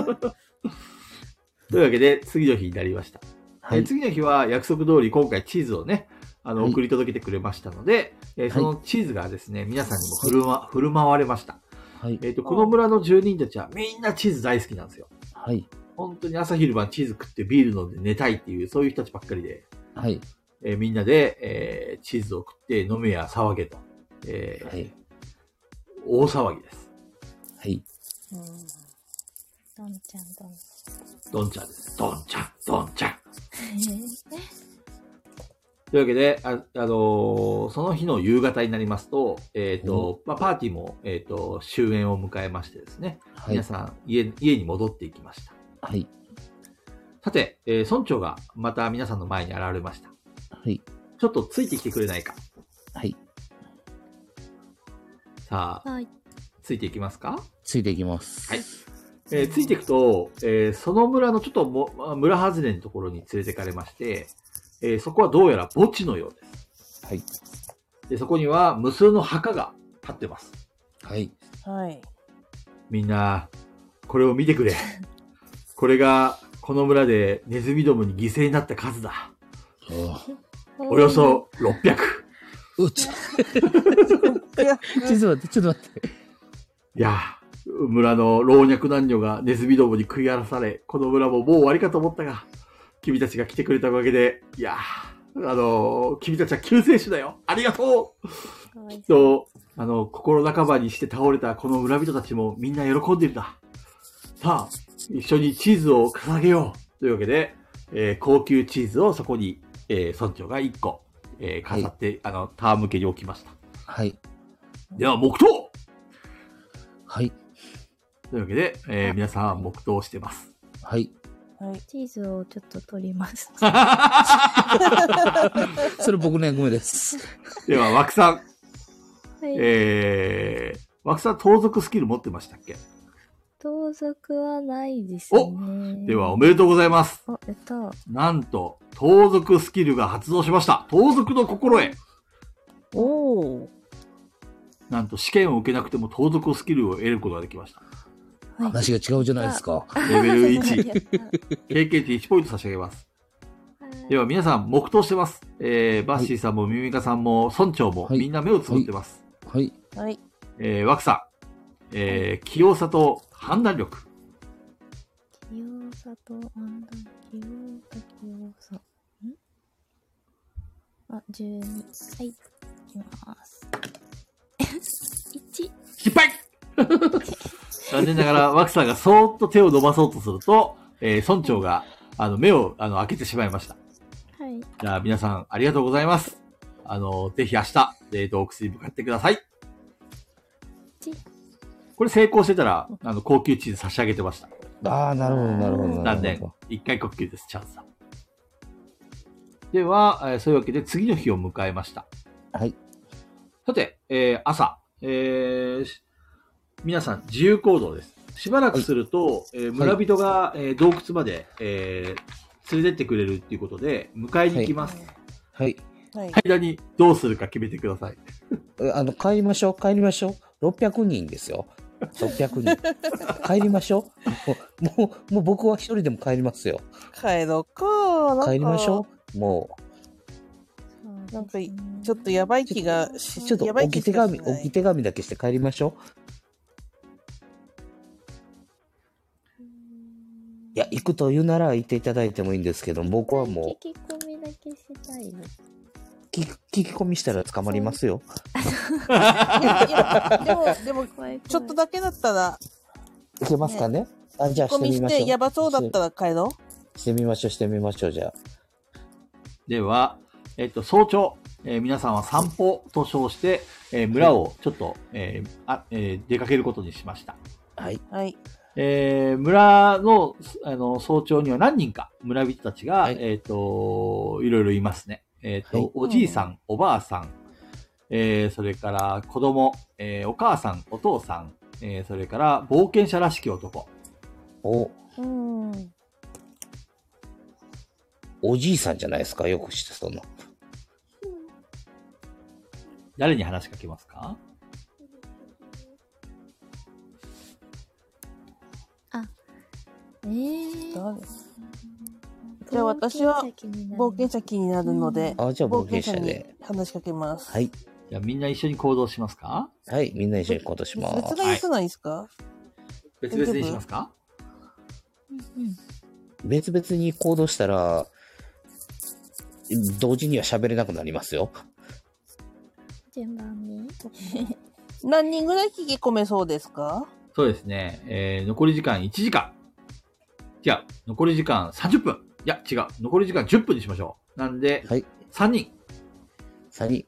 A: というわけで、次の日になりました。
B: は
A: えー
B: い。
A: 次の日は約束通り今回チーズをね、あの、
B: はい
A: 送り届けてくれましたので、えー
B: はい
A: そのチーズがですね、皆さんにも振る,、ま、振る舞われました。
B: はい。
A: えっ、と、この村の住人たちはみんなチーズ大好きなんですよ。
B: はい。
A: 本当に朝昼晩チーズ食ってビール飲んで寝たいっていう、そういう人たちばっかりで、
B: はい。
A: えーみんなで、えーチーズを食って飲めや騒げと、えー
B: はい。
A: 大騒ぎです。
B: はい。
C: うん
D: どんちゃんどん
A: どんちゃんです。どんちゃん、どんちゃん。というわけで、あ、あのーその日の夕方になりますと、えっ、と、まあ、パーティーも、えっ、と、終焉を迎えましてですね、
B: はい
A: 皆。さん家、家に戻っていきました。
B: はい。
A: さて、えー村長がまた皆さんの前に現れました。
B: はい。
A: ちょっとついてきてくれないか。
B: はい。
A: さあ、
D: はい。
A: ついていきますか
B: ついていきます。
A: はい。えーついていくと、えーその村のちょっともまあ村外れのところに連れてかれまして、えーそこはどうやら墓地のようです。
B: はい。
A: で、そこには無数の墓が立ってます。
B: はい。
C: はい。
A: みんな、これを見てくれ。これが、この村でネズミどもに犠牲になった数だ。およそ600。
B: うち、
C: いや、
B: ちょっと待って、ちょっと待って。
A: いやー、村の老若男女がネズミどもに食い荒らされ、この村ももう終わりかと思ったが、君たちが来てくれたおかげで、いやー、あのー君たちは救世主だよ。ありがとう
D: かわい
A: きっ
D: そう
A: と、あの、心半ばにして倒れたこの村人たちもみんな喜んでるんだ。さあ、一緒にチーズを掲げよう。というわけで、えー高級チーズをそこに、えー村長が1個、えー飾って、あの、ターン向けに置きました。
B: はい。
A: では、黙祷
B: はい。
A: というわけで、えー皆さん黙祷してます。
B: はい。
C: はい。
D: チーズをちょっと取 ります。
B: それ僕の役目です。
A: では、枠さん。
D: はい。
A: えー、枠さん盗賊スキル持ってましたっけ
D: 盗賊はないですね。
A: では、おめでとうございます。
D: あ、やった。
A: なんと、盗賊スキルが発動しました。盗賊の心得。
C: おお。
A: なんと試験を受けなくても盗賊スキルを得ることができました。
D: はい。
B: 話が違うじゃないですか。
A: レベル1、
D: やった
A: 経験値1ポイント差し上げます。
D: はい
A: では皆さん、黙祷してます。えー、バッシーさんもミミカさんも村長も、
B: はい
A: みんな目をつぶってます。
B: はい。
C: はい。
A: えー、ワクさん、えー、器用さと判断力。
D: 器用さと判断器用と器用さんあ12はいいきます1
A: 失敗残念ながら、ワクさんがそーっと手を伸ばそうとすると、えー、村長が、あの、目を、あの、開けてしまいました。
D: はい
A: じゃあ、皆さん、ありがとうございます。あの、ぜひ明日、えー、洞窟に向かってください。
D: ち
A: これ成功してたら、あの、高級チーズ差し上げてました。
B: ああ、なるほど、なるほど。な
A: 残
B: る
A: 念
B: ほど。
A: 一回呼吸です、チャンスだ。では、えーそういうわけで次の日を迎えました。
B: はい。
A: さて、えー朝、えーし皆さん自由行動です。しばらくすると、えー村人が、えー洞窟まで、えー連れてってくれるっていうことで、迎えに行きます。
B: はい。
C: はい。
A: 間にどうするか決めてください。
B: えあの、帰りましょう、帰りましょう。600人ですよ。600人。帰りましょう。もう、もう、もう僕は一人でも帰りますよ。
C: 帰ろうか。なんか
B: 帰りましょう。も
C: なんかいちょっとやばい気が
B: う、
C: し
B: ちょっと
C: やばい
B: 置
C: 気
B: き
C: しか
B: 手
C: しない
B: 紙、置き手紙だけして帰りましょう。いや、行くというなら行っていただいてもいいんですけど、僕はも
D: 聞き込みだけしたいです
B: う、聞き聞き込みしたら捕まりますよ。
C: いやでも、でも、
D: 怖い怖い
C: ちょっとだけだっ たら、
B: 行けますかねあ、じゃあ
C: 込
B: して
C: み
B: み
C: し
B: ましてょ
C: や
B: う。
C: ばそうだったら帰ろう。
B: してみましょう、してみましょう、じゃあ。
A: では、えっと、早朝、えー皆さんは散歩と称して、えー村をちょっと、えーあえー出かけることにしました。
B: はい。
C: はい。
A: えー村のあの早朝には何人か村人たちが、
B: はい
A: い、えっ、と、いろいろいますね。えっ、と、
B: はい
A: おじいさん、おばあさん、えーそれから子供、えーお母さん、お父さん、えーそれから冒険者らしき男。
B: お、
C: うん。
B: おじいさんじゃないですか、よくしてその。
A: 誰に話しかけますか
D: えー、
C: 誰じゃあ私は冒険
D: 者
C: 者気になるので、
B: あ、じゃあ冒険者
C: に
B: で。
C: 話しかけます。
B: はい。
A: じゃあみんな一緒に行動しますか
B: はい、みんな一緒に行動し
C: 別
B: ます。
C: 々にすないですか
A: 別々にしますか
B: 別々に行動したら、同時には喋れなくなりますよ。
D: 順番に
C: 何人ぐらい聞き込めそうですか
A: そうですね。えー残り時間1時間。いや、残り時間30分。いや、違う。残り時間10分にしましょう。なんで、
B: はい。
A: 3人。
B: さに。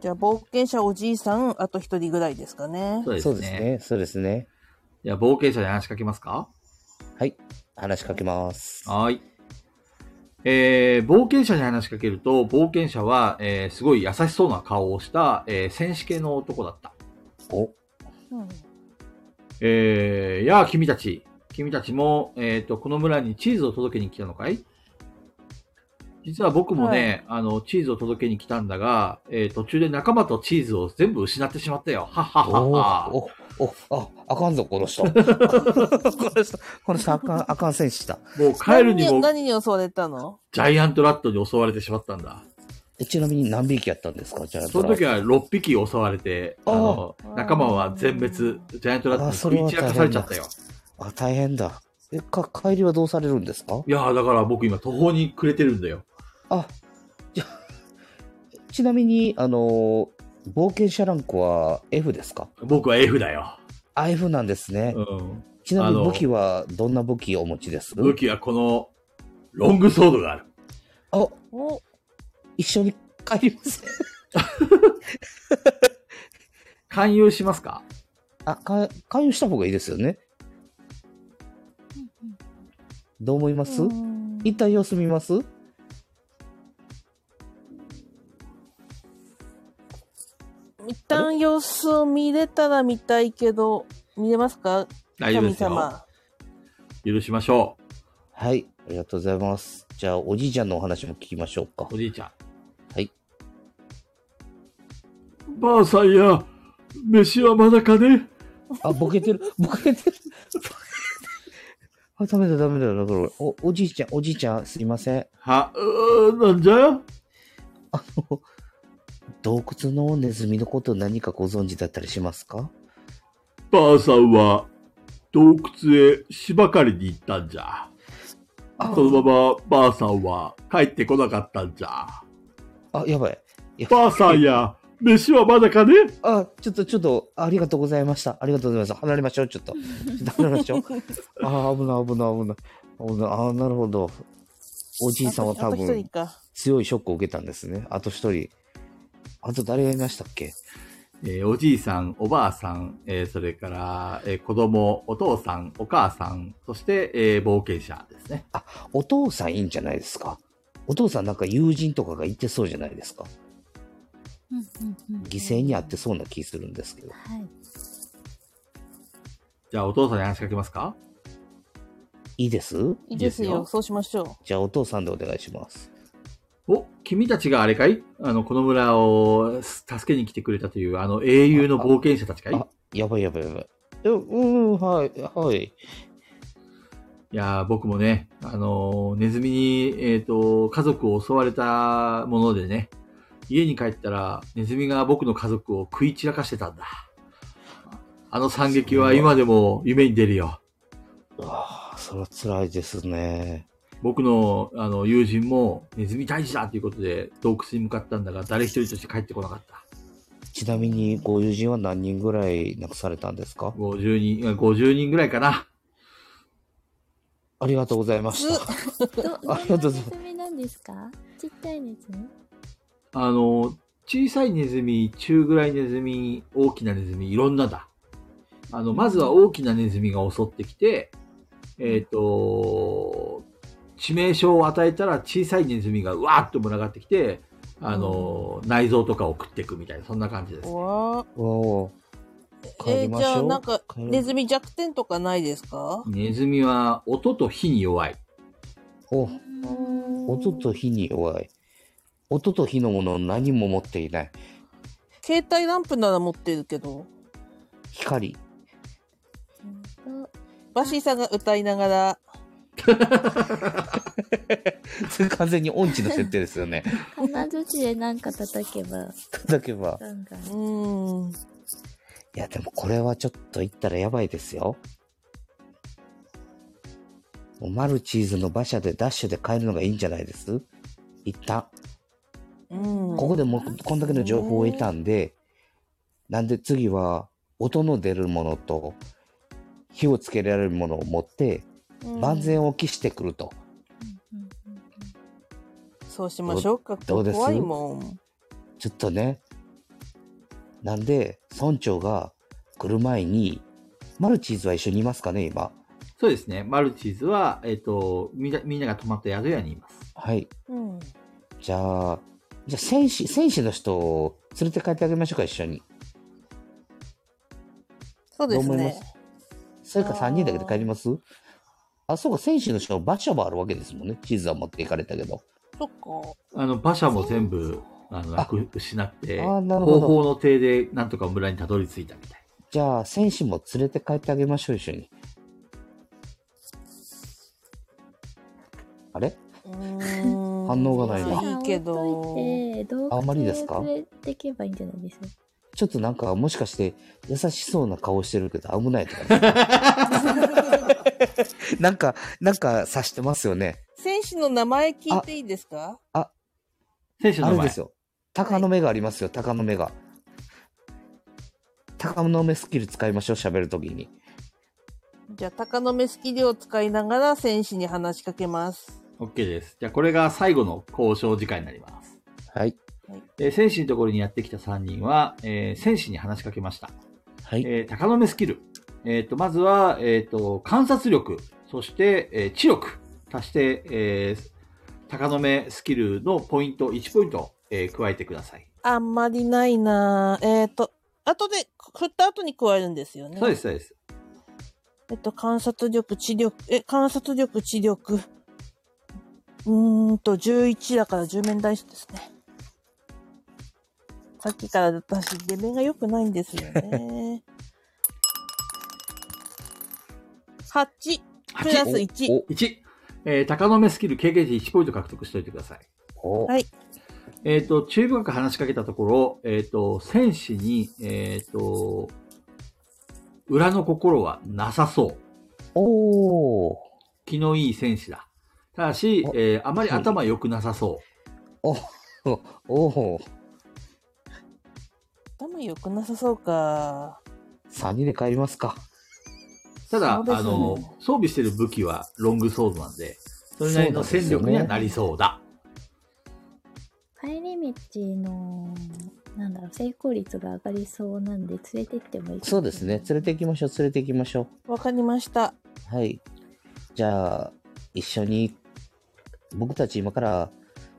C: じゃあ、冒険者おじいさん、あと一人ぐらいですかね。
A: そうです
B: そ
A: ね。
B: うですね。そうですね。
A: じゃあ、冒険者に話しかけますか
B: はい。話しかけます。
A: はーい。えー、冒険者に話しかけると、冒険者は、えー、すごい優しそうな顔をした、えー、戦士系の男だった。
B: お、
C: うん
A: えー、やあ、君たち。君たちも、えっ、と、この村にチーズを届けに来たのかい実は僕もね、あの、チーズを届けに来たんだが、えー途中で仲間とチーズを全部失ってしまったよ。はっはっはっ
B: お
A: は。
B: お、お、あ、あかんぞ、この 人。この人、この人、あかん、あかん選手だ。
A: もう帰るにも
C: 何に何に襲われたの
A: ジャイアントラットに襲われてしまったんだ。
B: えちなみに何匹やったんですかじゃあ、
A: その時は6匹襲われて、あ
B: あー
A: の、仲間は全滅、ジャイアントラットに食い散らかされちゃったよ。
B: あ、大変だ。え、か、帰りはどうされるんですか
A: いやーだから僕今途方に暮れてるんだよ。
B: あ、じゃ、ちなみに、あのー、冒険者ランクは F ですか
A: 僕は F だよ。
B: あ、F なんですね。
A: うん。
B: ちなみ
A: あ
B: に
A: の
B: 武器は、どんな武器をお持ちです
A: 武器はこの、ロングソードがある。
B: あ、
C: お
B: 一緒に帰りません。
A: 勧誘しますか
B: あ、か、勧誘した方がいいですよね。どう思います
C: うん
B: 一旦様子見ます
C: 一旦様子を見れたら見たいけど、見れますか
A: 大丈夫です
C: 神
A: よ。
C: 様。
A: 許しましょ
B: はい、ありがとうございます。じゃあ、おじいちゃんのお話も聞きましょうか
A: う。。おじいちゃん。
B: はい。
A: ばあさんや、飯はまだかね
B: あ、ボケてる、ボケてる。あ、ダメだ、ダメだ、だから、お、おじいちゃん、おじいちゃん、すいません。
A: は、うーなんじゃ
B: あの、洞窟のネズミのこと何かご存知だったりしますか
A: ばあさんは、洞窟へ芝刈りに行ったんじゃ。
B: あ
A: そのままばあさんは帰ってこなかったんじゃ。
B: あ、やばい。
A: ばあさんや、飯はまだかね
B: あ、ちょっと、ちょっと、ありがとうございました。ありがとうございました。離れましょう、ちょっ と。ちょっと離れましょう。あー、危ない、危ない、危ない。危ない。あー、なるほど。おじいさんは多
C: あとあと一
B: 分
C: 人、か。
B: 強いショックを受けたんですね。あと一人。あと誰がいましたっけ
A: えーおじいさん、おばあさん、えーそれから、えー子供、お父さん、お母さん、そして、えー冒険者ですね。
B: お父さんいいんじゃないですかお父さんなんか友人とかがいてそうじゃないですか犠牲にあってそうな気するんですけど。
D: はい。
A: じゃあ、お父さんに話しかけますか
B: いいです
C: いいで
A: いいです
C: すよ。
A: よ
C: そうしましょ
B: じゃあお父さんでお願いします。
A: お、君たちがあれかいあの、この村をす助けに来てくれたという、あの、英雄の冒険者たちかい
B: あ、やばいやばいやばい。えうん、はい、はい。
A: いやー、僕もね、あのーネズミに、えっ、と、家族を襲われたものでね、家に帰ったら、ネズミが僕の家族を食い散らかしてたんだ。あの惨劇は今でも夢に出るよ。
B: ああ、それは辛いですね。
A: 僕の、あの、友人も、ネズミ退治だということで、洞窟に向かったんだが、誰一人として帰ってこなかった。
B: ちなみにご友人は何人ぐらい亡くされたんですか
A: 50人、あ50人ぐらいかな。
B: ありがとうございました。
D: ど、どん
B: あ
D: な
B: りがとうございます
D: ネズミなんですかちっちゃいネズミ
A: あの、小さいネズミ、中ぐらいネズミ、大きなネズミ、いろんなだ。あの、まずは大きなネズミが襲ってきて、えっ、と、致命傷を与えたら小さいネズミがうわーっと群がってきて、あの、内臓とかを食っていくみたいな、そんな感じで
C: う。
A: す。
C: わあ。
B: おお。帰
C: え
B: り
C: ー
B: ま
C: じ
B: しょう。
C: ゃあ、なんか、
B: 帰り
C: ネズミ弱点とかないですか
A: ネズミは音と火に弱い。
B: お、音
C: 音
B: と火に弱い。音と火のものを何も持っていない。
C: 携帯ランプなら持ってるけど、
B: 光。
D: うんと
C: バシーさんが歌いながら、
B: それ完全に音痴の設定ですよ ね。
D: 金槌でなんか叩けば、
B: 叩けば。
D: ガンガン。
C: うーん。
B: いや、でもこれはちょっと言ったらやばいですよ。もうマルチーズの馬車でダッシュで帰るのがいいんじゃないです一旦。
C: うん。
B: ここでもうこんだけの情報を得たんで、なんで次は音の出るものと火をつけられるものを持って
C: うん
B: 万全を期してくると。
D: うんうんうん
C: そうしましょうか。
B: どうです
C: 怖いもん。
B: ちょっとね。なんで、村長が来る前に、マルチーズは一緒にいますかね、今。
A: そうですね。マルチーズは、えっ、と、みんな、みんなが泊まった宿屋にいます。
B: はい。
C: うん。
B: じゃあ、じゃあ、戦士、戦士の人を連れて帰ってあげましょうか、一緒に。
C: そ
B: ど
C: う
B: う
C: です
B: 思いま
C: ね
B: す。それか3人だけで帰りますあ、そうか、戦士の人の馬車もあるわけですもんね。チーズは持っていかれたけど。
C: そっか。
A: あの、馬車も全部、あの、なく、失って、
B: あ
A: 後
B: ーなるほど
A: 方の手で、なんとか村にたどり着いたみたい。
B: じゃあ、戦士も連れて帰ってあげましょう、一緒に。あれ
C: うーん
B: 反応がないな
C: まあいいけど。
D: 置いといて動
B: あんまりです
D: 物
B: か
D: を連れてけばいいんじゃないですか
B: ちょっとなんか、もしかして、優しそうな顔してるけど、危ないとかです かなんか、なんか、察してますよね。
C: 選手の名前聞いていいですか
A: 選手の
B: あ
A: 名
B: れ
A: 前。
B: ですよ。鷹の目がありますよ、鷹の目が。鷹の目スキル使いましょう、喋るときに。
C: じゃあ、鷹の目スキルを使いながら選手に話しかけます。
A: OK です。じゃあ、これが最後の交渉時間になります。
B: はい。
A: えー、戦士のところにやってきた3人は、えー戦士に話しかけました。
B: はい。
A: えー、鷹の目スキル。えっ、と、まずは、えっ、と、観察力、そして、えー知力、足して、えー、鷹の目スキルのポイント、1ポイント、えー加えてください。
C: あんまりないなぁえっ、と、後で、振った後に加えるんですよね。
A: そうです、そうです。
C: えっと、観察力、知力、え、観察力、知力。うーんと、11だから10面ダイスですね。さっきから私、出面が良くないんですよ ね。8、プラス
A: 8、
C: 1。
A: 1、えー、鷹の目スキル経験値1ポイント獲得しておいてください。
B: おお
C: はい
A: えっ、と、注意深く話しかけたところ、えっ、と、戦士に、えっ、と、裏の心はなさそう。
B: おー
A: 気のいい戦士だ。ただし
B: お、
A: えーあまり頭良くなさそう。
B: おお
C: 頭良くなさそうか。
B: 3人で帰りますか。
A: ただ、
C: そうです
A: あ
C: ね
A: の、装備してる武器はロングソードなんで、それなりの戦力にはなりそうだ。
D: 帰り道のなんだろう成功率が上がりそうなんで連れてってもいい
B: そうですね。連れて行きましょう、連れて行きましょ
C: わかりました。
B: う。はい。じゃあ、一緒に、僕たち今から、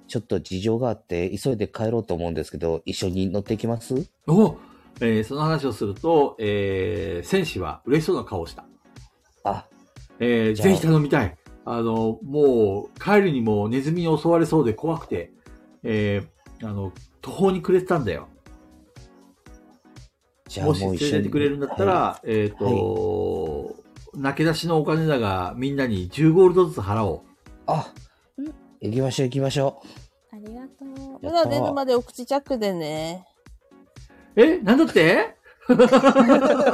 B: ちょっと事情があって、急いで帰ろうと思うんですけど、一緒に乗っていきます
A: おえーその話をすると、えー戦士は嬉しそうな顔をした。
B: あ、
A: えー
B: じゃあ
A: ぜひ頼みたい。あの、もう、帰るにもネズミに襲われそうで怖くて、えーあの、途方に暮れてたんだよ。
B: じゃあも
A: も
B: う
A: し
B: 一
A: 連れ
B: 緒に。
A: てってくれるんだったら、えっ、と、泣け出しのお金だが、みんなに10ゴールドずつ払おう。
B: あ、行きましょう行きましょ
D: ありがとう
B: や
C: ま
B: った
C: だ出るまでお口チャックでね。
A: えなんだ って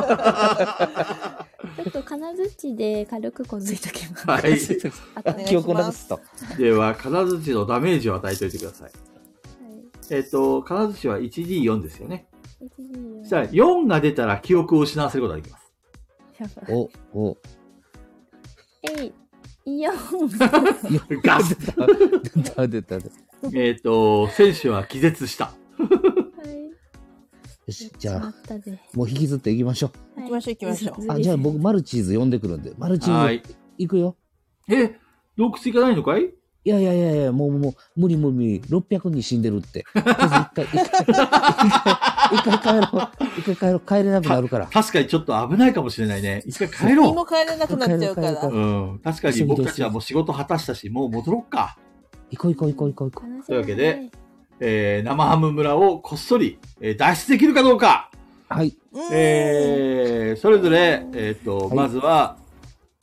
D: ちょっと金槌で軽くこづいとけば
A: は
B: う。
A: い。
D: あと
C: お願
D: ね
C: い します
B: 記憶をなくすと。
A: では、金槌のダメージを与えておいてください。えっ、と、金槌は 1D4 ですよね。
D: はい
A: そしたら4が出たら記憶を失わせることができます。
D: やばい
B: お、お、
D: えいいよ
A: ガス
B: だ出た出た。
A: えっと、選手は気絶した。
D: はい
B: よし、じゃ
D: や
B: あ、
D: っちまったぜ
B: もう引きずって行きましょ
D: は
C: 行
D: い
C: きましょう行きましょう
B: う。あ、じゃあ僕、マルチーズ呼んでくるんで。マルチ
A: は
B: ー
A: い
B: ズ。行くよ。
A: え、洞窟行かないのかい
B: いやいやいやいや、もう、もう、無理無理、600人死んでるって。とりあえず一回、一回、一回帰ろう。一回帰ろう。帰れなくなるから。
A: 確かにちょっと危ないかもしれないね。一回帰ろ
C: 何
A: う。
C: も帰れなくなっちゃうか
B: 帰る帰
C: ら
B: る。
A: うん。確かに僕たちはもう仕事果たしたし、もう戻ろっか。
B: 行こう行こう行こう行こう行こう。
D: 話
A: というわけ
D: が
A: で
D: ね
A: えー、生ハム村をこっそり、えー脱出できるかどうか。
B: はい。
C: うん
A: えー、それぞれ、えっ、と、
B: はい
A: まずは、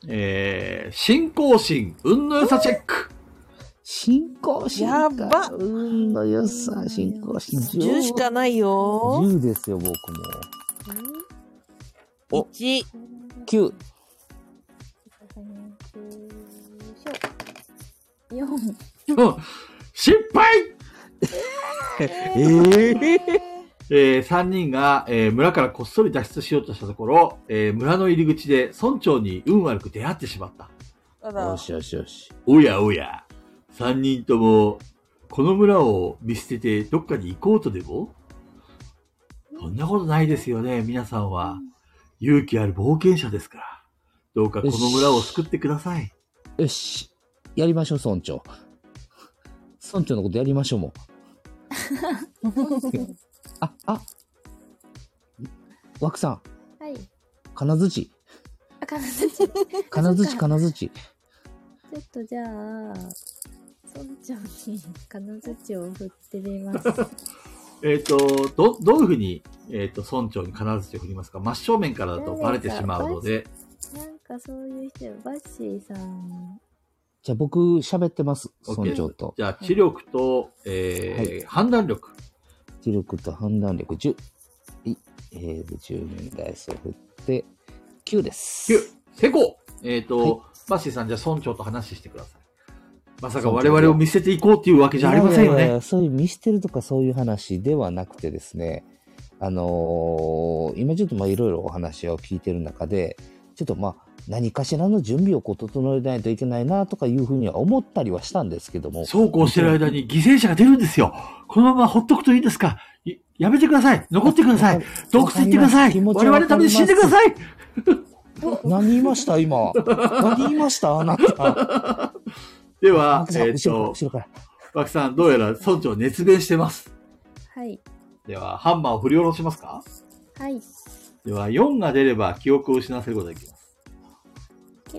A: えー、信仰心、運の良さチェック。
B: 信仰心か。
C: やば
B: 運の良さ、信仰心。
C: 10しかないよ。
B: 10ですよ、僕も。お
C: 1。
B: 9。
D: 四
A: うん 失敗
B: ええ
A: えー、3人が、えー村からこっそり脱出しようとしたところ、えー村の入り口で村長に運悪く出会ってしまった。
C: あ
B: よ
C: ら
B: しよしよし。
A: おやおや、3人ともこの村を見捨ててどっかに行こうとでもそんなことないですよね、皆さんは。勇気ある冒険者ですから。どうかこの村を救ってください。
B: よし。やりましょう、村長。村長のことやりましょう、もう。あ、あ。枠さん、
D: はい。
B: 金槌。
D: あかんちょっ
B: 金槌、金槌。
D: とじゃあ、村長に金槌を振ってみます。
A: えっ、と、ど、どういうふうに、えっ、と、村長に金槌を振りますか真正面からだとバレてしまうので、
D: なんかそういう人よ、バッシーさん。
B: じゃあ僕、喋ってます、
A: OK
B: 村長と。
A: じゃあ、知力と、えー判断力。
B: 知力と判断力10。はい。えー、10面ダイスを振って、9です。
A: 9、成功えっ、と、
B: はい
A: バッシーさん、じゃあ村長と話してください。まさか我々を見せていこうっていうわけじゃありませんよ
B: いやいやい
A: ね。
B: やそういう見捨てるとかそういう話ではなくてですね、あのー今ちょっとまあいろいろお話を聞いてる中で、ちょっとまあ何かしらの準備をこう整えないといけないなとかいうふうには思ったりはしたんですけども、
A: そうこうしてる間に犠牲者が出るんですよ。このままほっとくといいですかいやめてください残ってください洞窟行ってください
B: わかりま
A: 我々
B: す
A: のために死んでください
B: 何言いました今。何言いましたあなた。
A: では、
B: 奥さん
A: えっ、
B: 後ろか
A: と、
B: ら後ろから。
A: 枠さん、どうやら村長熱弁してます。
D: はい。
A: では、ハンマーを振り下ろしますか
D: はい。
A: では、4が出れば記憶を失わせることができます。
D: け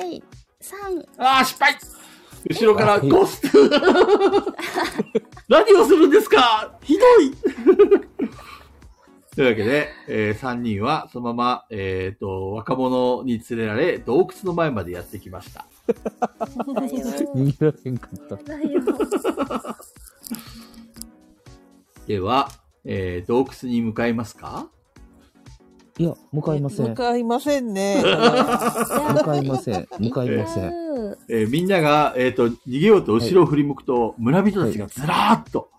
D: ーえい。3。
A: ああ、失敗後ろからゴス 何をするんですかひどい というわけで、え3人はそのまま、えっ、と、若者に連れられ、洞窟の前までやってきました。
D: だよ
B: 逃げられんかった。
D: だよ
A: では、えー洞窟に向かいますか
B: いや、向かい ません。
C: 向
B: 向
C: かいませんね。
B: かいません。向かいません。
D: ん。
A: えーみんなが、えっ、と、逃げようと後ろを振り向くと、村人たちがずらーっと、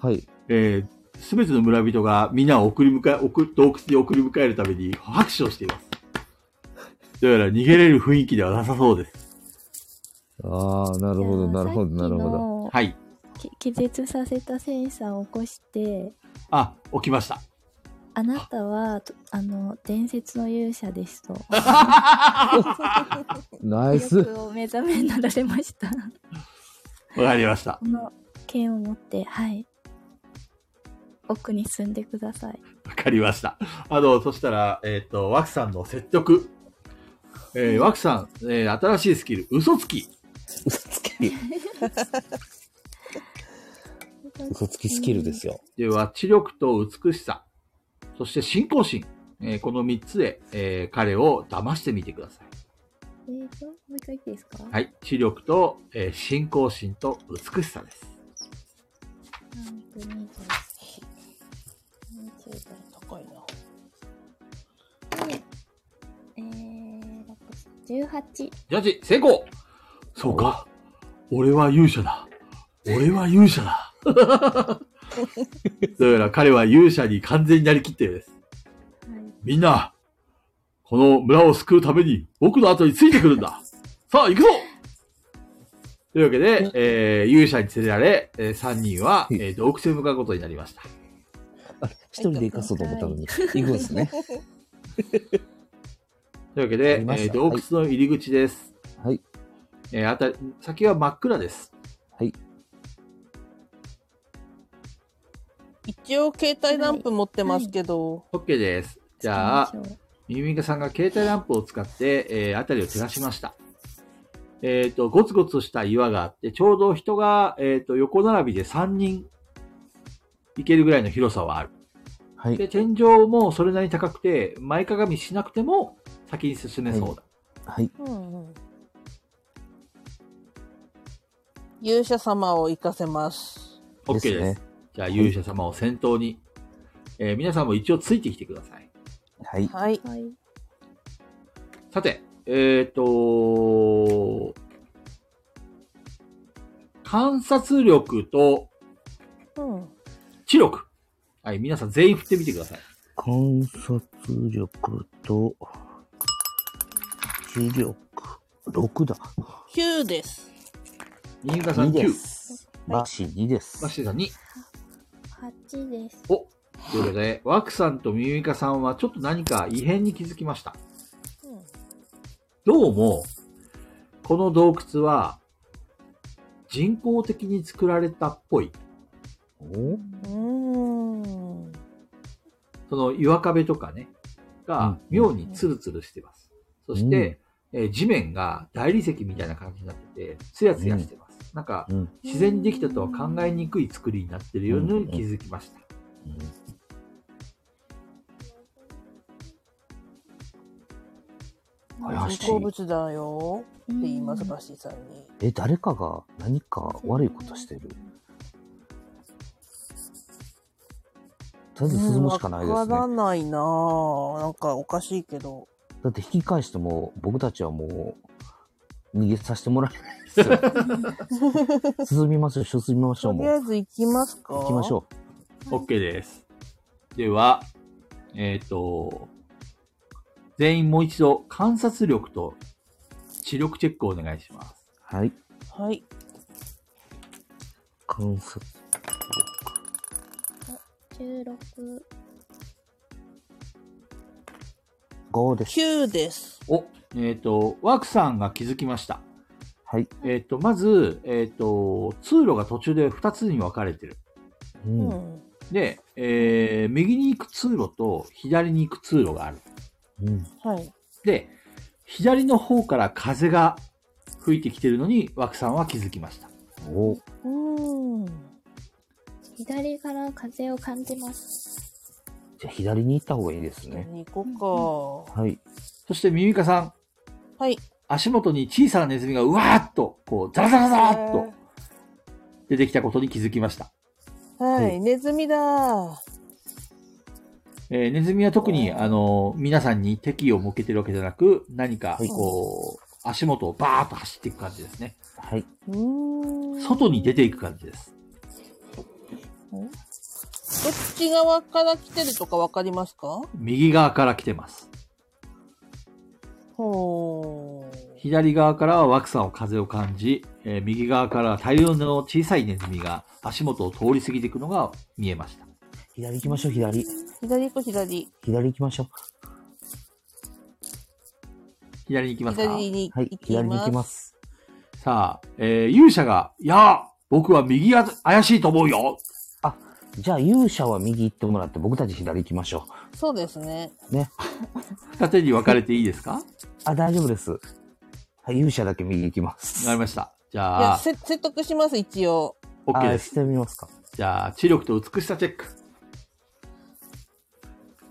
B: はい。
A: えすべての村人がみんなを送り迎え、送洞窟に送り迎えるために拍手をしています。どうやら逃げれる雰囲気ではなさそうです。
B: ああ、なるほど、なるほど、なるほど。
D: ど。
A: はい。
D: き気絶させた戦士さんを起こして、
A: あ、起きました。
D: あなたは、とあの、伝説の勇者ですと。
B: ナイ
D: 記
B: ス。
D: 憶を目覚めになられま した。
A: わかりました。
D: この剣を持って、はい。奥に進んでください。
A: わかりました。あの、そしたら、えっ、と、ワクさんの説得。えー、ワクさん、えー新しいスキル、嘘つき。
B: 嘘つき。嘘つきスキルですよ。
A: では、知力と美しさ、そして信仰心。えーこの3つで、えー彼を騙してみてください。
D: えーと、もう一回いいですか
A: はい。知力と、えー信仰心と美しさです。
D: なんと20 20
C: 高いな。
D: 代えー、18
A: ジャッジ、成功そうか。俺は勇者だ。俺は勇者 だ。どうやら彼は勇者に完全になりきったようです。みんな、この村を救うために僕の後についてくるん だ。さあ、行くぞというわけで、えー勇者に連れられ、え3人は、えー洞窟へ向かうことになりました。
B: あれ、一人で行かそうと思ったのに、行くんですね。
A: というわけ
B: あ
A: で、え
B: りました
A: ー洞窟の入り口です。
B: はい。
A: えーあたり、先は真っ暗です。
C: 一応携帯ランプ持ってますけど、
A: OK です。じゃあ
D: 使、いましょう
A: ミミカさんが携帯ランプを使って、えー、あたりを照らしました。えっ、と、ゴツゴツした岩があって、ちょうど人が、えっ、と、横並びで3人行けるぐらいの広さはある。
B: はい。
A: で、天井もそれなりに高くて、前かがみしなくても先に進めそうだ。
B: はい。
C: うんうん勇者様を生かせます。
A: OK です
B: ですね
A: じゃあ、勇者様を先頭に、えー皆さんも一応ついてきてください。
B: はい。
C: はい。
D: はい。
A: さて、えっ、と、観察力と
C: うん。
A: 知力。はい、皆さん全員振ってみてください。
B: 観察力と、知力、6だ。
C: 9です。
A: 新潟さ
B: 2
A: ん
B: で
A: 9。
B: す。バシ2です。
A: バッシーさんに。
D: 8です。
A: おということで、ワクさんとミミカさんはちょっと何か異変に気づきました。
C: うん。
A: どうも、この洞窟は人工的に作られたっぽい。
B: お
C: うーん。
A: その岩壁とかね、が
B: うん
A: 妙にツルツルしてます。そして、えー地面が大理石みたいな感じになってて、ツヤツヤしてます。なんか、
B: うん。
A: 自然にできたとは考えにくい作りになってるように気づきました。怪しい
C: 人工物だよ
D: う
C: っ
D: ん
C: て言います、バシさんに。
B: え、誰かが何か悪いことしてる。とりあえず進むしかないで
C: わ
B: すね。
C: から
B: だ
C: ないなぁ。なんかおかしいけど。
B: って引き返しても、僕たちはもう、逃げさせてもらえないですよ。 進みましょう、進みましょ
C: と
B: う、
C: り
B: も
C: あ
B: う。
C: えず行きますか。
B: 行きましょう。
A: OK です。では、えっ、と、全員もう一度観察力と視力チェックをお願いします。
B: はい。
C: う。はい。
B: 観察。
D: 16。
B: 5です。
C: 9です。
A: お、えっ、と、ワークさんが気づきました。
B: はい。
A: えっ、と、まず、えっ、と、通路が途中で2つに分かれてる。
B: う。
C: うん
B: うん
C: ん。
A: で、えー、右に行く通路と左に行く通路がある。
C: はい。
A: で、左の方から風が吹いてきてるのに、ワークさんは気づきました。
B: お、
C: うーん。
D: 左から風を感じます。
B: じゃあ左に行った方がいいですね。
C: 行こうか。
B: はい。
A: そして、ミミカさん、
C: はい。
A: 足元に小さなネズミがうわーっと、こう、ザラザラザラっと出てきたことに気づきました。
C: は。
B: はいい
C: ネズミだ。
A: えーネズミは特に、
C: うん
A: あの、皆さんに敵意を向けてるわけじゃなく、何か、
B: はい
A: こう、足元をバーッと走っていく感じですね。
B: はい。
C: うーん。
A: 外に出ていく感じです。
C: こっち側から来てるとかわかりますか
A: 右側から来てます。
C: ほー。
A: 左側からは枠さんを風を感じ、えー右側からは大量の小さいネズミが足元を通り過ぎていくのが見えました。
B: 左行きましょう、左。
C: 左行こう、左。
B: 左行きましょう。
A: 左に行きますか
C: 左に
B: はい
C: 行、き
B: 左に行き
C: ま。
B: ますす。
A: さあ、えー勇者が、いやあ僕は右が怪しいと思うよ
B: じゃあ、勇者は右行ってもらって、僕たち左行きましょう。
C: そうですね。
A: 二手に分かれていいですかわ
B: あ、大丈夫です。はい、勇者だけ右行きます。
A: かりました。じ
C: い
A: ゃ
C: や、
A: あ、
C: せ説得します、一応。
A: OK で
B: あ、
A: す
B: し。てみますか。
A: じゃあ、知力と美しさチェック。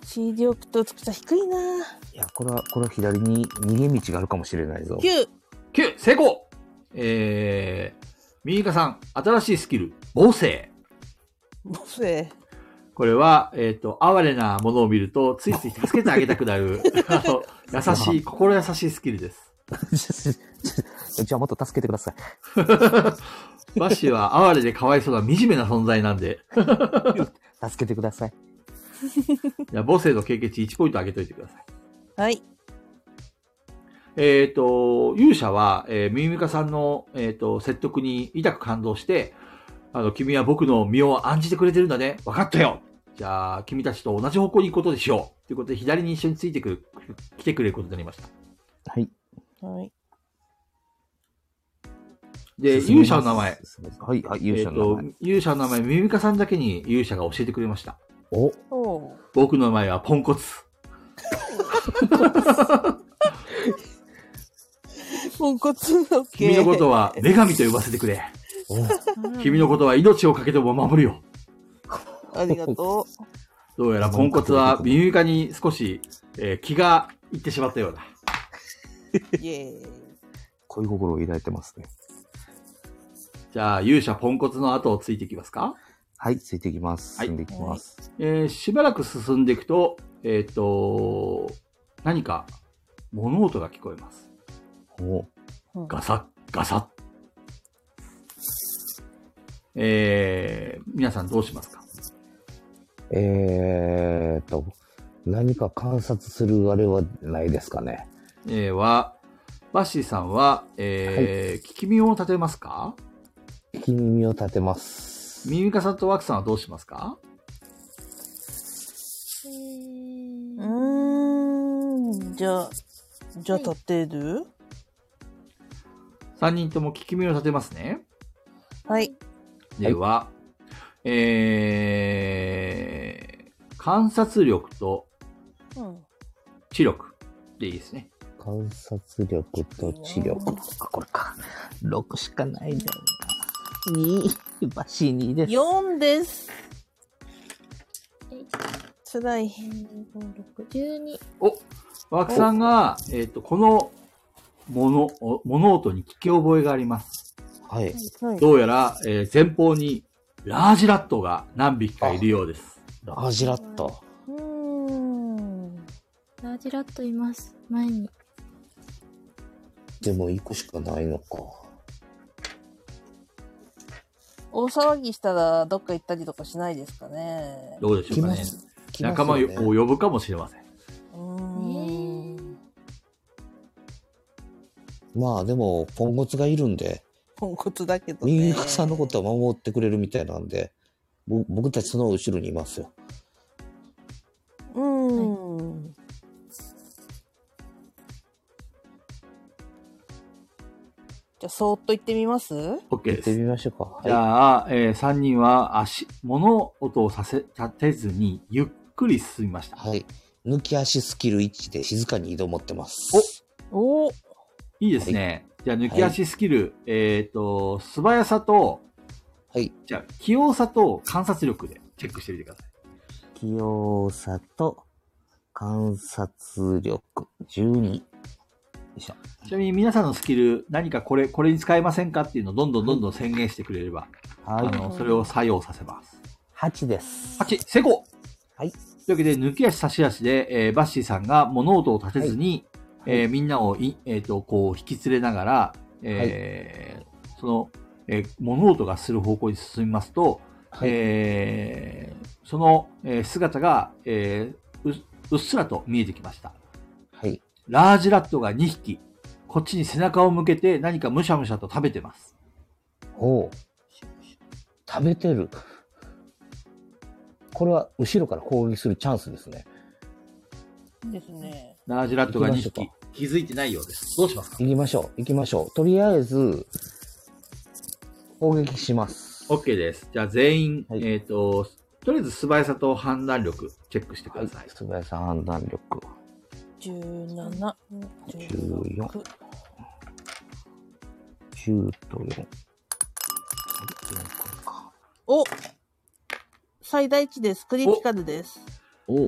C: 視力とつくさ低いなぁ。
B: いや、これは、これは左に逃げ道があるかもしれないぞ。
C: 9。
A: 9、成功えー、ミイカさん、新しいスキル、合成。
C: 母性。
A: これは、えっ、と、哀れなものを見ると、ついつい助けてあげたくな る、あの、優しい、心優しいスキルです。
B: じゃあ、もっと助けてください。
A: バッシーは哀れでかわいそうな惨めな存在なんで、
B: 助けてください。
A: いや母性の経験値1ポイント上げといてください。
C: はい。
A: えっ、と、勇者は、えー、ミミカさんの、えっ、と、説得に痛く感動して、あの、君は僕の身を案じてくれてるんだね。分かったよじゃあ、君たちと同じ方向に行くことでしようということで、左に一緒についてくる、来てくれることになりました。
B: はい。
C: はい。
A: で、
B: 進み
A: 勇者
B: ます
A: の名前。。
B: はい、はい、
A: え
B: 勇
A: っ、
B: 者の名
A: と
B: 前。、
A: 勇者の名前、ミミカさんだけに勇者が教えてくれました。
B: お、
C: おう。
A: 僕の名前はポンコツ。
C: ポンコツ、オッケー。
A: 君のこと は女神と呼ばせてくれ。
B: お、
A: 君のことは命をかけても守るよ。
C: ありがとう。
A: どうやらポンコツはミミカに少し、えー気がいってしまったようだ。
C: イエーイ。
B: 恋心を抱いてますね。
A: じゃあ、勇者ポンコツの後をついていきますか。
B: はい、ついていきます。
A: はい
B: 進んでいきます。
A: えーしばらく進んでいくと、えっ、と、何か物音が聞こえます。
B: お、
A: ガサッ、ガサッ。えー、皆さんどうしますか
B: えーっと、何か観察するあれはないですかね。
A: えーは、バッシーさんは、えー聞き耳を立てますか
B: 聞き耳を立てます。
A: ミミカさんとワクさんはどうしますか
D: えー
C: うーん、じゃあ、じゃあ
D: はい
C: 立てる
A: ?3 人とも聞き耳を立てますね。
C: はい。
A: では、えー、観察力と
C: うん。
A: 知力でいいですね。
B: 観察力と知力。あ、これか。6しかないんだよな。2、バシ2です。
C: 4です。
D: えい
C: つらい。
D: 4 5 6 12
A: おワクさんが、えっ、と、このもの、お物音に聞き覚えがあります。
B: はい。
C: はい。
A: どうやら、えー前方にラージラットが何匹かいるようです。
B: ラージラット。
C: うーん。
D: ラージラットいます前に
B: でも1個しかないのか。
C: 大騒ぎしたらどっか行ったりとかしないですかね。
A: どうでしょうかね。
B: 来ます
A: 仲
B: よ
A: 間を
B: ね
A: 呼ぶかもしれません。
C: うー
D: ね
C: ん。
B: まあでも、ポンコツがいるんで、
C: ポンコツだけどね。
B: ミミカさんのことは守ってくれるみたいなんで、ぼ僕たちその後ろにいますよ。
C: うーん。じゃあ、そーっと行ってみます
A: OK
B: 行
A: で
B: って
A: す。
B: みましょうか。
A: じゃあ、え3人は足、物音をさせ、立てずに、ゆっくり進みました。
B: はい。抜き足スキル1で静かに移動持ってます。
C: お
A: いいですね。じゃあ、抜き足スキル、えっ、と、素早さと、
B: はい。
A: じゃあ、器用さと観察力でチェックしてみてください。
B: 器用さと観察力12。よいしょ。
A: ちなみに皆さんのスキル、何かこれ、これに使えませんかっていうのをどんどんどんどん宣言してくれれば、あ
B: はい。
A: の、それを作用させます。
B: 8です。
A: 8、成功
B: はい。
A: というわけで、抜き足差し足で、えーバッシーさんが物音を立てずに、えーみんなをい、えーと、こう、引き連れながら、えーその、えー物音がする方向に進みますと、
B: はい
A: えーその、えー姿が、えーううっすらと見えてきました。
B: はい。
A: ラージラットが2匹、こっちに背中を向けて何かむしゃむしゃと食べてます。
B: おう食べてる。これは後ろから攻撃するチャンスですね。
C: ですね。
A: ラージラットが2
B: 行きまし
A: 匹、気づいてないようです。どうしますか
B: 行きましょう。行きましょう。とりあえず、攻撃します。
A: OK です。じゃあ全員、
B: はい
A: えっ、と、とりあえず素早さと判断力チェックしてく
B: はい
A: ださい。。
B: 素早さ判断力。
C: 17、
B: 14
C: 16。
B: 10と4。
C: お最大値です。クリティカルです。
A: お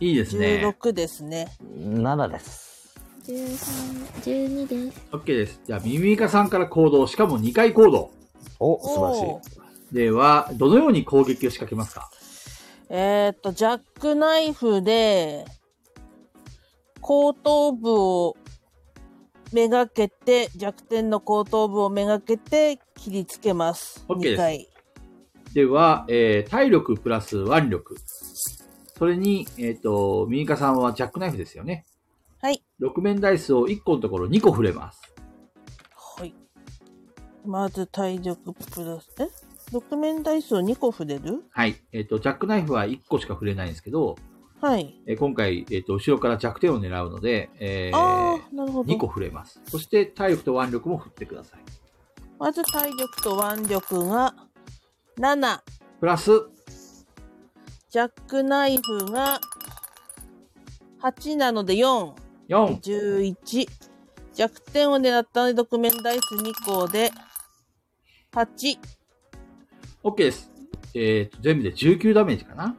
A: いいですね。
C: 16ですね。
B: 7です。
D: 1312です。
A: OK です。じゃあ、ミミイカさんから行動、しかも2回行動。
B: お、素晴らしい。
C: しい。
A: では、どのように攻撃を仕掛けますか
C: えー、っと、ジャックナイフで、後頭部をめがけて、弱点の後頭部をめがけて切りつけます。
A: OK です
C: 2回。
A: では、えー体力プラス腕力。それに、えっ、と、ミミイカさんはジャックナイフですよね。
C: はい。
A: 6面ダイスを1個のところ2個振れます。
C: はい。まず体力プラス、え ?6 面ダイスを2個振れる
A: はい。えっ、と、ジャックナイフは1個しか振れないんですけど、
C: はい。
A: えー今回、えっ、と、後ろから弱点を狙うので、えー
C: ああ、なるほど。
A: 2個振れます。そして体力と腕力も振ってください。
C: まず体力と腕力が7。
A: プラス、
C: ジャックナイフが8なので4。
A: 4。
C: 11。弱点を狙ったので、独面ダイス2個で、8。
A: OK です。えっ、と、全部で19ダメージかな。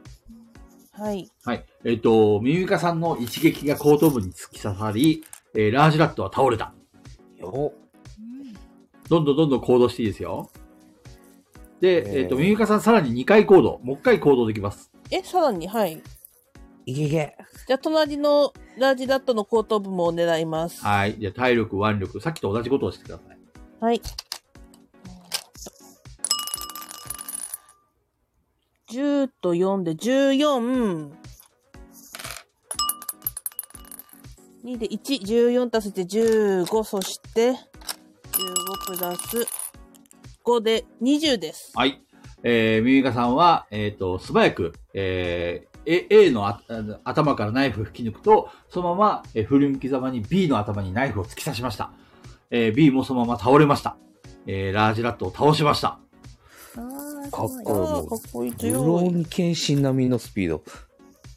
C: はい。
A: はい。えっ、と、ミミカさんの一撃が後頭部に突き刺さり、えーラージラットは倒れた。
B: よ
A: どんどんどんどん行動していいですよ。で、
B: えー
A: えっ、と、ミミカさんさらに2回行動。もう1回行動できます。
C: え、さらに、はい。
B: いけいけ。
C: じゃあ、隣のラージラットの後頭部も狙います。は
A: はい。じゃあ、体力、腕力、さっきと同じことをしてください。
C: い。10と4で14。2で1、14足して15、そして15プラス5で20です。
A: はい。えー、ミミカさんは、えっ、と、素早く、えー、A, A のああの頭からナイフを引き抜くと、そのまま、えー振り向きざまに B の頭にナイフを突き刺しました。えー、B もそのまま倒れました。えー、ラージラットを倒しました。
D: あー
B: かっ
D: すごい
B: こ
C: ああ、かっこいい
B: ブロ
C: 強
B: ー
C: い。
B: ン剣心並みのスピード。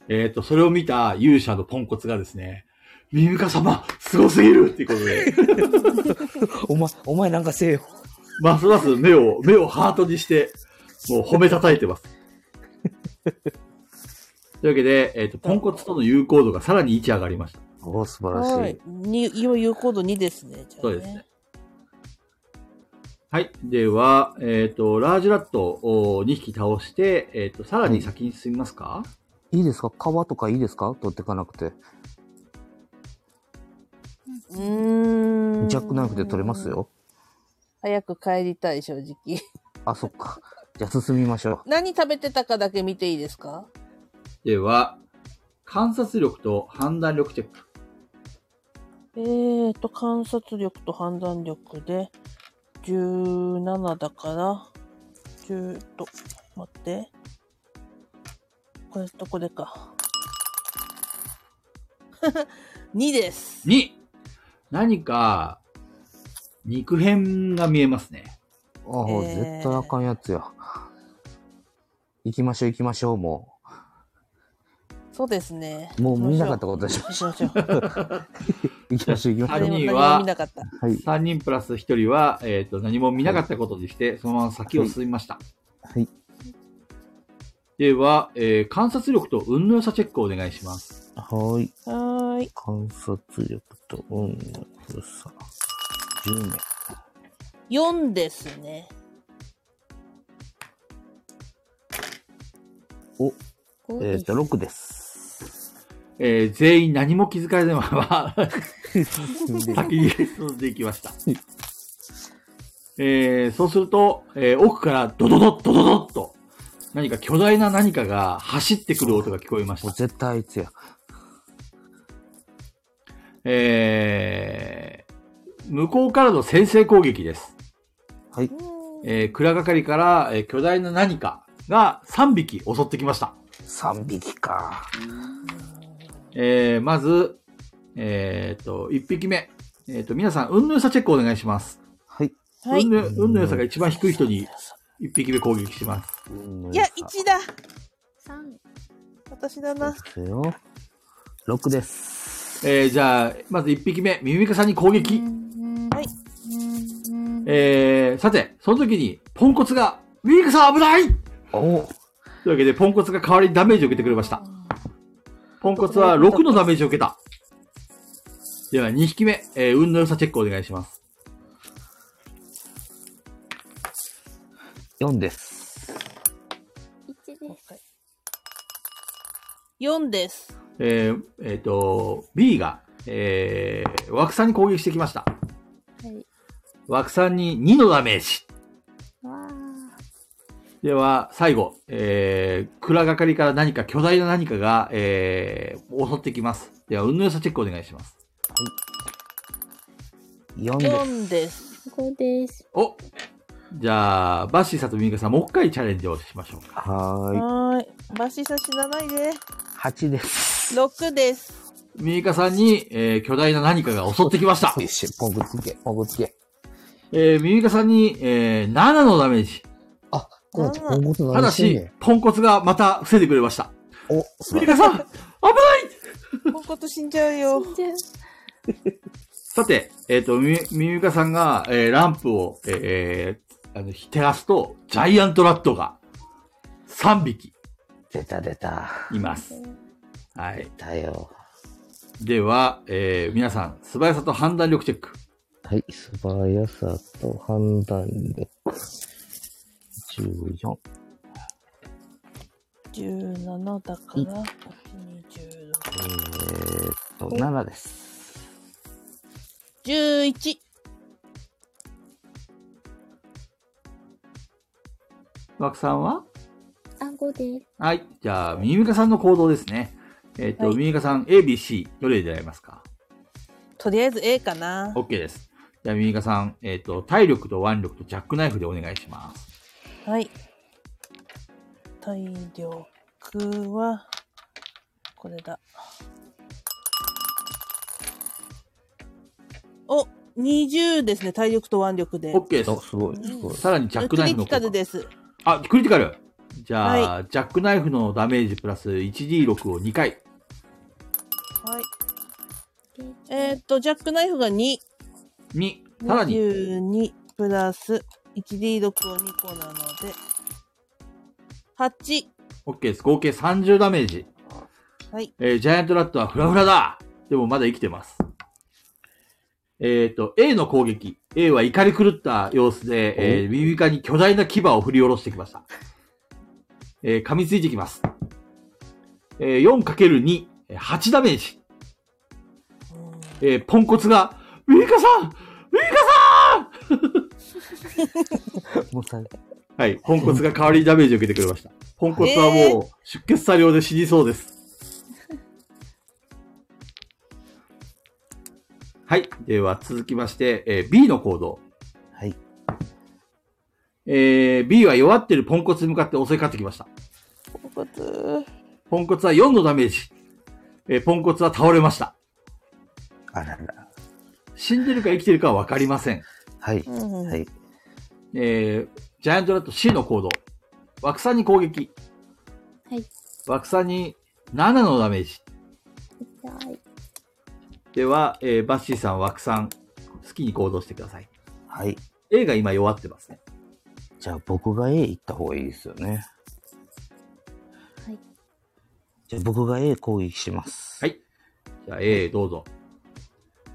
A: えっ、と、それを見た勇者のポンコツがですね、ミミカ様、すごすぎるっていうことで、
B: お前、お前なんかせえよ。
A: ますます目を、目をハートにして、もう褒めたたえてます。というわけで、えっ、と、ポンコツとの友好度がさらに1上がりました。
B: おお、素晴ら
C: は
B: しい
C: い。。に、今言うコード2ですね。じゃあ
A: そうですね。はい。では、えっ、と、ラージラットを2匹倒して、えっ、と、さらに先に進みますか、
B: いいですか皮とかいいですか取ってかなくて。
C: うーん。
B: ジャックナイフで取れます。よ。
C: 早く帰りたい、正直。
B: あ、そっか。じゃあ進みましょ
C: 何食べてたかだけ見ていいですか
A: では、観察力と判断力チェック。
C: えーと、観察力と判断力で、17だから、10と、待って。これとこれか。2です。
A: 2! 何か、肉片が見えますね。
B: う。ああ、
C: えー
B: 絶対あかんやつや。行きましょう行きましょう、も
C: そうですね。
B: う。もう見なかった
C: 行
B: ことでしょ。
C: きましょう。行きましょう。
B: 行きましょう行き
A: あ
B: ましょ
A: れ
B: う
A: に。
C: 何も
A: は
C: 見なかった。
B: はい。
A: 3人プラス1人は、えっ、と、何も見なかったことにして、そのまま先を進みました。
B: はい。
A: では、えー観察力と運の良さチェックをお願いします。
B: はい。
C: はーい。
B: 観察力と運の良さ。10名。
C: 4ですね。
B: お、
D: こう
B: え
D: で
B: っ、
D: す
B: と、6です。
A: えー全員何も気づかれないまま、先に進んでいきました。えーそうすると、えー奥からドドドッドドドッと、何か巨大な何かが走ってくる音が聞こえまし
B: もう
A: た。
B: 絶対あいつや。
A: えー向こうからの先制攻撃です。
B: はい。
A: えー暗がかりから、えー巨大な何かが3匹襲ってきました。
B: 3匹か。
A: えーまず、えーっと、1匹目。えーっと、皆さん、運の良さチェックお願いします。
B: はい。
C: はい。
A: 運
C: い
A: の運の良さが一番低い人に一匹目攻撃します。
B: 運の
C: や、
B: 良さ
C: 1だ。
D: 三
C: 私
B: そ
C: だ
B: う
C: な
B: で。すよ。6です。
A: えー、じゃあ、まず一匹目、ミミカさんに攻撃。
C: はい
A: えー、さて、その時に、ポンコツが、ミミカさん危ない
B: お
A: というわけで、ポンコツが代わりにダメージを受けてくれました。ポンコツは6のダメージを受けた。では、2匹目、えー、運の良さチェックお願いします。
B: !4 です。
D: 一です。
C: 4です。
A: えー、えーと、B が、えー、枠さんに攻撃してきました。
D: はい。
A: 枠さんに2のダメージ。
D: わ
A: では、最後、えー、暗がかりから何か巨大な何かが、えー、襲ってきます。では、運の良さチェックお願いします。
B: 4です。
C: 4です。
D: ー五です。
A: おじゃあ、バッシーさんとミミカさん、もう一回チャレンジをしましょうか。
B: はーい。
C: はーい。バシさ死なないで。
B: 8です。
C: 6です。
A: ミミカさんに、えー、巨大な何かが襲ってきました。
B: よし、ポンコつけ、ポンコつけ。
A: えー、ミミカさんに、えー、7のダメージ。
B: あ、こうやってポンコツ
A: ただ
B: 何してんね
A: し
B: ん。、
A: ポンコツがまた防いでくれました。
B: お、
A: ミ
B: 素晴
A: ミ
B: らし
A: カさん、危ない
C: ポンコツ死んじゃうよ。
D: 死んじゃう
A: さて、えっ、と、ミミミカさんが、えー、ランプを、えー、あの、照らすと、ジャイアントラットが、3匹。
B: い。出た出た。
A: います。はい。
B: だよ。
A: では、えー皆さん、素早さと判断力チェック。
B: はい、素早さと判断力。14。
C: 17だから、
B: えー、っと、7です。
C: 11。
A: 枠さんは
D: あ、五です。
A: はい。じゃあ、ミミカさんの行動ですね。えっ、と、
C: はい
A: ミミカさん、A、B、C、どれでやりますか
C: とりあえず A かな。
A: ?OK です。じゃあ、ミミカさん、えっ、と、体力と腕力とジャックナイフでお願いします。
C: はい。体力は、これだ。お、20ですね。体力と腕力で。
A: OK です
B: お、。すごい、すごい。
A: さらにジャックナイフ
C: ク
A: の
C: リティカルです。
A: あ、クリティカルじゃあ、ジャックナイフのダメージプラス 1D6 を2回。
C: はい。えーっと、ジャックナイフが2。
A: に、さらに、
C: 22プラス 1D6 を2個なので、8。
A: OK です。合計30ダメージ。
C: はい。
A: えージャイアントラットはフラフラだでもまだ生きてます。えっ、と、A の攻撃。A は怒り狂った様子で、えー、ミミカに巨大な牙を振り下ろしてきました。えー噛みついてきます。えー 4×2、えー8ダメージ。えーポンコツが、ミミカさんミミカさん
B: もうさ、
A: はい、ポンコツが代わりにダメージを受けてくれました。ポンコツはもう出血作量で死にそうです。はい、では続きまして、えー B の行動。
B: はい。
A: えー B は弱ってるポンコツに向かって襲いかかってきました。
C: ポンコツ。
A: ポンコツは4のダメージ。えーポンコツは倒れました。
B: あらら。
A: 死んでるか生きてるかはわかりません。
B: はい。
C: うん
B: はい。
A: えージャイアントラット C の行動。枠さんに攻撃。
D: はい。
A: 枠さんに7のダメージ。
D: 痛い。
A: では、えーバッシーさん、枠さん、好きに行動してください。
B: はい。
A: A が今弱ってますね。
B: じゃあ僕が A 行った方がいいですよね。
D: はい。
B: じゃあ僕が A 攻撃します。
A: はいじゃあ A どうぞ。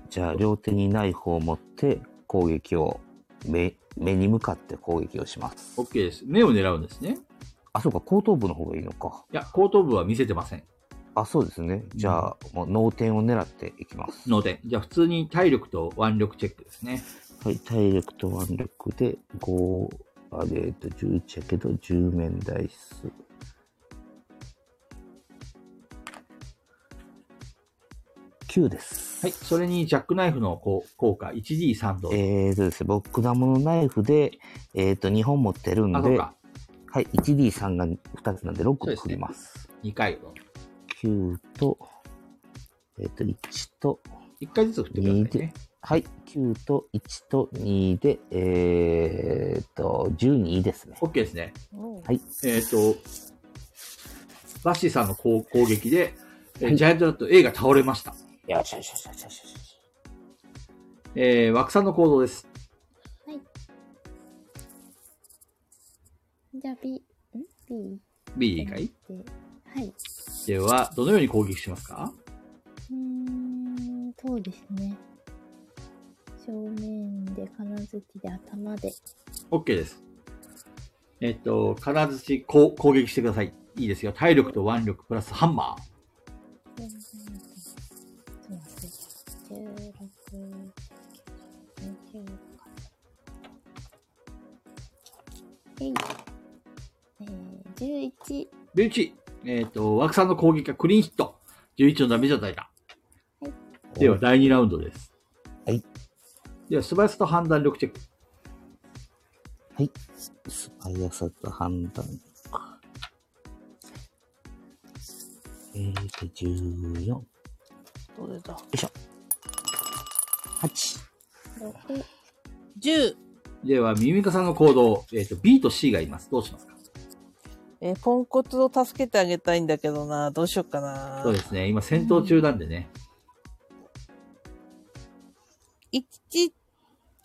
B: じゃあ両手にナイフを持って攻撃を、目、目に向かって攻撃をします。
A: OK です。目を狙うんですね。
B: あ、そうか、後頭部の方がいいのか。
A: いや、後頭部は見せてません。
B: あ、そうですね。じゃあ、もう脳天を狙っていきます。
A: ので、じゃあ普通に体力と腕力チェックですね。
B: はい、体力と腕力で5、あれ、えっと、11やけど、10面ダイス。9です。
A: はい。それにジャックナイフのこう効果、1D3 度。
B: えーとですね、僕、果物ナイフで、えーと、2本持ってるんで、
A: あ、そうか
B: は。い、1D3 が2つなんで6
A: そう
B: で
A: です
B: 振
A: ね
B: ります。
A: 2回を。
B: 9と、えーと、1と、
A: 1回ずつ振ってくださいね。
B: はい、9と1と2で、えーと、12ですね。
A: OK ですね。
C: うん
B: はい、
A: えっ、と、バッシーさんのこう攻撃で、えー
B: はい
A: ジャイアントラット A が倒れました。
B: よしよしよしよしよしよし。
A: えー、枠さんの行動です。
D: じゃあ B、ん ?B?
A: B いいかい
D: ではい。
A: では、どのように攻撃しますか
D: うーん、そうですね。正面で金槌で頭で。
A: ?OK です。えっと、金槌こう攻撃してください。いいですよ。体力と腕力プラスハンマー。
D: ちょっと待って。16、20か。えい。えー、11。
A: ビューチえっと、枠さんの攻撃がクリーンヒット。11のダメージを与えた。では、第2ラウンドです。
B: はい。
A: では、素早さと判断力チェック。
B: はい。素早さと判断力。えーと、14。よ
C: どれだ
B: いしょ。8。
D: 6
C: ?10。
A: では、ミミカさんの行動。えっ、と、B と C がいます。どうしますか
C: えーポンコツを助けてあげたいんだけどな。どうしようかな。
A: そうですね。今、戦闘中なんでね。
C: 1、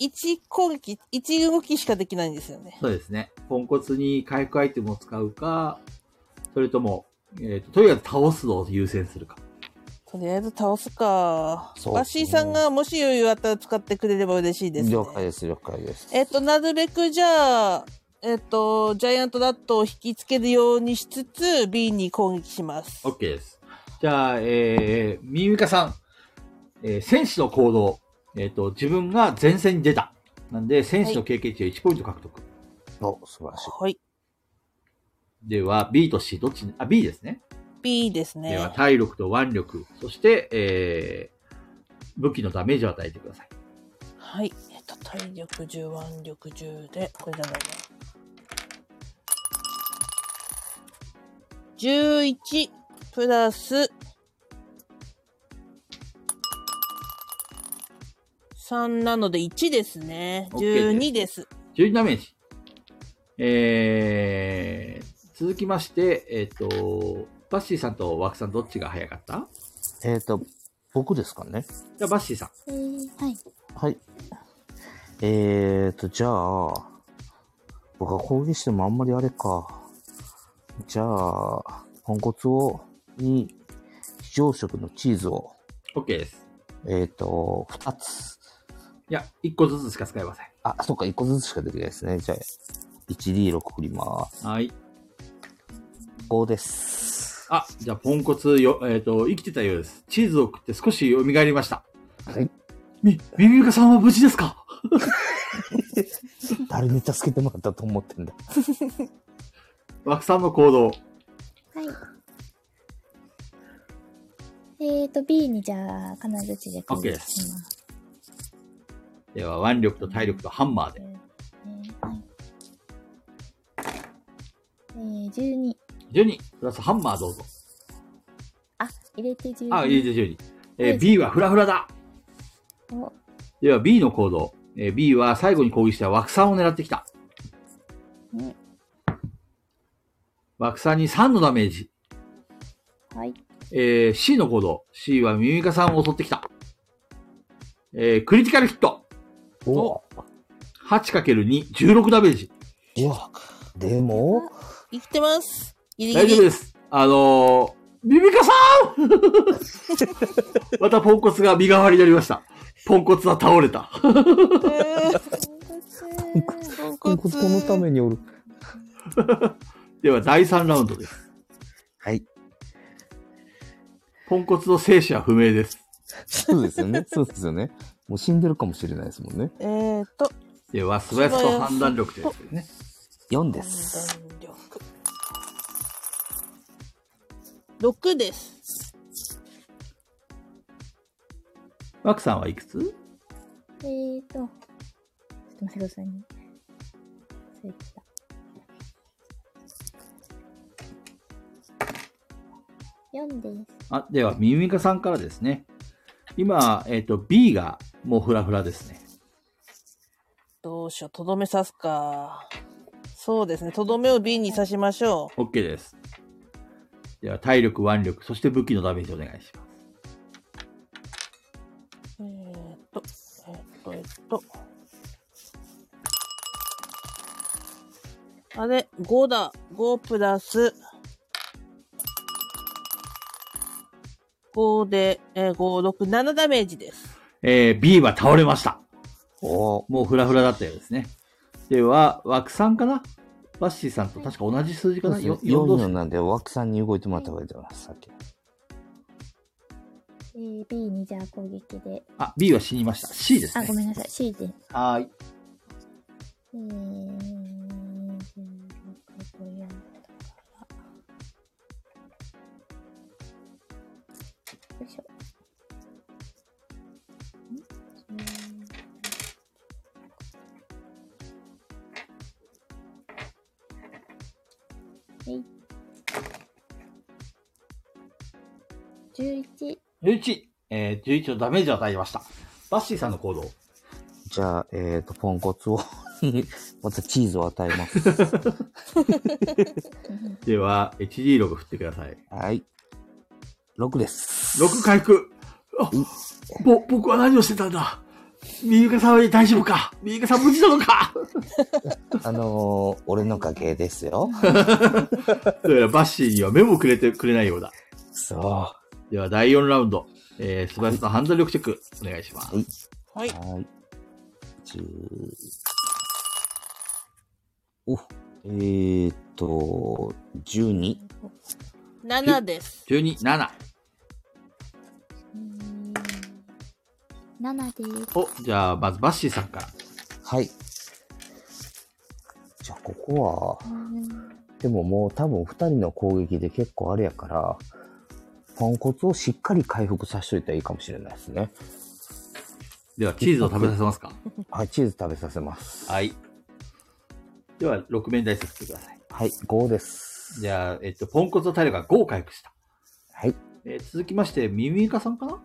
C: 1攻撃、1動きしかできないんですよね。
A: そうですね。ポンコツに回復アイテムを使うか、それとも、えっ、と、とりあえず倒すのを優先するか。
C: とりあえず倒すか。
B: そう
C: バッシーさんがもし余裕あったら使ってくれれば嬉しいです、ね。
B: 了解です、了解です。
C: えっ、と、なるべくじゃあ、えっ、と、ジャイアントラットを引きつけるようにしつつ、B に攻撃します。
A: OK です。じゃあ、えー、ミミカさん、えー戦士の行動、えっ、と、自分が前線に出た。なんで、戦士の経験値を1ポイント獲得。
B: お、素晴らしい。
C: はい。
A: では、B と C、どっちに、あ、B ですね。
C: B です
A: で
C: ね
A: は、。体力と腕力、そして、えー、武器のダメージを与えてください。
C: はい。えっと、体力10、腕力10で、これじゃないな。11プラス3なので1ですね。12
A: OK
C: です。
A: 12ダメージ。えー、続きまして、えっ、と、バッシーさんとワクさんどっちが早かった
B: えっ、と、僕ですかね。
A: じゃあバッシーさん。
D: えー、はい。
B: はい。えーと、じゃあ、僕は攻撃してもあんまりあれか。じゃあ、ポンコツを、に、非常食のチーズを、
A: OK です。
B: えーと、2つ。
A: いや、1個ずつしか使えません。
B: あ、そっか、1個ずつしかできないですね。じゃあ、1D6 振ります。
A: はい。
B: 5です。
A: あ、じゃあポンコツよ、えっ、と、生きてたようです。チーズを食って少し蘇りました。
B: はい。
A: み、ミミウカさんは無事ですか
B: 誰に助けてもらったと思ってんだ。
A: ワクさんの行動。
D: はい。えーと、B にじゃあ、金槌で攻撃します。
A: では、腕力と体力とハンマーで。
D: はいえー、12。
A: 12、プラスハンマーどうぞ。
D: あ、入れて12。
A: あ、いいです、12。え
D: は
A: ー、
D: い
A: B はフラフラだ。
D: お
A: では、B の行動。えー、B は最後に攻撃したワクさんを狙ってきた。
D: うん
A: ワクさんに3のダメージ。
D: はい。
A: えー、C の行動。C はミミカさんを襲ってきた。えー、クリティカルヒット。
B: お
A: 8×2、16ダメージ。
B: うわ、でも、
C: 生きてます。ギリギ
A: 大丈夫
C: リ。
A: です。あのー、ミミカさんまたポンコツが身代わりになりました。ポンコツは倒れた。
C: えーポン
B: ポ
C: コ
B: ン
C: ツ
B: コツこのためにおる。
A: では、第3ラウンドです。
B: はい。
A: ポンコツの生死は不明です。
B: そうですよ ね。そうですよね。もう死んでるかもしれないですもんね。
C: えーと、
A: では、素早さと判断力というやつですね。
B: 4
C: 判
B: です。
C: 断力。6です。
A: マクさんはいくつ
D: えーと、ちょっと待ってくださいね。忘れてた。4です。
A: あ、では、ミミカさんからですね。今、えっ、と、B がもうフラフラですね。
C: どうしよう、とどめ刺すか。そうですね、とどめを B に刺しましょ
A: OK です。では、体力、腕力、そして武器のダメージお願いします。
C: う。えーと、えーと、えーと。あれ、5だ。5プラス。5で、えー、5、6、7ダメージです。
A: えー、B は倒れました。
B: おー
A: もうフラフラだったようですね。では、枠さんかなバッシーさんと確か同じ数字かな、よ
B: 4
A: 4同
B: 4
A: 士。
B: なんで、枠さんに動いてもらった方がいいと思います、さっき。
D: えー、B にじゃあ攻撃で。
A: あ、B は死にました。C です
D: あ、ご
A: ね。
D: めんなさい。C です。
A: はーい。
D: えー、16と4とから。よいしょ。んえい。11。
A: 11。えー、11のダメージを与えました。バッシーさんの行動。
B: じゃあ、えっ、と、ポンコツを、 またチーズを与えます。
A: では、1D6 振ってください。
B: はい。6です。
A: 6回復。あ、ぼ、僕は何をしてたんだみゆかさんは大丈夫かみゆかさん無事なのか
B: あのー、俺の家系です よ。
A: どうやらバッシーには目もくれてくれないようだ。
B: そう。は
A: では、第4ラウンド。えー、素早さと判断力チェック、お願いします。
B: い。
C: はい。
B: はい。十。お、えーっと、十二。
C: 7です。
A: 12、7。
D: 7です。
A: お、じゃあ、まずバッシーさんから。
B: はい。じゃあ、ここは、でももう多分二人の攻撃で結構あれやから、ポンコツをしっかり回復させといたらいいかもしれないですね。
A: では、チーズを食べさせますか。
B: はい、チーズ食べさせます。
A: はい。では、6面台させてください。
B: はい、5です。
A: じゃあ、えっと、ポンコツのタイルが5を回復した。
B: はい。
A: えー続きまして、ミミイカさんかな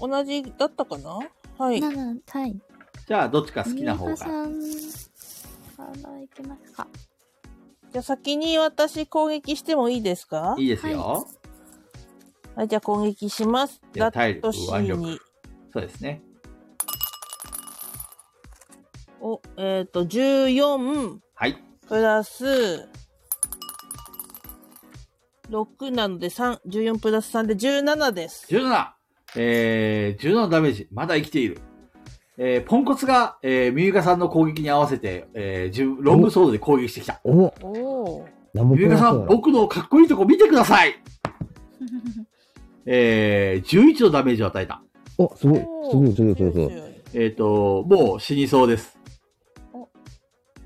C: 同じだったかなはい。
D: 7、はい。
A: じゃあ、どっちか好きな方
D: 新潟
A: が。
D: さんからいきますか。
C: じゃあ先に私攻撃してもいいですか
A: いいですよ。
C: はい、じゃあ攻撃します。
A: じゃ
C: だ
A: あ、体力
C: と、し
A: 腕
C: に
A: 力。。そうですね。
C: お、えっ、と、14
A: はい。
C: プラス6なので3、14プラス3で17です。
A: 17! えー、17のダメージ。まだ生きている。えー、ポンコツが、えー、ミミイカさんの攻撃に合わせて、えーじゅ、ロングソードで攻撃してきた。
E: お
C: おお。
E: 何も
A: ミミイカさん、僕のかっこいいとこ見てくださいえー、11のダメージを与えた。
E: お、すごい。すごい、すごい、すごい。すごい
C: 強い
A: えっ、と、もう死にそうです。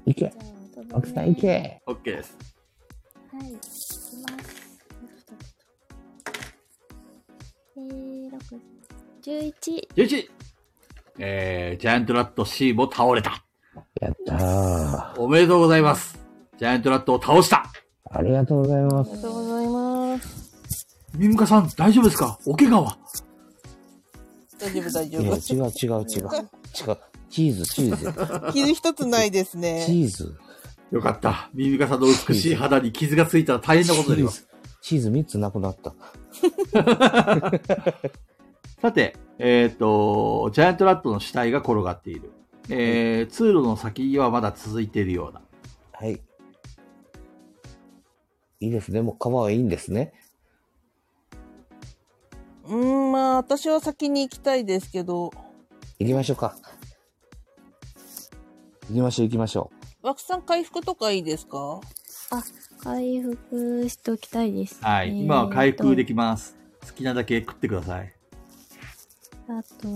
E: い
D: じゃ
E: け。
D: あ、
E: 奥さん、いけ。
A: OK です。
D: はい、いきます。えー、六、十一。
A: 11! えー、ジャイアントラット C も倒れた。
E: やったー。
A: おめでとうございます。ジャイアントラットを倒した。
E: ありがとうございま
C: あ
E: す。
C: りがとうございます。
A: ミミカさん、大丈夫ですかお怪我は
C: 大丈夫、大丈
B: いや、違う、違う、違う
C: 夫。、
B: 違う。チーズ、チー ズ、
C: 傷一つないです
B: チ
C: ね。
B: ーズ。
A: よかった。ミミカさんの美しい肌に傷がついたら大変なことになります。
B: チーズ3つなくなった。
A: さて、えっ、と、ジャイアントラットの死体が転がっている。えー、通路の先はまだ続いているようだ。
B: はい。いいですね。もう皮はいいんですね。
C: うーん、まあ、私は先に行きたいですけど、
B: 行きましょうか。行きましょう、行きましょ
C: 枠さん回復とかいいですか
D: 回復しておきたいです。
A: はい。今は回復で
D: き。
A: きます。好きなだけ食ってください。
D: あと、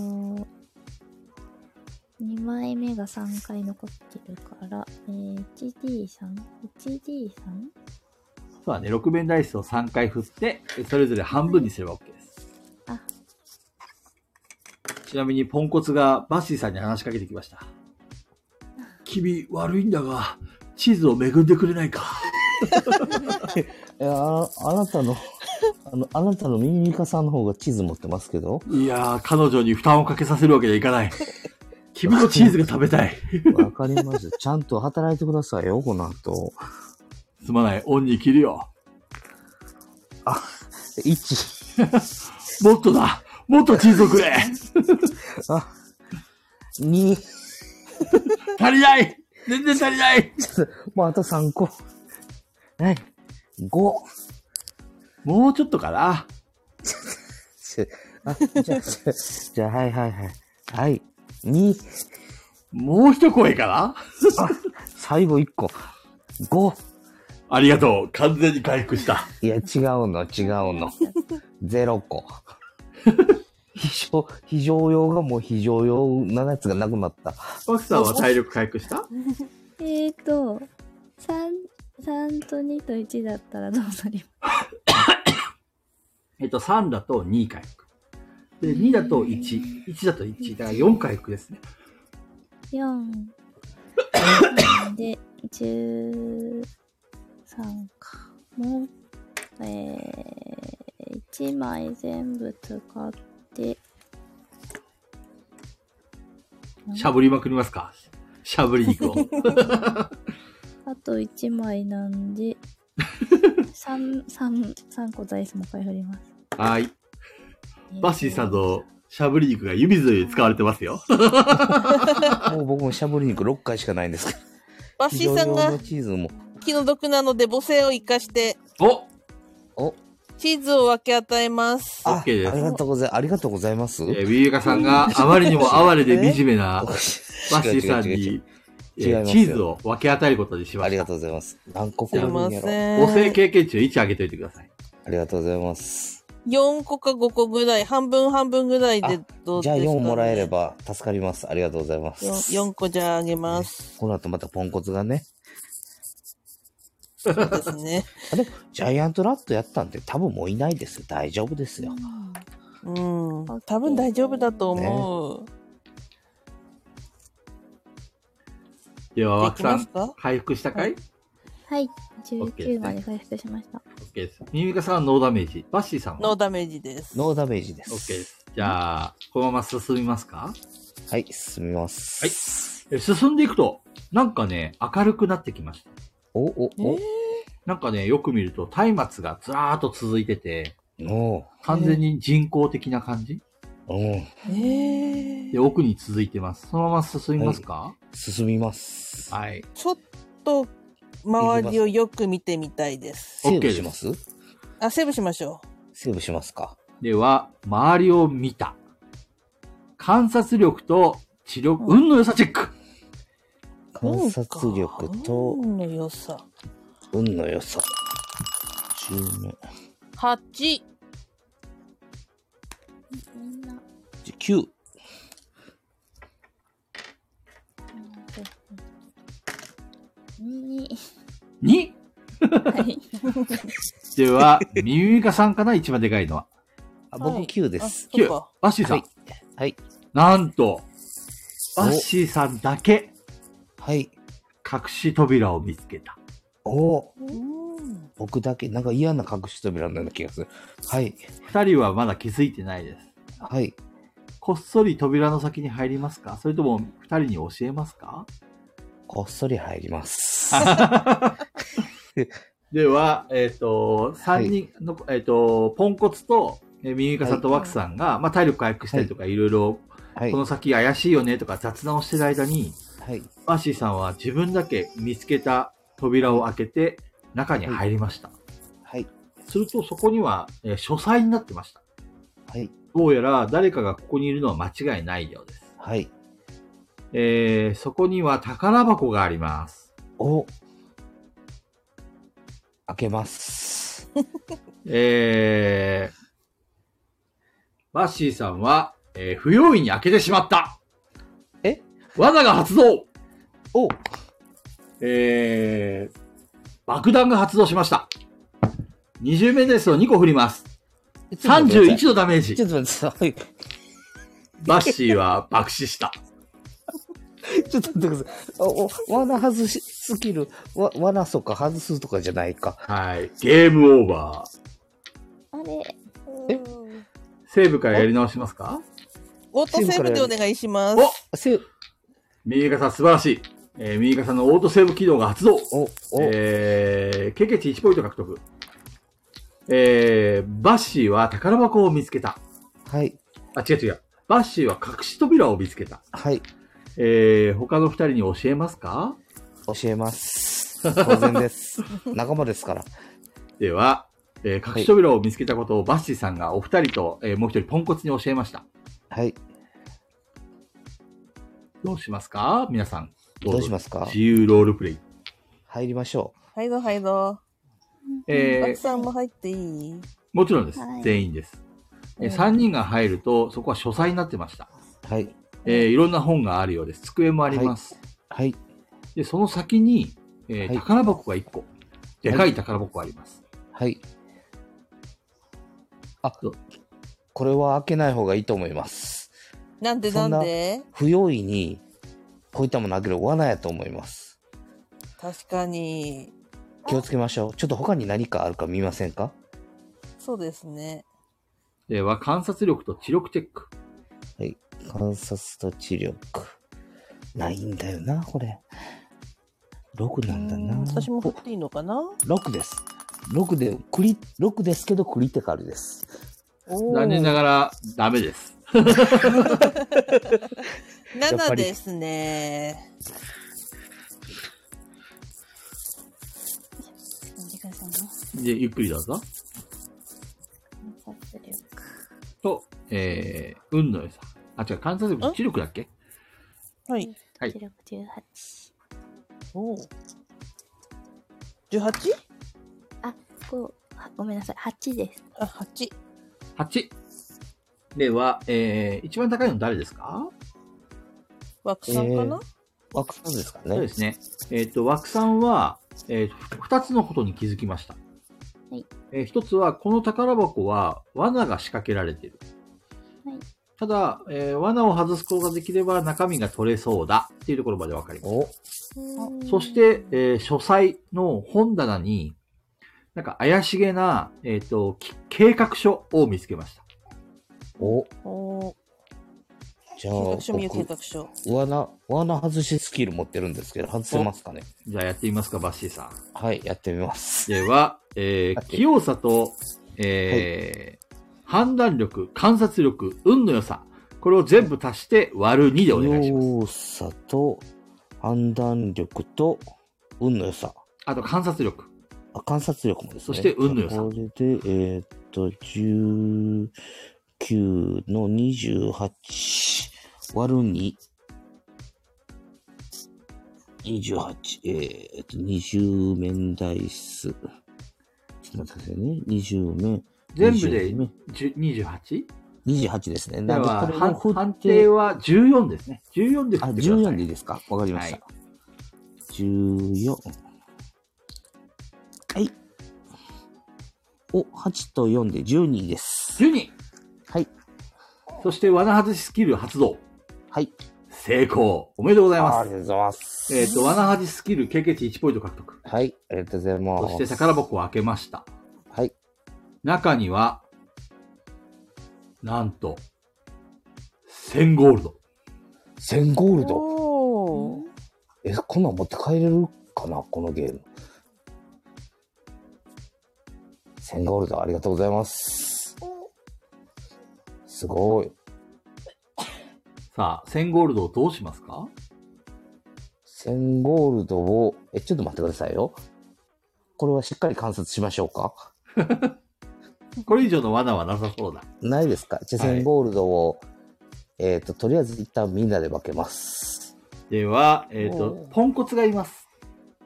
D: 二枚目が三回残ってるから、えー、一 D さん、一 D さん。
A: そうだね、6面ダイスを3回振って、それぞれ半分にすれば OK です。
D: あ
A: ちなみに、ポンコツがバッシーさんに話しかけてきま した。君、悪いんだが、チーズを恵んでくれないか。
B: う。いや、ああなた の、あの、あなたのミミカさんの方がチーズ持ってますけど、
A: いやー、彼女に負担をかけさせるわけにはいかない。 君のチーズが食べたい。
B: わかります。 ちゃんと働いてくださいよ、この後。
A: すまない、恩に切るよ。
B: 1。
A: もっとだもっとチーズをくれ
B: あ、2。
A: 足りない全然足りない
B: もうあと3個。はい。5。
A: もうちょっとかな。
B: あ、 じゃあ、じゃあ、はいはいはい。はい。2。
A: もう一声かな
B: 最後1個。5。
A: ありがとう。完全に回復した。
B: いや、違うの、違うの。0個。非常、非常用がもう非常用なやつがなくなった。
A: マクさんは体力回復した
D: えーと、三、三と二と一だったらどうなり
A: えっと、3だと2回復。で、2だと1。1だと1。だから4回復ですね。
D: 四で十三かもうえー、1枚全部使って
A: しゃぶりまくりますかしゃぶり肉を。
D: あと1枚なんで三三三個ダイスも買い振ります
A: はい。
D: えー
A: バッシーさんのしゃぶり肉が指ぞり使われてますよ。
B: もう僕もしゃぶり肉6回しかないんですけど。
C: バッシー
B: 非
C: さん
B: 常用
C: が
B: のチーズも。
C: 気の毒なので母性を生かして、
A: お
B: お、
C: チーズを分け与えます。
B: あ、
A: OK です
B: ありがとうございます。ありがとうございます。
A: えー、ビーカさんがあまりにも哀れで惨めな
B: お
A: バッ
B: 違う
A: シーさん
B: 違う違う違
A: に、
B: う
A: え
B: 違い
A: ー
B: ます
A: チ
B: よ
A: ーズを分け与えることにしま
B: あり
A: し
B: が
A: た。
B: とうございます。何個
C: す
B: か
C: いま
B: んやろ。
A: お
C: せ
A: 性
C: ん。
A: 経験値を1上げといてください。
B: ありがとうございます。
C: 4個か5個ぐらい、半分半分ぐらいでどうです
B: じ
C: か、
B: ゃあ
C: ね、
B: 4もらえれ。ば助かります。ありがとうございます。
C: 4, 個じゃああげます。
B: この後またポンコツがね。
C: そうですね。
B: あれジャイアントラットやったんで多分もういないですよ。大丈夫ですよ。
C: うん。多分大丈夫だと思う。
A: では、
C: で
A: 枠
C: き
A: さ
C: ます
A: ん、
C: か
A: 回復したかい
D: はい、19まで回復しました。
A: ?OK です。ミミカさんはノーダメージ。バッシーさん
C: ノー
A: は
C: ダメージです。
B: ノーダメージです。
A: ?OK です。じゃあ、このまま進みますか
B: はい、進みます。
A: え進んでいくと、なんかね、明るくなってきました。
B: お、お、お、
A: なんかね、よく見ると、松明がずらーっと続いてて、
B: お、
A: 完全に人工的な感じ
B: お、
C: えー
A: で、奥に続いてます。そのまま進みますか
B: 進みます。
A: はい。
C: ちょっと周りをよく見てみたいです。
B: セーブします
C: あ、セーブしましょ
B: セーブしますか。
A: では、周りを見た。観察力と知力、
C: うん
A: 運の良さチェック
C: う。
B: 観察力と
C: 運の良さ。
B: 運の良さ。10名。
C: 8。
D: みんな、
B: 9。
D: 22。
A: !2!
D: はい。
A: では、ミミカさんかな一番でかいのは。
B: あ、僕
C: はい
B: 9で
C: あ、
B: す。
C: そうか。
A: バッシーさん。
B: はいはい。
A: なんと、バッシーさんだけ
B: はい。
A: 隠し扉を見つけた。
B: お
C: うん
B: 僕だけ、なんか嫌な隠し扉のような気がする。はい。
A: 二人はまだ気づいてないです。
B: はい。
A: こっそり扉の先に入りますかそれとも二人に教えますか
B: こっそり入ります。
A: では、えっ、と、三人の、えっ、と、ポンコツと、えーミミカさんと
B: はい
A: ワクさんが、まあ、体力回復したりとか、いろいろ、
B: はい
A: こ。の先怪しいよねとか雑談をしてる間に、
B: はい。
A: バッシーさんは自分だけ見つけた扉を開けて、中に入りました。
B: はい。
A: すると、そこには、えー書斎になってました。
B: はい。
A: どうやら誰かがここにいるのは間違いないようです。
B: はい。
A: えー、そこには宝箱があります。
B: お開けます。
A: えー、バッシーさんは、えー不用意に開けてしまった
B: え
A: 罠が発動
B: お
A: えー、爆弾が発動しました。20メートルを2個振ります。31のダメー
B: ち
A: ジ
B: ょ。っと待ってくださ
A: バッシーは爆死した。
B: い。ちょっと待ってください。お、お、罠外し、スキル、わ、罠とか外すとかじゃないか。
A: はい。ゲームオーバー。
D: あれ、
B: え
A: セーブからやり直しますか
C: オートセーブでお願いします。
B: せ、
A: 右肩素晴らしい。えー、右肩のオートセーブ機能が発動。
B: お、お、
A: えー、経験値1ポイント獲得。えー、バッシーは宝箱を見つけた。
B: はい、
A: あ、違う違う。バッシーは隠し扉を見つけた。
B: はい、
A: えー、他の二人に教えますか
B: 教えます。当然 です。仲間ですから。
A: では、えー、隠し扉を見つけたことをバッシーさんがお二人と、えーもう一人ポンコツに教えました。
B: はい、
A: どうしますか皆さん。
B: どうしますすか
A: 自由ロールプレイ。
B: 入りましょ
C: はいどはいど。
A: え
C: バ
A: ー
C: ツ、さんも入っていい
A: もちろんです
D: は。い
A: 全員です。えー、
C: うん
A: 3人が入ると、そこは書斎になってました。
B: う。はい、
A: えーいろんな本があるようです。机もあります。
B: はい、
A: で、その先に、えー
B: はい
A: 宝箱が1個。でかい宝箱があります。
B: はい。あ、これは開けない方がいいと思います。
C: なんでな
B: そんなん
C: で
B: 不用意に、こういったもの開ける罠やと思います。
C: 確かに。
B: 気をつけましょう。ちょっと他に何かあるか見ませんか
C: そうですね。
A: では、観察力と知力チェック。
B: 観察と知力。ないんだよな、これ。6なんだな
C: うん。私も振っていいのかな
B: 6です。6で、クリ、6ですけどクリティカルです。
C: お
A: 残念な
C: ー
A: がら、ダメです。
B: やっぱ
C: 7
B: り
C: ですね。
D: 見てくださいね。
A: で、ゆっくりどうぞ。
D: 観察力。
A: と、えー、運の良さ。あ、違う、観察力と知力だっけ
C: はい。
A: はい
D: 知力18。
C: おー 18?
D: こう、あごめんなさい、8です。
C: あ、8。
A: ?8。では、えー、一番高いの誰ですか
C: 枠さんかな、
B: 枠さんですかね。
A: そうですね。えっ、と、枠さんは、えー、2つのことに気づきました。
D: はい
A: えー、1つは、この宝箱は罠が仕掛けられている。ただ、えー罠を外すことができれば中身が取れそうだっていうところまでわかります。
B: お、
A: そして、えー書斎の本棚に、なんか怪しげな、えっ、と、き計画書を見つけました。
B: お、
C: おー
B: じゃあ、
C: 計画書見よ計
B: 僕、
C: 画書。
B: 罠、罠外しスキル持ってるんですけど、外せますかね
A: じゃあやってみますか、バッシーさん。
B: はい、やってみます。
A: では、えー、器用さと、えー判断力、観察力、運の良さ。これを全部足して割る2でお願いします。
B: 動作と、判断力と、運の良さ。
A: あと観察力。
B: あ観察力もです
A: そ
B: ね。
A: して運の良さ
B: これで、えーっと、19の28割る2。28、えーっと、20面ダイス。ちょっと待ってくださいね。20面。
A: 全部で
B: 20面
A: 10 28?
B: 28ですね。
A: で
B: なんで
A: は、
B: これを
A: 判
B: 振って
A: 判定は14ですね。14で振
B: あ、
A: ってください。
B: 14でいいですかわかりました。
A: は
B: 14。はい。お、8と4で12です。
A: 12!
B: はい。
A: そして罠外しスキル発動。
B: はい。
A: 成功おめでとうございま
B: り
A: す。
B: がとうございます。
A: えっ、と、罠外しスキル経験値1ポイント獲得。
B: はい。ありがとうございます。
A: そして宝箱を開けました。
B: はい。
A: 中には、なんと、1000ゴールド。
B: 1000ゴールド。
C: おー
B: え、こんなん持って帰れるかなこのゲーム。1000ゴールド、ありがとうございます。すごい。
A: さあ、1000ゴールドをどうしますか
B: 1000ゴールドを、え、ちょっと待ってくださいよ。これはしっかり観察しましょうか
A: これ以上の罠はなさそうだ。
B: ないですかじゃあ
A: はい
B: 1000ゴールドを、えっ、と、とりあえず一旦みんなで分けます。
A: では、えっ、
C: お
A: と
C: う、
A: ポンコツがいます。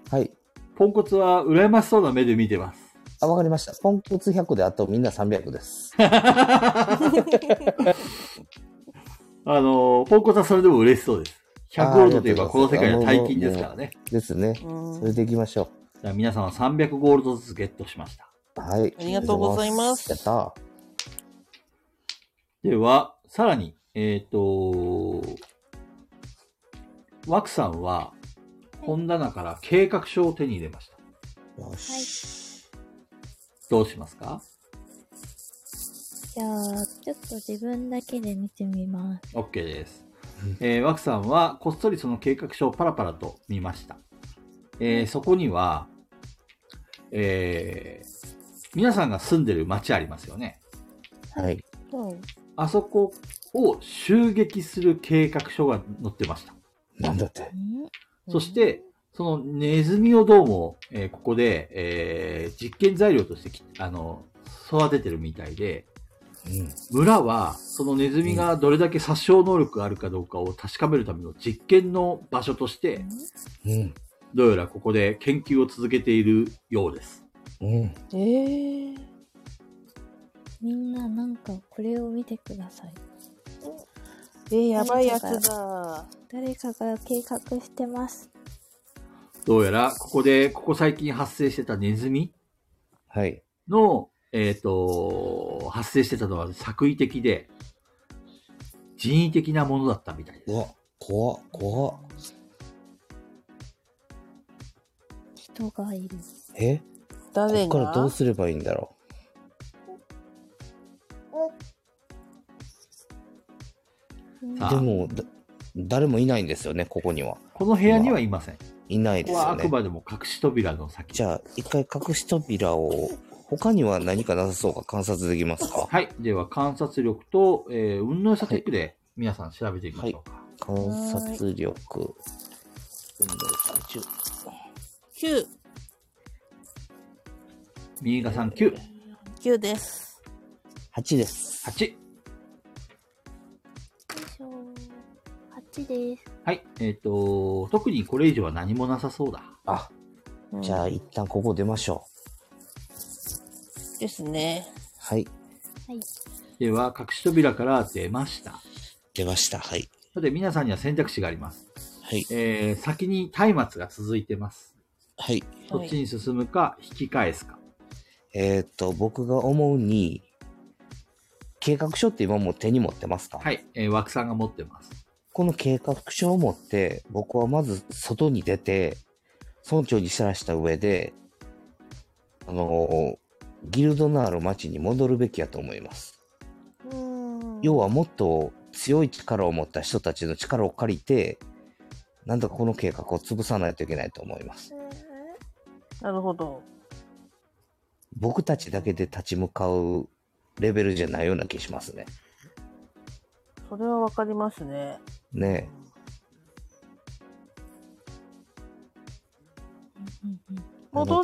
B: はい。
A: ポンコツは羨ましそうな目で見てます。
B: あ、わかりました。ポンコツ100で、あとみんな300です。
A: あのー、ポンコツはそれでも嬉しそうです。100ゴールドといえば
B: あー
A: この世界の大金ですからね。
B: ですね。
C: うん
B: それでいきましょ
A: じゃあ皆さんは300ゴールドずつゲットしました。
B: う。はい。
C: ありがとうございます
B: やった
A: では、さらに、えっ、と、ワクさんは、本棚から計画書を手に入れました。
B: ー。よし。
A: どうしますか
D: じゃあ、ちょっと自分だけで見てみます。
A: ?OK です。えー、ワクさんは、こっそりその計画書をパラパラと見ました。えーそこには、えー皆さんが住んでる町ありますよね。
B: はい。
C: うん
A: あそこを襲撃する計画書が載ってました。
B: なんだって。
A: そして、そのネズミをどうも、えーここで、えー実験材料としてき、あの、育ててるみたいで、
B: うん。
A: 村は、そのネズミがどれだけ殺傷能力があるかどうかを確かめるための実験の場所として、
B: うん。
A: どうやらここで研究を続けているようです。
B: うん。
C: えー、
D: みんななんかこれを見てください。
C: えー、やばいやつだ。
D: 誰かが計画してます。
A: どうやら、ここで、ここ最近発生してたネズミ
B: はい。
A: の、えっ、と、発生してたのは作為的で、人為的なものだったみたいです。
B: うわ、怖っ、怖っ。
D: 人がいる。
B: えこ
C: 誰
B: っからどう
C: が
B: すればいいんだろう。
A: さ
B: で
A: あ
B: も、だ誰もいないんですよね、ここには。
A: この部屋にはいません。
B: いない
A: こ
B: で
A: こ
B: す
A: は
B: よ
A: あ
B: ね。
A: くまでも隠し扉の先。
B: じゃあ、一回隠し扉を、他には何かなさそうか観察できますか
A: はい。では、観察力と、えー、運の良さチェックで、皆さん調べていきましょうか。
B: 観察力。運動会中
C: ?9、
A: 右が3、9、
C: 9です。
B: 8です。
A: 8。
D: よいしょ。8です。
A: はい。えっ、と、特にこれ以上は何もなさそうだ。
B: あ、
C: うん
B: じゃあ一旦ここ出ましょう。
C: ですね。
B: はい。
A: では、隠し扉から出ました。
B: 出ました。はい。
A: さて、皆さんには選択肢があります。
B: はい。
A: えー、先に松明が続いてます。
B: はい。
A: そっちに進むか、引き返すか。
B: えっ、と、僕が思うに、計画書って今もう手に持ってますか
A: はい、えー、枠さんが持ってます。
B: この計画書を持って、僕はまず外に出て、村長に知らした上で、あの、ギルドのある町に戻るべきやと思います。
C: うん
B: 要はもっと強い力を持った人たちの力を借りて、なんとかこの計画を潰さないといけないと思います。
C: なるほど。
B: 僕たちだけで立ち向かうレベルじゃないような気しますね。
C: それはわかりますね。
B: ねえ。
D: うんうん
C: 戻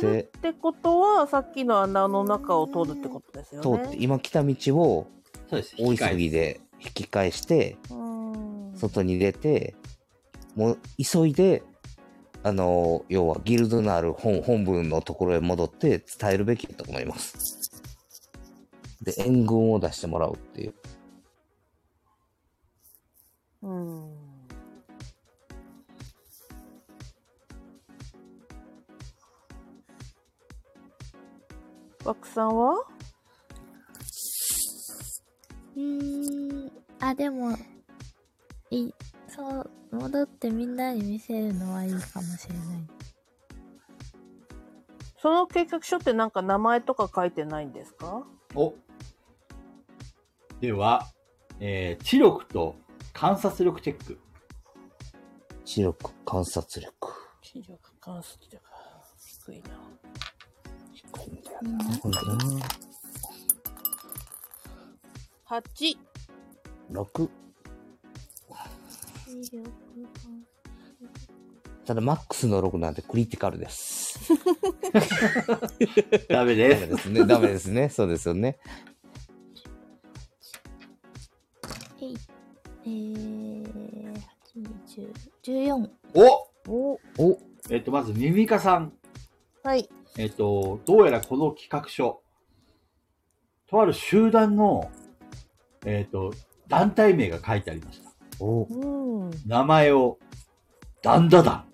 B: なの
C: る
B: で
C: ってことは、さっきの穴の中を通るってことですよ
B: 通
C: ね。
B: って、今来た道を
A: そうです。
B: 大
A: 引き換え
B: 急ぎで引き返して、
C: うん。
B: 外に出て、もう急いで、あの、要はギルドのある本、本文のところへ戻って伝えるべきだと思います。で、援軍を出してもらうっていう。
C: うん。枠さんは
D: うーんあ、でも、いい、そう、戻ってみんなに見せるのはいいかもしれない。
C: その計画書ってなんか名前とか書いてないんですか
A: お。では、えー、知力と観察力チェック。
B: 視力、観察力。
C: 視力関数力低いな。
B: 低いんだよ
D: みんな
B: な、ほんとな。
C: 8。
B: 6。
D: 視力
B: ただ、マックスの6なんてクリティカルです。
A: ダメで
B: ダメ
A: す。
B: ですね。ダメですね。そうですよね。
D: えい。えー、8、10、
A: お
C: お
B: お、
A: えっ、と、まず、ミミカさん。
C: はい。
A: えっ、と、どうやらこの企画書、とある集団の、えっ、と、団体名が書いてありました。
B: お、
C: うん。
A: 名前を、ダンダダン。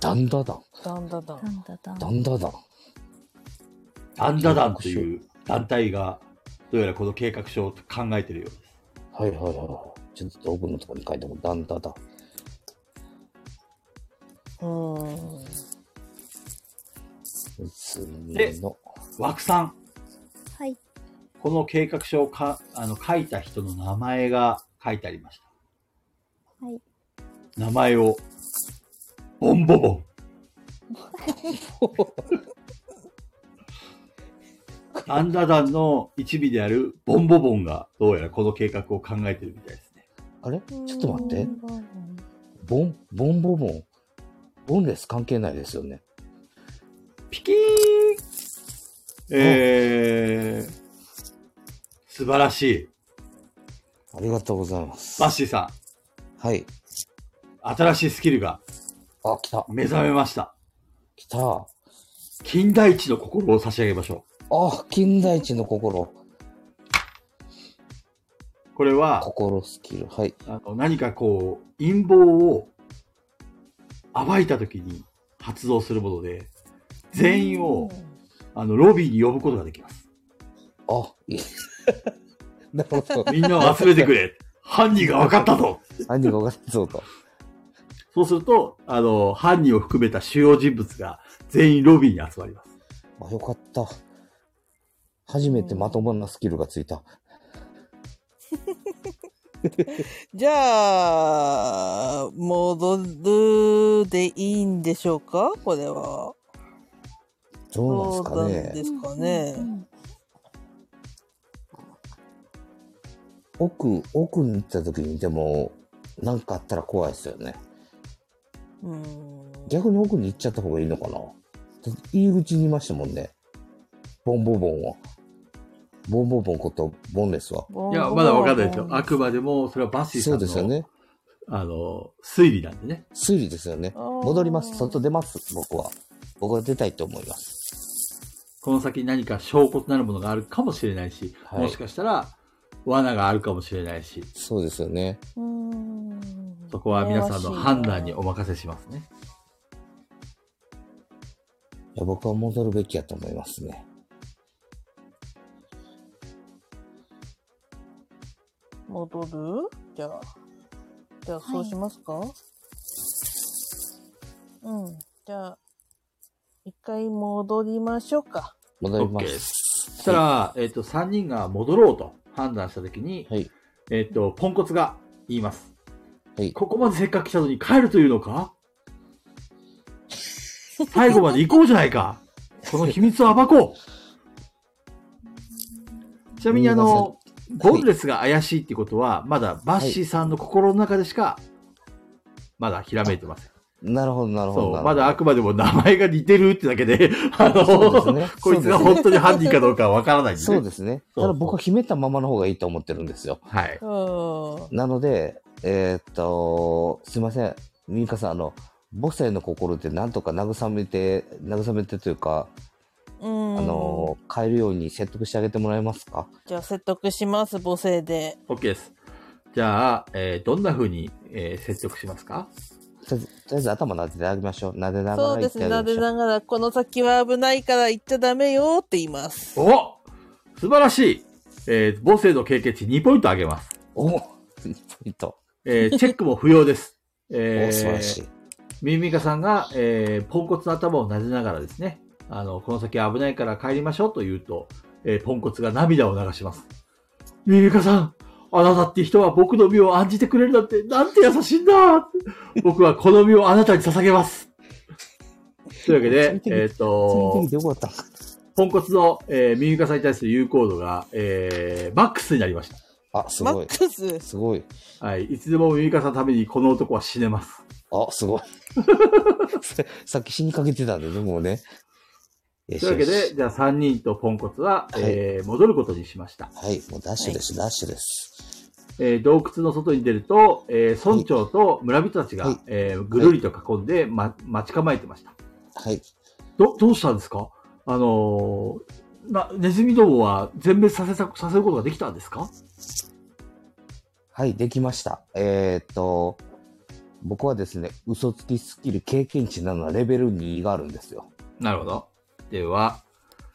B: だんだだん。
C: だんだんだん
D: 14。。なんだ
B: だ。んだだん。
D: だん
A: ダンダダンという団体が、どうやらこの計画書を考えてるようです。
B: はいはいはいはい。ちょっと奥のところに書いても、だんだだん。
C: うん。
B: 次の。
A: 枠さん、
D: はい。
A: この計画書をかあの書いた人の名前が書いてありました。
D: はい。
A: 名前を、ボンボボン。ダンダダンの一尾であるボンボボンがどうやらこの計画を考えてるみたいですね。
B: あれちょっと待って。ボン、ボンボボン。ボンレス関係ないですよね。
A: ピキーンえー、素晴らしい。
B: ありがとうございます。
A: バッシーさ
B: はい。
A: ん、新しいスキルが
B: あ、来た。
A: 目覚めました。
B: 来た。あ、
A: 金田一の心を差し上げましょ
B: 金田一の心。
A: う。これは、
B: 心スキル。はい。
A: あの何かこう、陰謀を暴いた時に発動するもので、全員を、あの、ロビーに呼ぶことができます。
B: あ、い い。なるほど。
A: みんなを集めてく れ犯人が分かったぞ
B: 何が分かったぞと。
A: そうすると、あの、犯人を含めた主要人物が全員ロビーに集まります。
B: あ、よかった。初めてまともなスキルがついた。
C: じゃあ、戻るでいいんでしょうかこれは。
B: どうなんですか
C: で
B: ね。
C: すかね。
B: 奥、奥に行った時にでも、なんかあったら怖いですよね。
C: うん。
B: 逆に奥に行っちゃった方がいいのかな入り口にいましたもんね。ボンボボンは。ボンボボンことボンレスは。
A: いや、まだ分かんないですよ。あ
C: あ
A: くまでも、それはバッシーさ
B: そうんですよ
A: の、
B: ね。
A: あの、推理なんでね。
B: 推理ですよね。
C: ー
B: 戻ります。外出ます。僕は。僕は出たいと思います。
A: この先に何か証拠となるものがあるかもしれないし、
B: はい
A: もしかしたら罠があるかもしれないし、
B: そうですよね。
C: うん。
A: そこは皆さんの判断にお任せしますね。
B: いや僕は戻るべきやと思いますね。
C: 戻るじゃあ。じゃあ、
D: い
C: そうしますか、うん。じゃあ、一回戻りましょうか。
A: オ
B: 戻り
A: ッ
B: ま。
A: ケーですす。そしたら、えっ、と、3人が戻ろうと判断したときに、
B: はい
A: えっ、と、ポンコツが言います。
B: はい
A: ここまでせっかく来たのに帰るというのか最後まで行こうじゃないか。この秘密を暴 こう。ちなみにあの、ボンレスが怪しいってことは、まだバッシーさんの心の中でしか、まだひらめいてません。
B: なるほど、なるほど。
A: そう、
B: なるほど
A: まだあくまでも名前が似てるってだけで、あ
B: そうで
A: の、
B: すね。
A: こいつが本当に犯人かどうかはわからないんで、ね。
B: そうですね。
A: そ
B: た
A: うそう
B: だ僕は秘めたままの方がいいと思ってるんですよ。
A: はい。
C: うん。
B: なので、えーっと、すいません。ミカさん、あの、母性の心でなんとか慰めて、慰めてというか、
C: うん。
B: あの、変えるように説得してあげてもらえますか
C: じゃあ、説得します、母性で。
A: OK です。じゃあ、えーどんな風に、えー説得しますか
B: とりあえずとりあえず頭撫でてあげましょう。撫でながら
C: そう
B: 言
C: で
B: っ
C: す
B: て
C: ね。
B: あ
C: な
B: げ
C: で
B: ましょう。
C: ながら、この先は危ないから行っちゃダメよって言います。
A: お素晴らしいえー母性の経験値2ポイントあげます。
B: おおいいポイント。
A: えーチェックも不要です。え
B: お素晴らし
A: ー、
B: い。
A: ミミカさんが、えーポンコツの頭を撫でながらですね、あの、この先危ないから帰りましょうと言うと、えーポンコツが涙を流します。ミミカさん、あなたって人は僕の身を案じてくれるなんて、なんて優しいんだ僕はこの身をあなたに捧げます。というわけで、えっ、と、
B: その時でよかったんか。
A: ポンコツの、えー、ミミカさんに対する有効度が、えー、マックスになりまし
B: あ、す
C: マ
B: ごい
C: ッ。クス。
B: すごい。
A: た。はい。いつでもミミカさんのためにこの男は死ねます。
B: あ、すごい。 さっき死にかけてたんでね、もうね。よし
A: というわけ
B: よ
A: で、
B: し
A: じゃあ3人とポンコツは、えー戻ることにしました。
B: はい、もうダッシュです、ダッシュです。
A: えー洞窟の外に出ると、えー村長と村人たちが、
B: はい
A: えーぐるりと囲んで、ま、待ち構えてました。
B: はい。
A: ど、どうしたんですかあのーな、ネズミどもは全滅させた、させることができたんですか
B: はい、できました。えーっと、僕はですね、嘘つきスキル経験値なのはレベル2があるんですよ。
A: なるほど。では、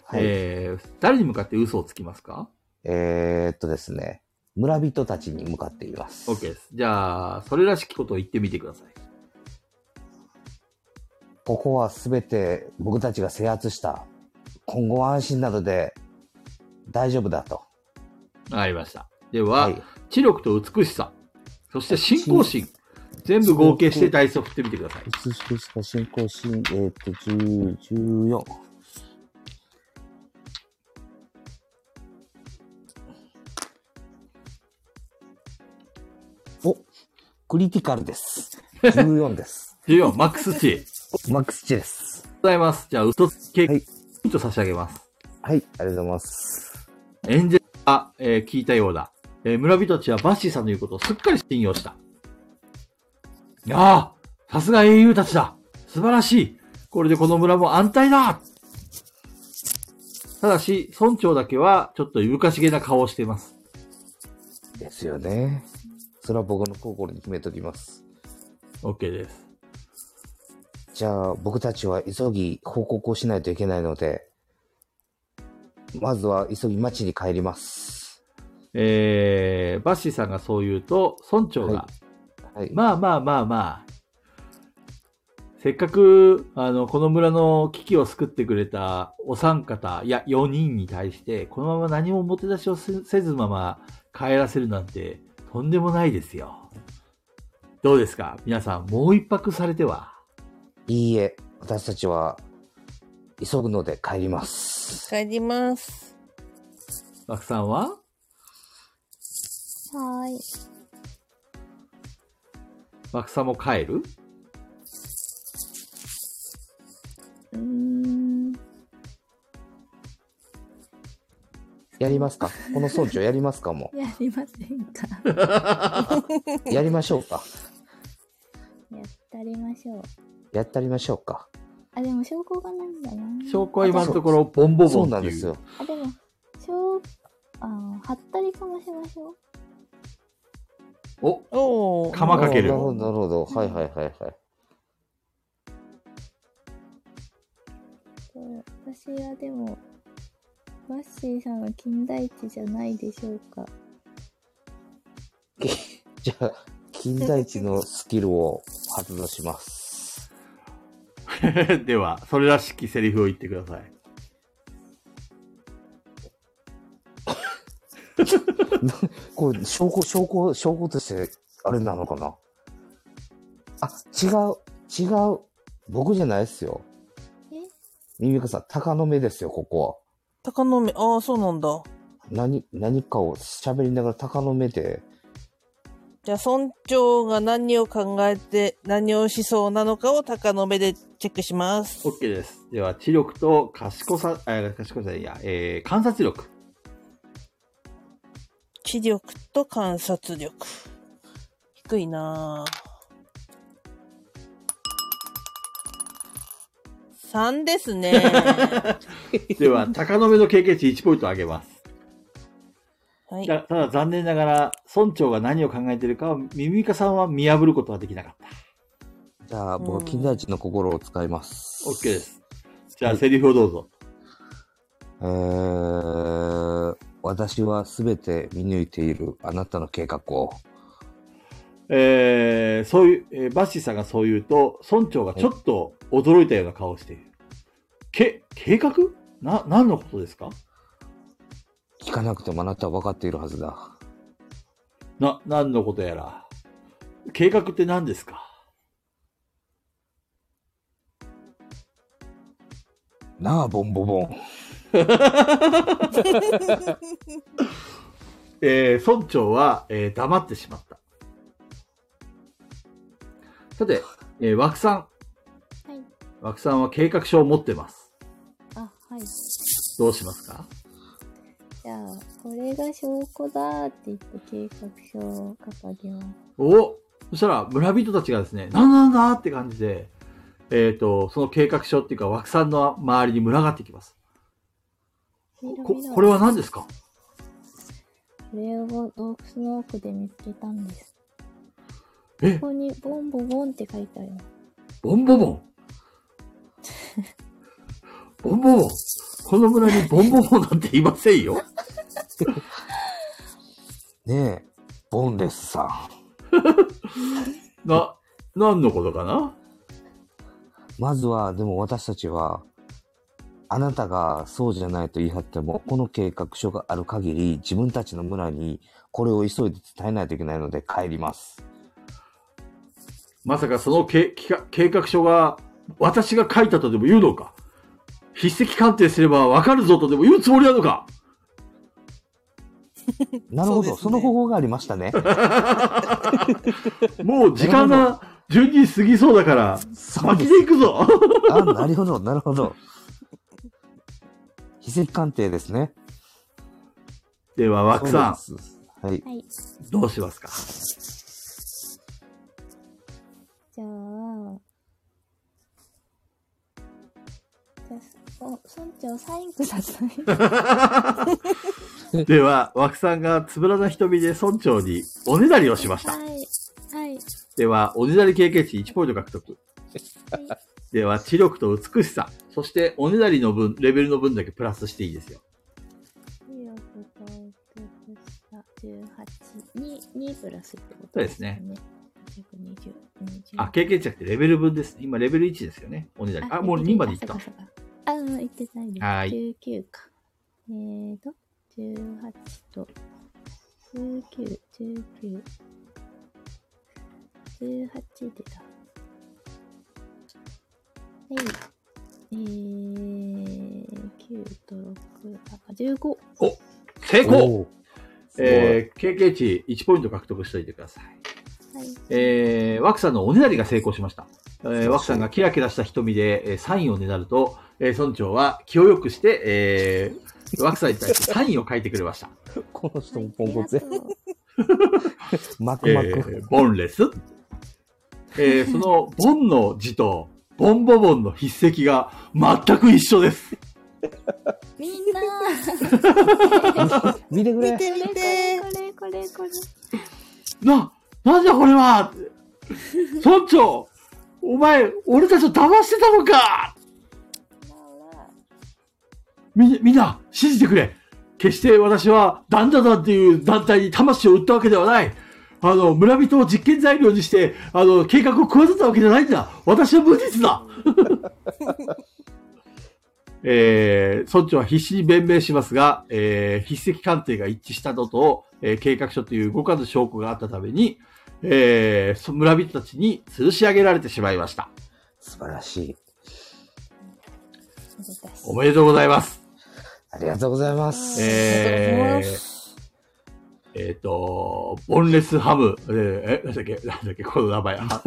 B: はい。え
A: えー誰に向かって嘘をつきますか
B: ーっとですね、村人たちに向かっています。
A: OK です。じゃあ、それらしきことを言ってみてください。
B: ここはすべて僕たちが制圧した。今後は安心なので、大丈夫だと。
A: わかりました。では、
B: はい。
A: 知力と美しさ、そして信仰心、全部合計してダイスを振ってみてください。
B: 美しさ、進行進、えーっと、10、14。おクリティカルです。14です。
A: 14、マックス値。
B: マックス値です。
A: ございます。じゃあ、嘘つき
B: はい
A: と差し上げます。
B: はい、ありがとうございます。
A: 演説が、えー聞いたようだ。えー村人たちはバッシーさんの言うことをすっかり信用した。ああさすが英雄たちだ素晴らしいこれでこの村も安泰だただし、村長だけはちょっといぶかしげな顔をしています。
B: ですよね。それは僕の心に決めておきます。
A: OK です。
B: じゃあ、僕たちは急ぎ報告をしないといけないので、まずは急ぎ町に帰ります。
A: えー、バッシーさんがそう言うと、村長が、
B: ははい。
A: まあまあまあまあ、せっかく、あの、この村の危機を救ってくれたお三方、いや、四人に対して、このまま何ももてなしをせせずまま帰らせるなんて、とんでもないですよ。どうですか皆さん、もう一泊されては。
B: いいえ、私たちは急ぐので帰ります。
C: 帰ります。
A: バクさんは
D: はーい。
A: バクさんも帰る
D: うーん。
B: やりますかこの村長やりますかも
D: やりません か。
B: う。やりましょうか
D: やったりましょう。
B: やったりましょうか
D: あ、でも証拠がないんだな。
A: 証拠は今のところ、ボンボ
B: そ
A: ボ
B: う
A: ン
B: な
A: っ
B: ん
A: てい
B: で
A: う。
B: すよ。
D: あ、でも、証、あの、はったりかもしましょう。
A: お、
C: おー。
A: 鎌かける
B: なる。ほど、なるほど。はいはいはいはい。
D: そう私はでも、バッシーさんは金田一じゃないでしょうか。
B: けじゃあ、金田一のスキルを発動します。
A: では、それらしきセリフを言ってください。
B: これ、証拠、証拠、証拠として、あれなのかなあ、違う、違う。僕じゃないですよ。
D: え
B: ミミカさん、鷹の目ですよ、ここは。
C: 鷹の目、ああ、そうなんだ。
B: 何、何かを喋りながら鷹の目で、
C: じゃあ、村長が何を考えて、何をしそうなのかを鷹の目でチェックします。
A: OK です。では、知力と賢さ、え賢さいや、えー、観察力。
C: 知力と観察力。低いなぁ。3ですね。
A: では、高野目の経験値1ポイント上げます。
C: はい
A: いや。ただ残念ながら、村長が何を考えているかは、ミミカさんは見破ることはできなかった。
B: じゃあ、
C: う
B: 僕、
C: ん
B: 金田一の心を使います。
A: OK です。じゃあ、セリフをどうぞ。
B: えー、私はすべて見抜いているあなたの計画を。
A: えー、そういう、えーバッシーさんがそう言うと、村長がちょっと驚いたような顔をしている。け、計画な、何のことですか
B: 聞かなくてもあなたは分かっているはずだ。
A: な、何のことやら。計画って何ですか
B: なあ、ボンボボン。
A: えー村長は、えー黙ってしまった。さて、えー、枠さん。
D: はい
A: 枠さんは計画書を持ってます。
D: あ、は
A: ど
D: い。
A: うしますか
D: じゃあ、これが証拠だって言って計画書を掲げます。
A: おそしたら、村人たちがですね、なんだなんだって感じで、えっ、と、その計画書っていうか、枠さんの周りに群がってきます。
D: みろ
A: こ
D: みろ、
A: これは何ですか
D: これを洞窟の奥で見つけたんです。
A: え
D: ここにボンボボンって書いてあります。
A: ボンボ ボン。ボンボボン。この村にボンボボンなんていませんよ。
B: ねえ、ボンレスさん。
A: な、何のことかな
B: まずは、でも私たちは、あなたがそうじゃないと言い張っても、この計画書がある限り、自分たちの村にこれを急いで伝えないといけないので帰ります。
A: まさかその計計画計画書が私が書いたとでも言うのか筆跡鑑定すればわかるぞとでも言うつもりなのか
B: なるほど、そ,、
C: そうですね
B: の方法がありましたね。
A: もう時間
B: な
A: が12時過ぎそうだから、
B: そう
A: 巻き
B: です。
A: でいくぞ
B: あ、なるほど、なるほど。筆跡鑑定ですね。
A: では、枠さん、
B: そうですはい。
D: はい。
A: どうしますか
D: じゃあ、じゃあ、お、村長サインください。
A: では、枠さんがつぶらな瞳で村長におねだりを しました。
D: はい。はい。
A: では、おねだり経験値1ポイント獲得。では、知力と美しさ、そしておねだりの分、レベルの分だけプラスしていいですよ。
D: 視力と美しさ18に2プラスってこと
A: そうですね。
D: 220。
A: あ、経験値じゃなくてレベル分ですね。今、レベル1ですよね。おねだり。あ、もう2までいっ
D: あ
A: た。
D: そかそかあ、うん、いってないです。
A: はい
D: 19か。えーと、18と、19、19。18でだ。はい。えー、9と6だから15。
A: 成功
B: おー
A: えー、経験値1ポイント獲得しておいてください。
D: はい。
A: えー、ワクさんのおねだりが成功しました。えー、ワクさんがキラキラした瞳で、えーサインをねだると、えー、村長は気を良くして、えー、ワクさんに対してサインを書いてくれました。
B: この人
D: はい
B: もポンコツや
D: あ。りがとう
B: マク
A: え
B: マク。
A: ー、ボンレス。えー、その、ボンの字と、ボンボボンの筆跡が全く一緒です。
D: みんな、
F: 見てくれ
C: 見て見て。
D: これこれこれ。
A: な、なんじゃこれは村長お前、俺たちを騙してたのか
D: ほらほら
A: み、みんな、信じてくれ。決して私は、ダンダダンっていう団体に魂を売ったわけではない。あの、村人を実験材料にして、あの、計画を食わせたわけじゃないんだ私は無実だえー、村長は必死に弁明しますが、えー、筆跡鑑定が一致したのと、えー計画書という動かぬ証拠があったために、えーそ村人たちに吊るし上げられてしまいました。
B: 素晴らしい。
A: おめでとうございます。
B: ありがとうございます。
A: えー、えっ、と、ボンレスハム、えー、え、なんだっけ、なんだっけ、この名前。あ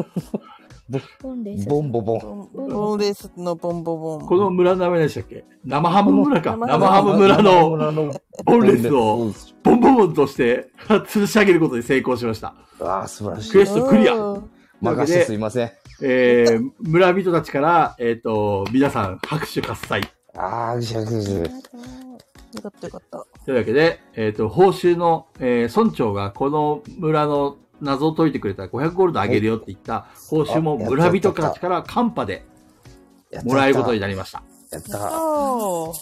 D: ボンレス。
B: ボンボボン。
C: ボンボンレスのボンボボン。
A: この村の名前でしたっけ生ハム村か。
C: 生
A: 生
C: ハム
A: ハム村の
B: の
A: ボンレスを。ボンボボンとして 吊るし上げることに成功しました。
B: ああ、素晴らし
A: ク
B: い。
A: エストクリア。
C: うん
B: 任せてすいません。
A: えー、村人たちから、えっ、と、皆さん拍手喝采。
B: ああ、ぐしゃぐしゃぐしゃ。
C: よかったよかった。
A: というわけで、えっ、と、報酬の、えー村長がこの村の謎を解いてくれたら500ゴールドあげるよって言った報酬も
B: あやった
A: 村人
B: や
A: た
B: っ
A: ち
B: た
A: からカンパで
B: やった
A: もらえることになりました。
B: やった
C: あ
B: やっ
C: ー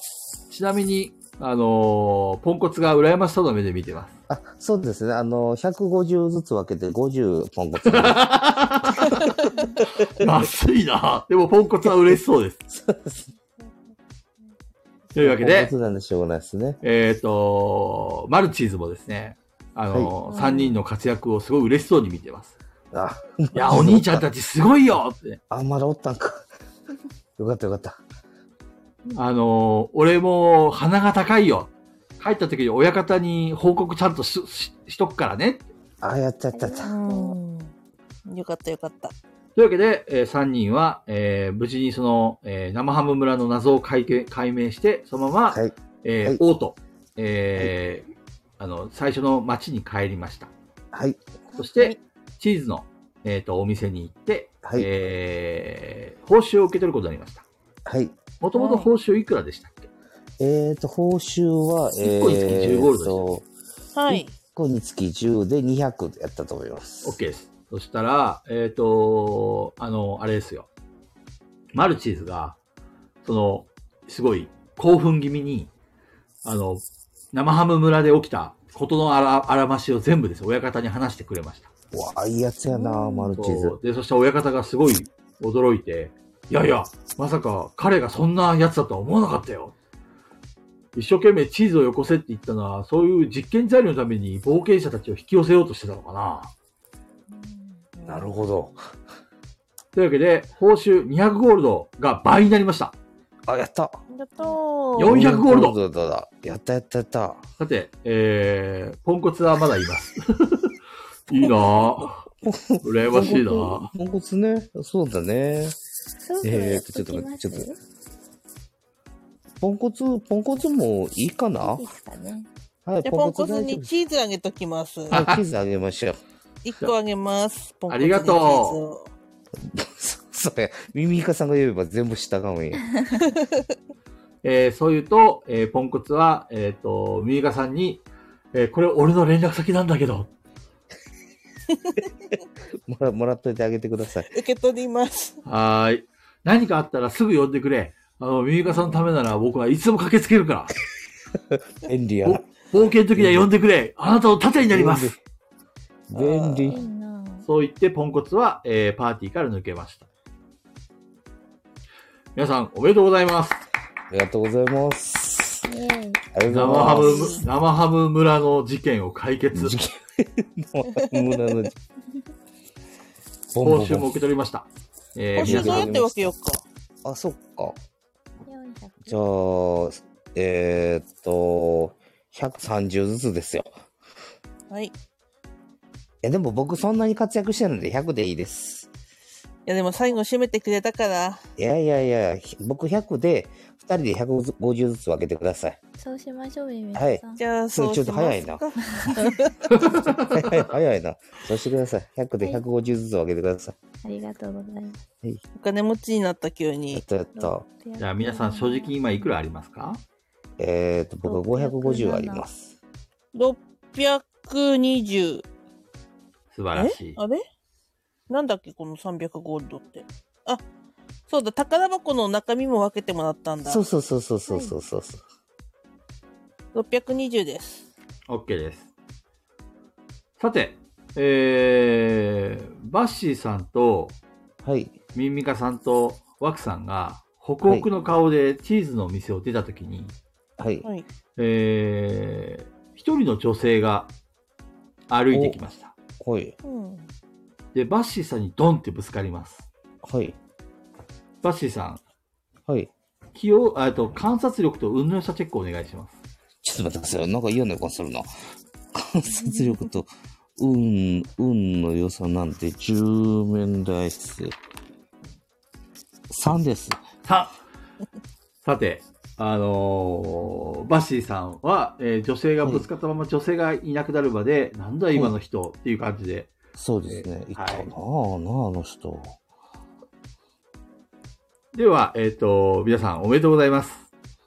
A: ちなみに、あのーポンコツが羨ましそうな目で見てます。
B: た。あ、そうですね。あの、150ずつ分けて50ポンコツ。
A: 安いなでもポンコツは嬉しそう です。というわけ
B: ポンコ
A: で、
B: ツなんでしょうがないですね。
A: えっ、と、マルチーズもですね、あのー、3人の活躍をすごい嬉しそうに見て ます。
B: あ、
A: いや、お兄ちゃんたちすごいよってね、
B: あ、まだおったんか。 よかったよかった。
A: あのー俺も鼻が高いよ。帰った時に親方に報告ちゃんとしししとくからね。
B: あ、やったやったやった。
C: うん。よかったよかった。
A: というわけで、え3人は、えー無事にその、えー生ハム村の謎を解け解明して、そのまま、
B: はい。
A: えー
B: はい
A: オート、えーあの、最初の町に帰りました。
B: はい。
A: そして、チーズの、えっ、と、お店に行って、
B: はい
A: えー報酬を受け取ることになりました。
B: はい。
A: もともと報酬いくらでしたっけ、
B: えっ、ー、と、報酬は、え
A: 一個につき10ゴールド
B: と、
C: はい。
B: 1個につき10で200やったと思います。
A: ?OK です。そしたら、えっ、と、あの、あれですよ。マルチーズが、その、すごい興奮気味に、あの、生ハム村で起きたことのあらあらましを全部です。親方に話してくれました。
B: うわ、いいやつやな、マルチーズ。
A: そうで、そしたら親方がすごい驚いて、いやいや、まさか彼がそんな奴だとは思わなかったよ。一生懸命チーズをよこせって言ったのは、そういう実験材料のために冒険者たちを引き寄せようとしてたのかな。
B: なるほど。
A: というわけで、報酬200ゴールドが倍になりました。
B: あ、やった。
C: やったー。
A: 400ゴールド
B: ドだだ。やったやったやった。
A: さて、えー、ポンコツはまだいます。 いいなぁ。羨ましいなぁ。
B: ポンコツね。そうだね。え
D: え
B: ーとちょっと待ってちょっと待ポンコツ、ポンコツもいいかない
D: いですかね。
B: はい、
C: じゃあポンコ
B: 大
C: ツ
B: 丈夫
C: に
B: です
C: チーズあげときます。
B: はいチーズあげましょう。
C: 1個あげます。ポンコツに
A: ありがと
B: そそれ、ミミイカさんが言えば全部従うんや。
A: えーそう言うと、えーポンコツは、えっ、と、ミイカさんに、えーこれ俺の連絡先なんだけど、
B: もらもらっといてあげてください。
C: チーズを受け取ります。
A: はーい。何かあったらすぐ呼んでくれ。あの、ミミカさんのためなら僕はいつでも駆けつけるから。
B: 便利やな。
A: 冒険の時には呼んでくれ。あなたの盾になります。
B: 便
D: いい
B: 利。
D: なぁ
A: そう言ってポンコツは、えーパーティーから抜けました。皆さん、おめでとうございます。
B: ありがとうございます。
D: イェーイ。
B: あり
A: 生
B: がとう
A: ハ
B: ござい
A: ム、生ハム村の事件を解決
B: ます。。事件の村の。
A: 報酬も
B: ボンボン
A: 受け取りました。え
C: 報
A: ー、皆
C: 酬
A: さ、
C: どうんやって分けようか。
B: ボンあ、そっか。
D: 400
B: じゃあ、えーっと、130ずつですよ。
C: はい。い
B: え、でも僕そんなに活躍してるので100でいいです。
C: や、でも最後締めてくれたから。
B: いやいやいや、ひ僕100で、2人で150ずつ分けてください。
D: そうしましょう、ミミ
B: はい
D: さん。
C: じゃあ、そうしますか。
B: ちょっと早はい 早いな。そうしてください。100で150ずつ分けてください。
D: ありがとうございます。
C: お金持ちになった急
B: やっ
C: に。
B: とやっと。
A: じゃあ皆さん、正直今いくらありますか
B: えーっと、僕550あります。
C: 620。
A: 素晴らし
C: え
A: い。
C: あれなんだっけこの300ゴールドって。あ、そうだ、宝箱の中身も分けてもらったんだ。
B: そうそうそうそうそうそうそう。
C: 620です。
A: OK です。さて、えー、バッシーさんと
B: はい。
A: ミンミカさんとワクさんが、ホクホクの顔でチーズのお店を出たときに、
B: はい。
C: はい。
A: えー、一人の女性が歩いてきました。
B: はい。
C: うん。
A: で、バッシーさんにドンってぶつかります。
B: はい。
A: バッシーさん、
B: はい。
A: 気を、あと、観察力と運の良さチェックをお願いします。
B: ちょっと待ってください。なんか嫌な予感するな。観察力と運、運の良さなんて、十面大数。3です。
A: さ、さて、あのーバッシーさんは、えー女性がぶつかったまま女性がいなくなるまで、なんだ今の人っていう感じで、
B: そうですね。
A: えー
B: いたなあ
A: はい
B: なあ、あの人。
A: では、えっ、と、皆さんおめでとうございます。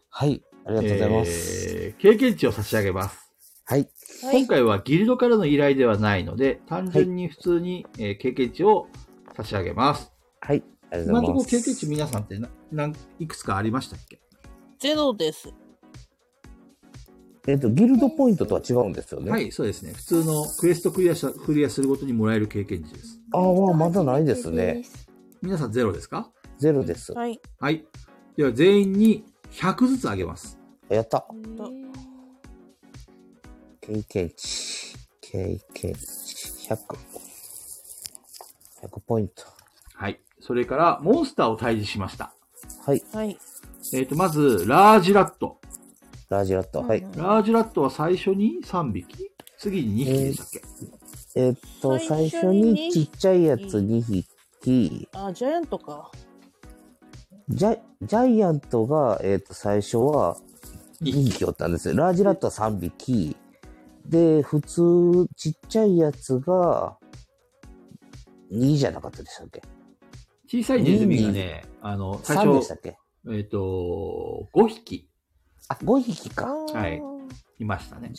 B: はい。ありがとうございます。
A: えー経験値を差し上げます。
B: はい。
C: はい
A: 今回はギルドからの依頼ではないので、単純に普通に、えー経験値を差し上げます。
B: はい。ありが
A: 今
B: と
A: のところ
B: うござい
A: 経験
B: ま
A: 値
B: す。
A: 皆さんってななんいくつかありましたっけ
C: ゼロです。
B: えっと、ギルドポイントとは違うんですよね。
A: は。い、そうですね。普通のクエストクリアしたクリアするごとにもらえる経験値です。
B: ああ、まだないですね。。
A: 皆さんゼロですか
B: ゼロです。
C: はい。
A: はい。では全員に100ずつあげます。
B: やった。
D: えー
B: 経験値。経験値。100。100ポイント。
A: はい。それから、モンスターを退治しました。
B: はい。
C: はい。
A: えっ、と、まず、ラージラット。
B: ラージラット。はい。
C: うん
A: ラージラットは最初に3匹次に2匹でしたっけ、
B: えっと、
C: 最
B: 最
C: 初
B: 初
C: に
B: にちっちゃいやつ2匹。
C: あ、ジャイアントか。
B: ジャジャイアントが、えっと、最初は2匹おったんですよ。ラージラットは3匹。で、普通、ちっちゃいやつが、2じゃなかったでしたっけ
A: 小さいネズミがね、あの、最
B: ?3 でした
A: 初
B: っ、け
A: えっ、と、5匹
B: あ、5匹か。
A: はいいましたね。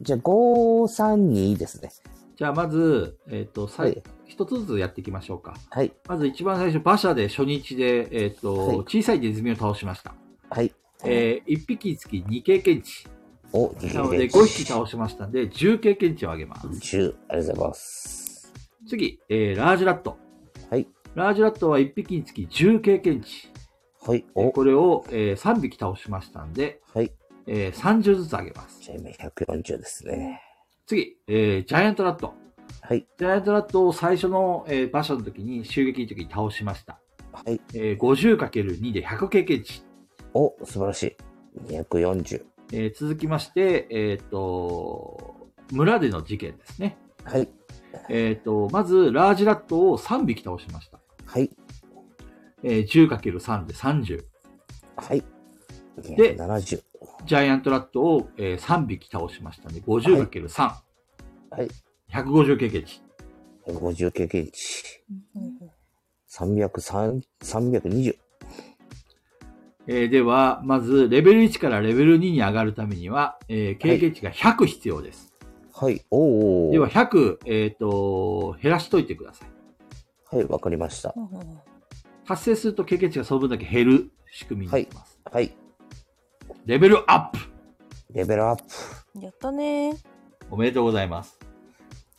B: じゃあ、532ですね。
A: じゃあ、まず、えっ、と、さ
B: はい
A: い、一つずつやっていきましょうか。
B: はい。
A: まず一番最初、馬車で初日で、えっ、と、
B: はい
A: 小さいネズミを倒しました。
B: はい。
A: えー、1匹につき2経験値。
B: お、2匹
A: なの
B: 目
A: で、5匹倒しましたんで、10経験値を上げます。
B: 10。ありがとうございます。
A: 次、えー、ラージラット。
B: はい。
A: ラージラットは1匹につき10経験値。
B: はい。
A: えー
B: お、
A: これを、えー、3匹倒しましたんで、
B: はい。
A: えー、30ずつ上げます。
B: じゃあ、今140ですね。
A: 次、えー、ジャイアントラット。
B: はい。
A: ジャイアントラットを最初の、えー、馬車の時に、襲撃の時に倒しました。
B: はい。
A: えー、50×2 で100経験値。
B: お、素晴らしい。240。
A: えー、続きまして、えっ、と、村での事件ですね。
B: はい。
A: えっ、と、まず、ラージラットを3匹倒しました。
B: はい。
A: えー、10×3 で30。
B: はい。
A: で
B: 270。
A: ジャイアントラットを、えー3匹倒しましたね。50×3。
B: はい。
A: 150経験値。
B: 50経験値。
C: うん
B: 303、320。
A: えーでは、まず、レベル1からレベル2に上がるためには、えー経験値が100必要です。
B: はい。おー。
A: では、100、えっ、と、減らしといてください。
B: はい、わかりました。
C: うんうん
A: 達成すると経験値がその分だけ減る仕組みになってます。
B: はい。
A: レベルアップ
B: レベルアップ。
C: うんやったね。
A: おめでとうございます。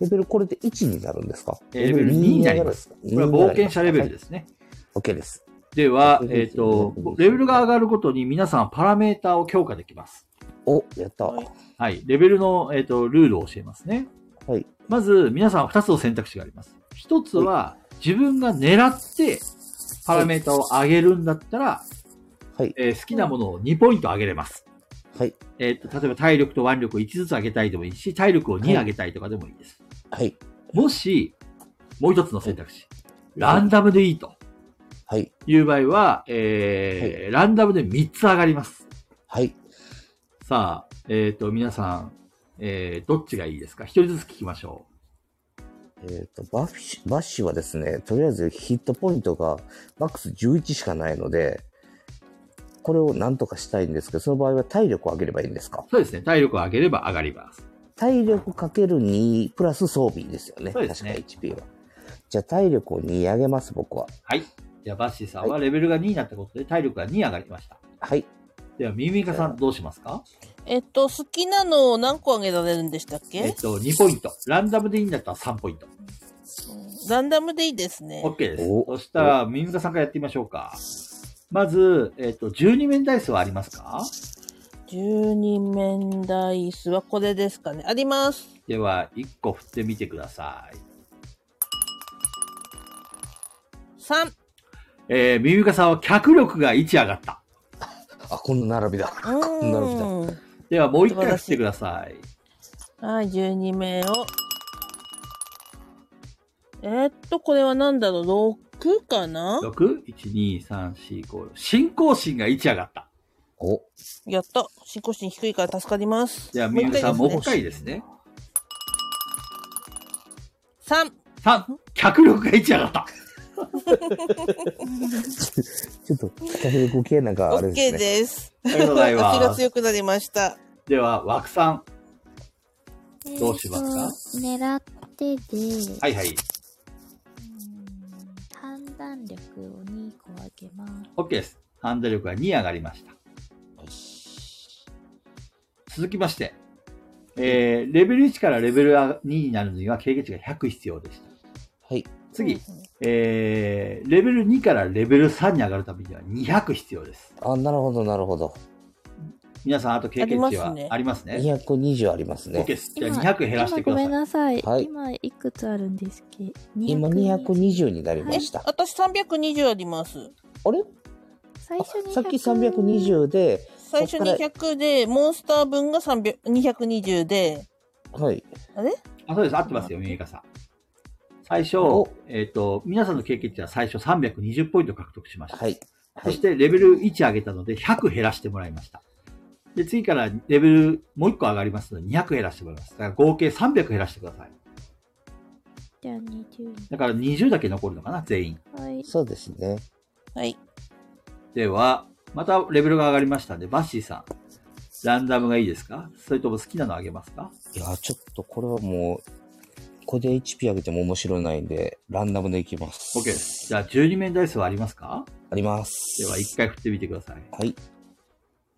B: レベルこれで1になるんですか
A: えーレベル2になります。これは冒険者レベルですね。
B: す。OK です。
A: では、
B: レベル
A: えっ、と
B: レベル、
A: レベルが上がるごとに皆さんパラメーターを強化できます。
B: お、やった。
C: はい
A: はい。レベルの、えっ、と、ルールを教えますね。
B: はい。
A: まず、皆さん2つの選択肢があります。1つは、自分が狙って、パラメータを上げるんだったら、
B: はい。
A: えー好きなものを2ポイント上げれます。
B: はい。
A: えーと、例えば体力と腕力を1ずつ上げたいでもいいし、体力を2上げたいとかでもいいです。
B: はい。
A: もし、もう1つの選択肢、ランダムでいいと
B: はい。
A: いう場合は、えーランダムで3つ上がります。
B: はい。
A: さあ、えっ、と、皆さん、えーどっちがいいですか ?1 人ずつ聞きましょ
B: えっ、と、バッシュ、バッシュはですね、とりあえずヒットポイントがマックス11しかないので、これをなんとかしたいんですけど、その場合は体力を上げればいいんですか
A: う。そうですね。体力を上げれば上がります。
B: 体力かける2プラス装備ですよね。
A: そうですね
B: 確か HP は。じゃあ体力を2上げます、僕は。
A: じゃあ、バッシーさんはレベルが2になったことで体力が2上がりました。
B: はい。
A: では、ミミカさんどうしますか
C: えっと、好きなのを何個あげられるんでしたっ
A: えっ
C: け
A: と、2ポイント。ランダムでいいんだったら3ポイント。
C: ランダムでいいですね。
A: OK です。
B: お
A: そしたら、ミミカさんからやってみましょうか。まず、えっと、12面ダイスはありますか
C: 12面ダイスはこれですかね。あります。
A: では、1個振ってみてください。
C: 3。
A: えー、ミミカさんは脚力が1上がった。
B: あ、この並びだ。
C: うーん。
B: なるほ
A: では、もう1回振ってください。
C: はい、12名を。えーっと、これは何だろう ?6 かな
A: 6? 1、2、3、4、5。信仰心が1上がった。
B: お、
C: やった。進行心低いから助かります。
A: では、ミミカさんもう1
C: ですね
A: 回ですね。
C: 3。
A: 3、脚力が1上がった。
B: ちょっと、企画力系なんかあれです
C: OK
B: ね。
C: です。
A: ありがとうございま
C: 足
A: す。
C: が強くなりました。
A: では、枠さん。
D: えー
A: どうしますか
D: と狙ってで、
A: はいはい。
D: うん判断力を2個あげます。
A: OK です。ハンド力が2上がりました。続きまして、えー、レベル1からレベル2になるには経験値が100必要でした。
B: はい。
A: 次、えー、レベル2からレベル3に上がるためには200必要です。
B: あ、なるほど、なるほど。
A: 皆さん、あと経験値
C: ありま
A: は
C: すね
A: ありますね。
B: 220あります
A: OK
B: ね。
A: です。じゃあ200減らしてくださ
D: 今ごめん
A: い。
D: なさい。
B: はい
D: 今いくつあるんですっけ
B: 今220になりま
C: え
B: した。、
C: 私320あります。
B: あれ
D: 最初に
B: さっき320で、
C: 最初
B: そっか
C: 200で、モンスター分が300 220で、
B: はい。
A: あ、そうです。合ってますよ、ミエカさん。最初
B: お、
A: えっ、と、皆さんの経験値は最初320ポイント獲得しました。
B: はい。は
A: そし
B: い。
A: てレベル1上げたので100減らしてもらいました。で、次からレベルもう1個上がりますので200減らしてもらいます。だから合計300減らしてください。
D: じゃあ20
A: だから20だけ残るのかな、全員。
D: はい。
B: そうですね。
C: はい。
A: では、またレベルが上がりましたんで、バッシーさん。ランダムがいいですかそれとも好きなのあげますか
B: いや、ちょっとこれはもう、これで HP 上げても面白いないんで、ランダムでいきます。
A: ?OK で。す。じゃあ12面ダイスはありますか
B: あります。
A: では1回振ってみてください。
B: はい。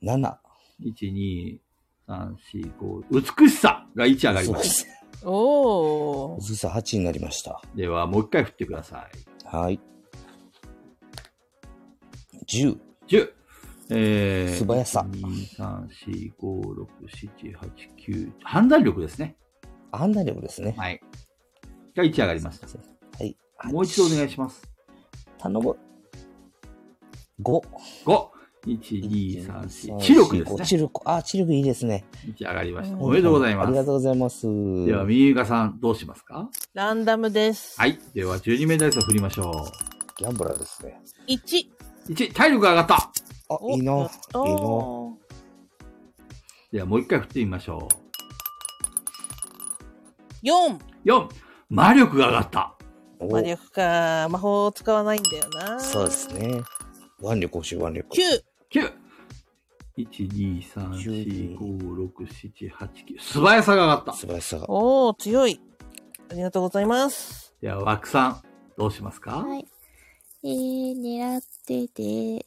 B: 7。
A: 1、2、3、4、5。美しさが1上がりました。
C: おー。
B: ずさ8になりました。
A: では、もう1回振ってください。
B: はい。10。
A: 10。えー、
B: 素早さ
A: 1 2、3、4、5、6、7、8、9。判断力ですね。
B: 判断力ですね。
A: はい。が1上がりました。
B: はい。
A: もう一度お願いします。
B: 頼む。5。
A: 5。1、2、3、4。知力ですね。
B: 知力。あ、知力いいですね。
A: 1上がりました。
C: うん
A: おめでとうございま
B: ありが
A: す。
B: とうございます。
A: では、みゆかさん、どうしますか
C: ランダムです。
A: はい。では、12名ダイスを振りましょ
B: ギャンブラーですね。
C: 1。
A: う。1、体力が上がった
B: あ、
C: お
B: いいな。いい
C: や
B: な
C: っ。たー
A: では、もう一回振ってみましょ
C: 4。
A: う。4、魔力が上がった。
B: お
C: 魔力か。魔法を使わないんだよな。
B: そうですね。腕力欲しい、腕力。
C: 9。
A: 9。1、2、3、4、5、6、7、8、9。素早さが上がった。
B: 素晴らしさが。
C: おー、強い。ありがとうございます。
A: では、枠さん、どうしますか、
D: はい。えー、狙ってで、えー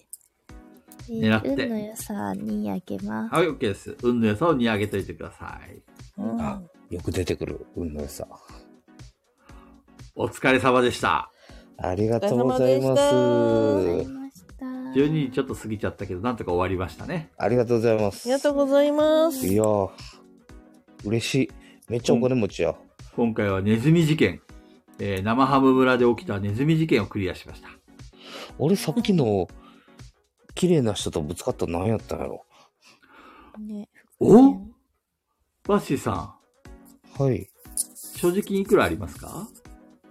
A: 狙って
D: 運の良さにあげます。
A: はい、OK です。運の良さを2上げといてください。
C: うん
B: あよく出てくる、運の良さ。
A: お疲れ様でした。
B: ありがとうございま
D: わかり
B: す。
D: ました。
A: 12人ちょっと過ぎちゃったけど、なんとか終わりましたね。
B: ありがとうございま
C: あ
B: す。
C: りがとうございます。
B: いやー、嬉しい。めっちゃお金持ちや。
A: 今回はネズミ事件。えー生ハム村で起きたネズミ事件をクリアしました。
B: 俺さっきの、綺麗な人とぶつかったの何やったんやろ。
D: ね、
A: おバッシーさ
B: はい。
A: ん、所持金いくらありますか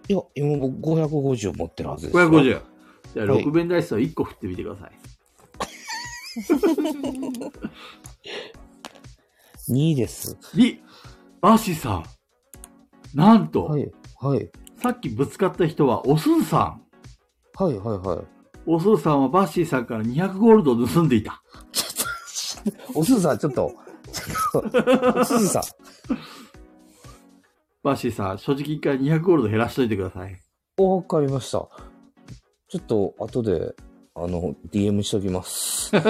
B: いや、今僕550持ってるはずですよ。
A: ?550。じゃあ、
B: はい
A: 6弁ダイスを1個振ってみてください。
B: 2です。
A: 2、バッシーさん。なんと、
B: はい。はい。
A: さっきぶつかった人はおすずさん。
B: はいはいはい。
A: おすずさんはバッシーさんから200ゴールドを盗んでいた。
B: おすずさん、ちょっと、ちょっと、おすずさん。
A: バッシーさん、所持金から200ゴールド減らしといてください。
B: わかりました。ちょっと、後で、あの、DM しときます。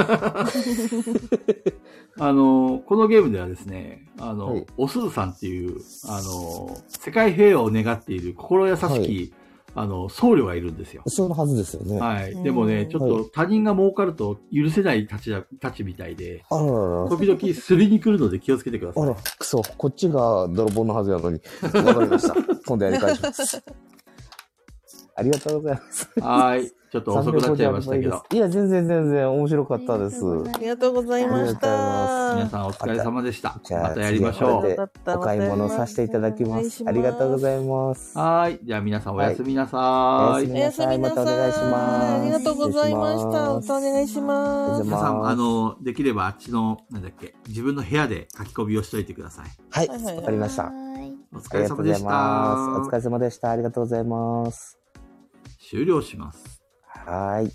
A: あの、このゲームではですね、あの、
B: はい
A: おすずさんっていう、あの、世界平和を願っている心優しき、
B: はい
A: あの、僧侶がいるんですよ。
B: そのはずですよね。
A: はい。
C: うん
A: でもね、ちょっと他人が儲かると許せないたちだたちみたいで、
B: あららら
A: 時々すりに来るので気をつけてくださ
B: あ
A: い。
B: ら、くそ、こっちが泥棒のはずやのに。わかりました。 今度やり返します。ありがとうございます。
A: はい。ちょっと遅くなっちゃいましたけ
B: 350
A: ど
B: は、いや、全然全然面白かったです。
D: お
C: ありがとうございまし
B: あ
A: 皆
C: た。
A: さんお疲れ様でした。
B: じゃあ
A: またやりまし
B: 次は
A: ょ
B: これ
A: う。
B: でお買い物させていただきま
C: お願い
B: す
C: し。ます
B: ありがとうございます。
A: はい。じゃあ皆さんおやすみなさ
B: おや
A: い。
B: すみ
C: おや
B: な
C: す
B: さい。
C: み
B: ま
C: な
B: た
C: さ
B: お願いします。
C: い。ありがとうございました。
B: 失礼します
C: 歌お願いします。
A: 皆さん、
B: ます
A: あの、できればあっちの、なんだっけ、自分の部屋で書き込みをしといてください。
B: はい、
C: はいはい
B: わかりまし
A: お
B: た。
A: 疲
B: あり
A: れ
B: がと
A: 様
B: うご
A: で
B: ざい
A: した。
B: ます。お疲れ様でした。ありがとうございます。
A: 終了します。
B: はい。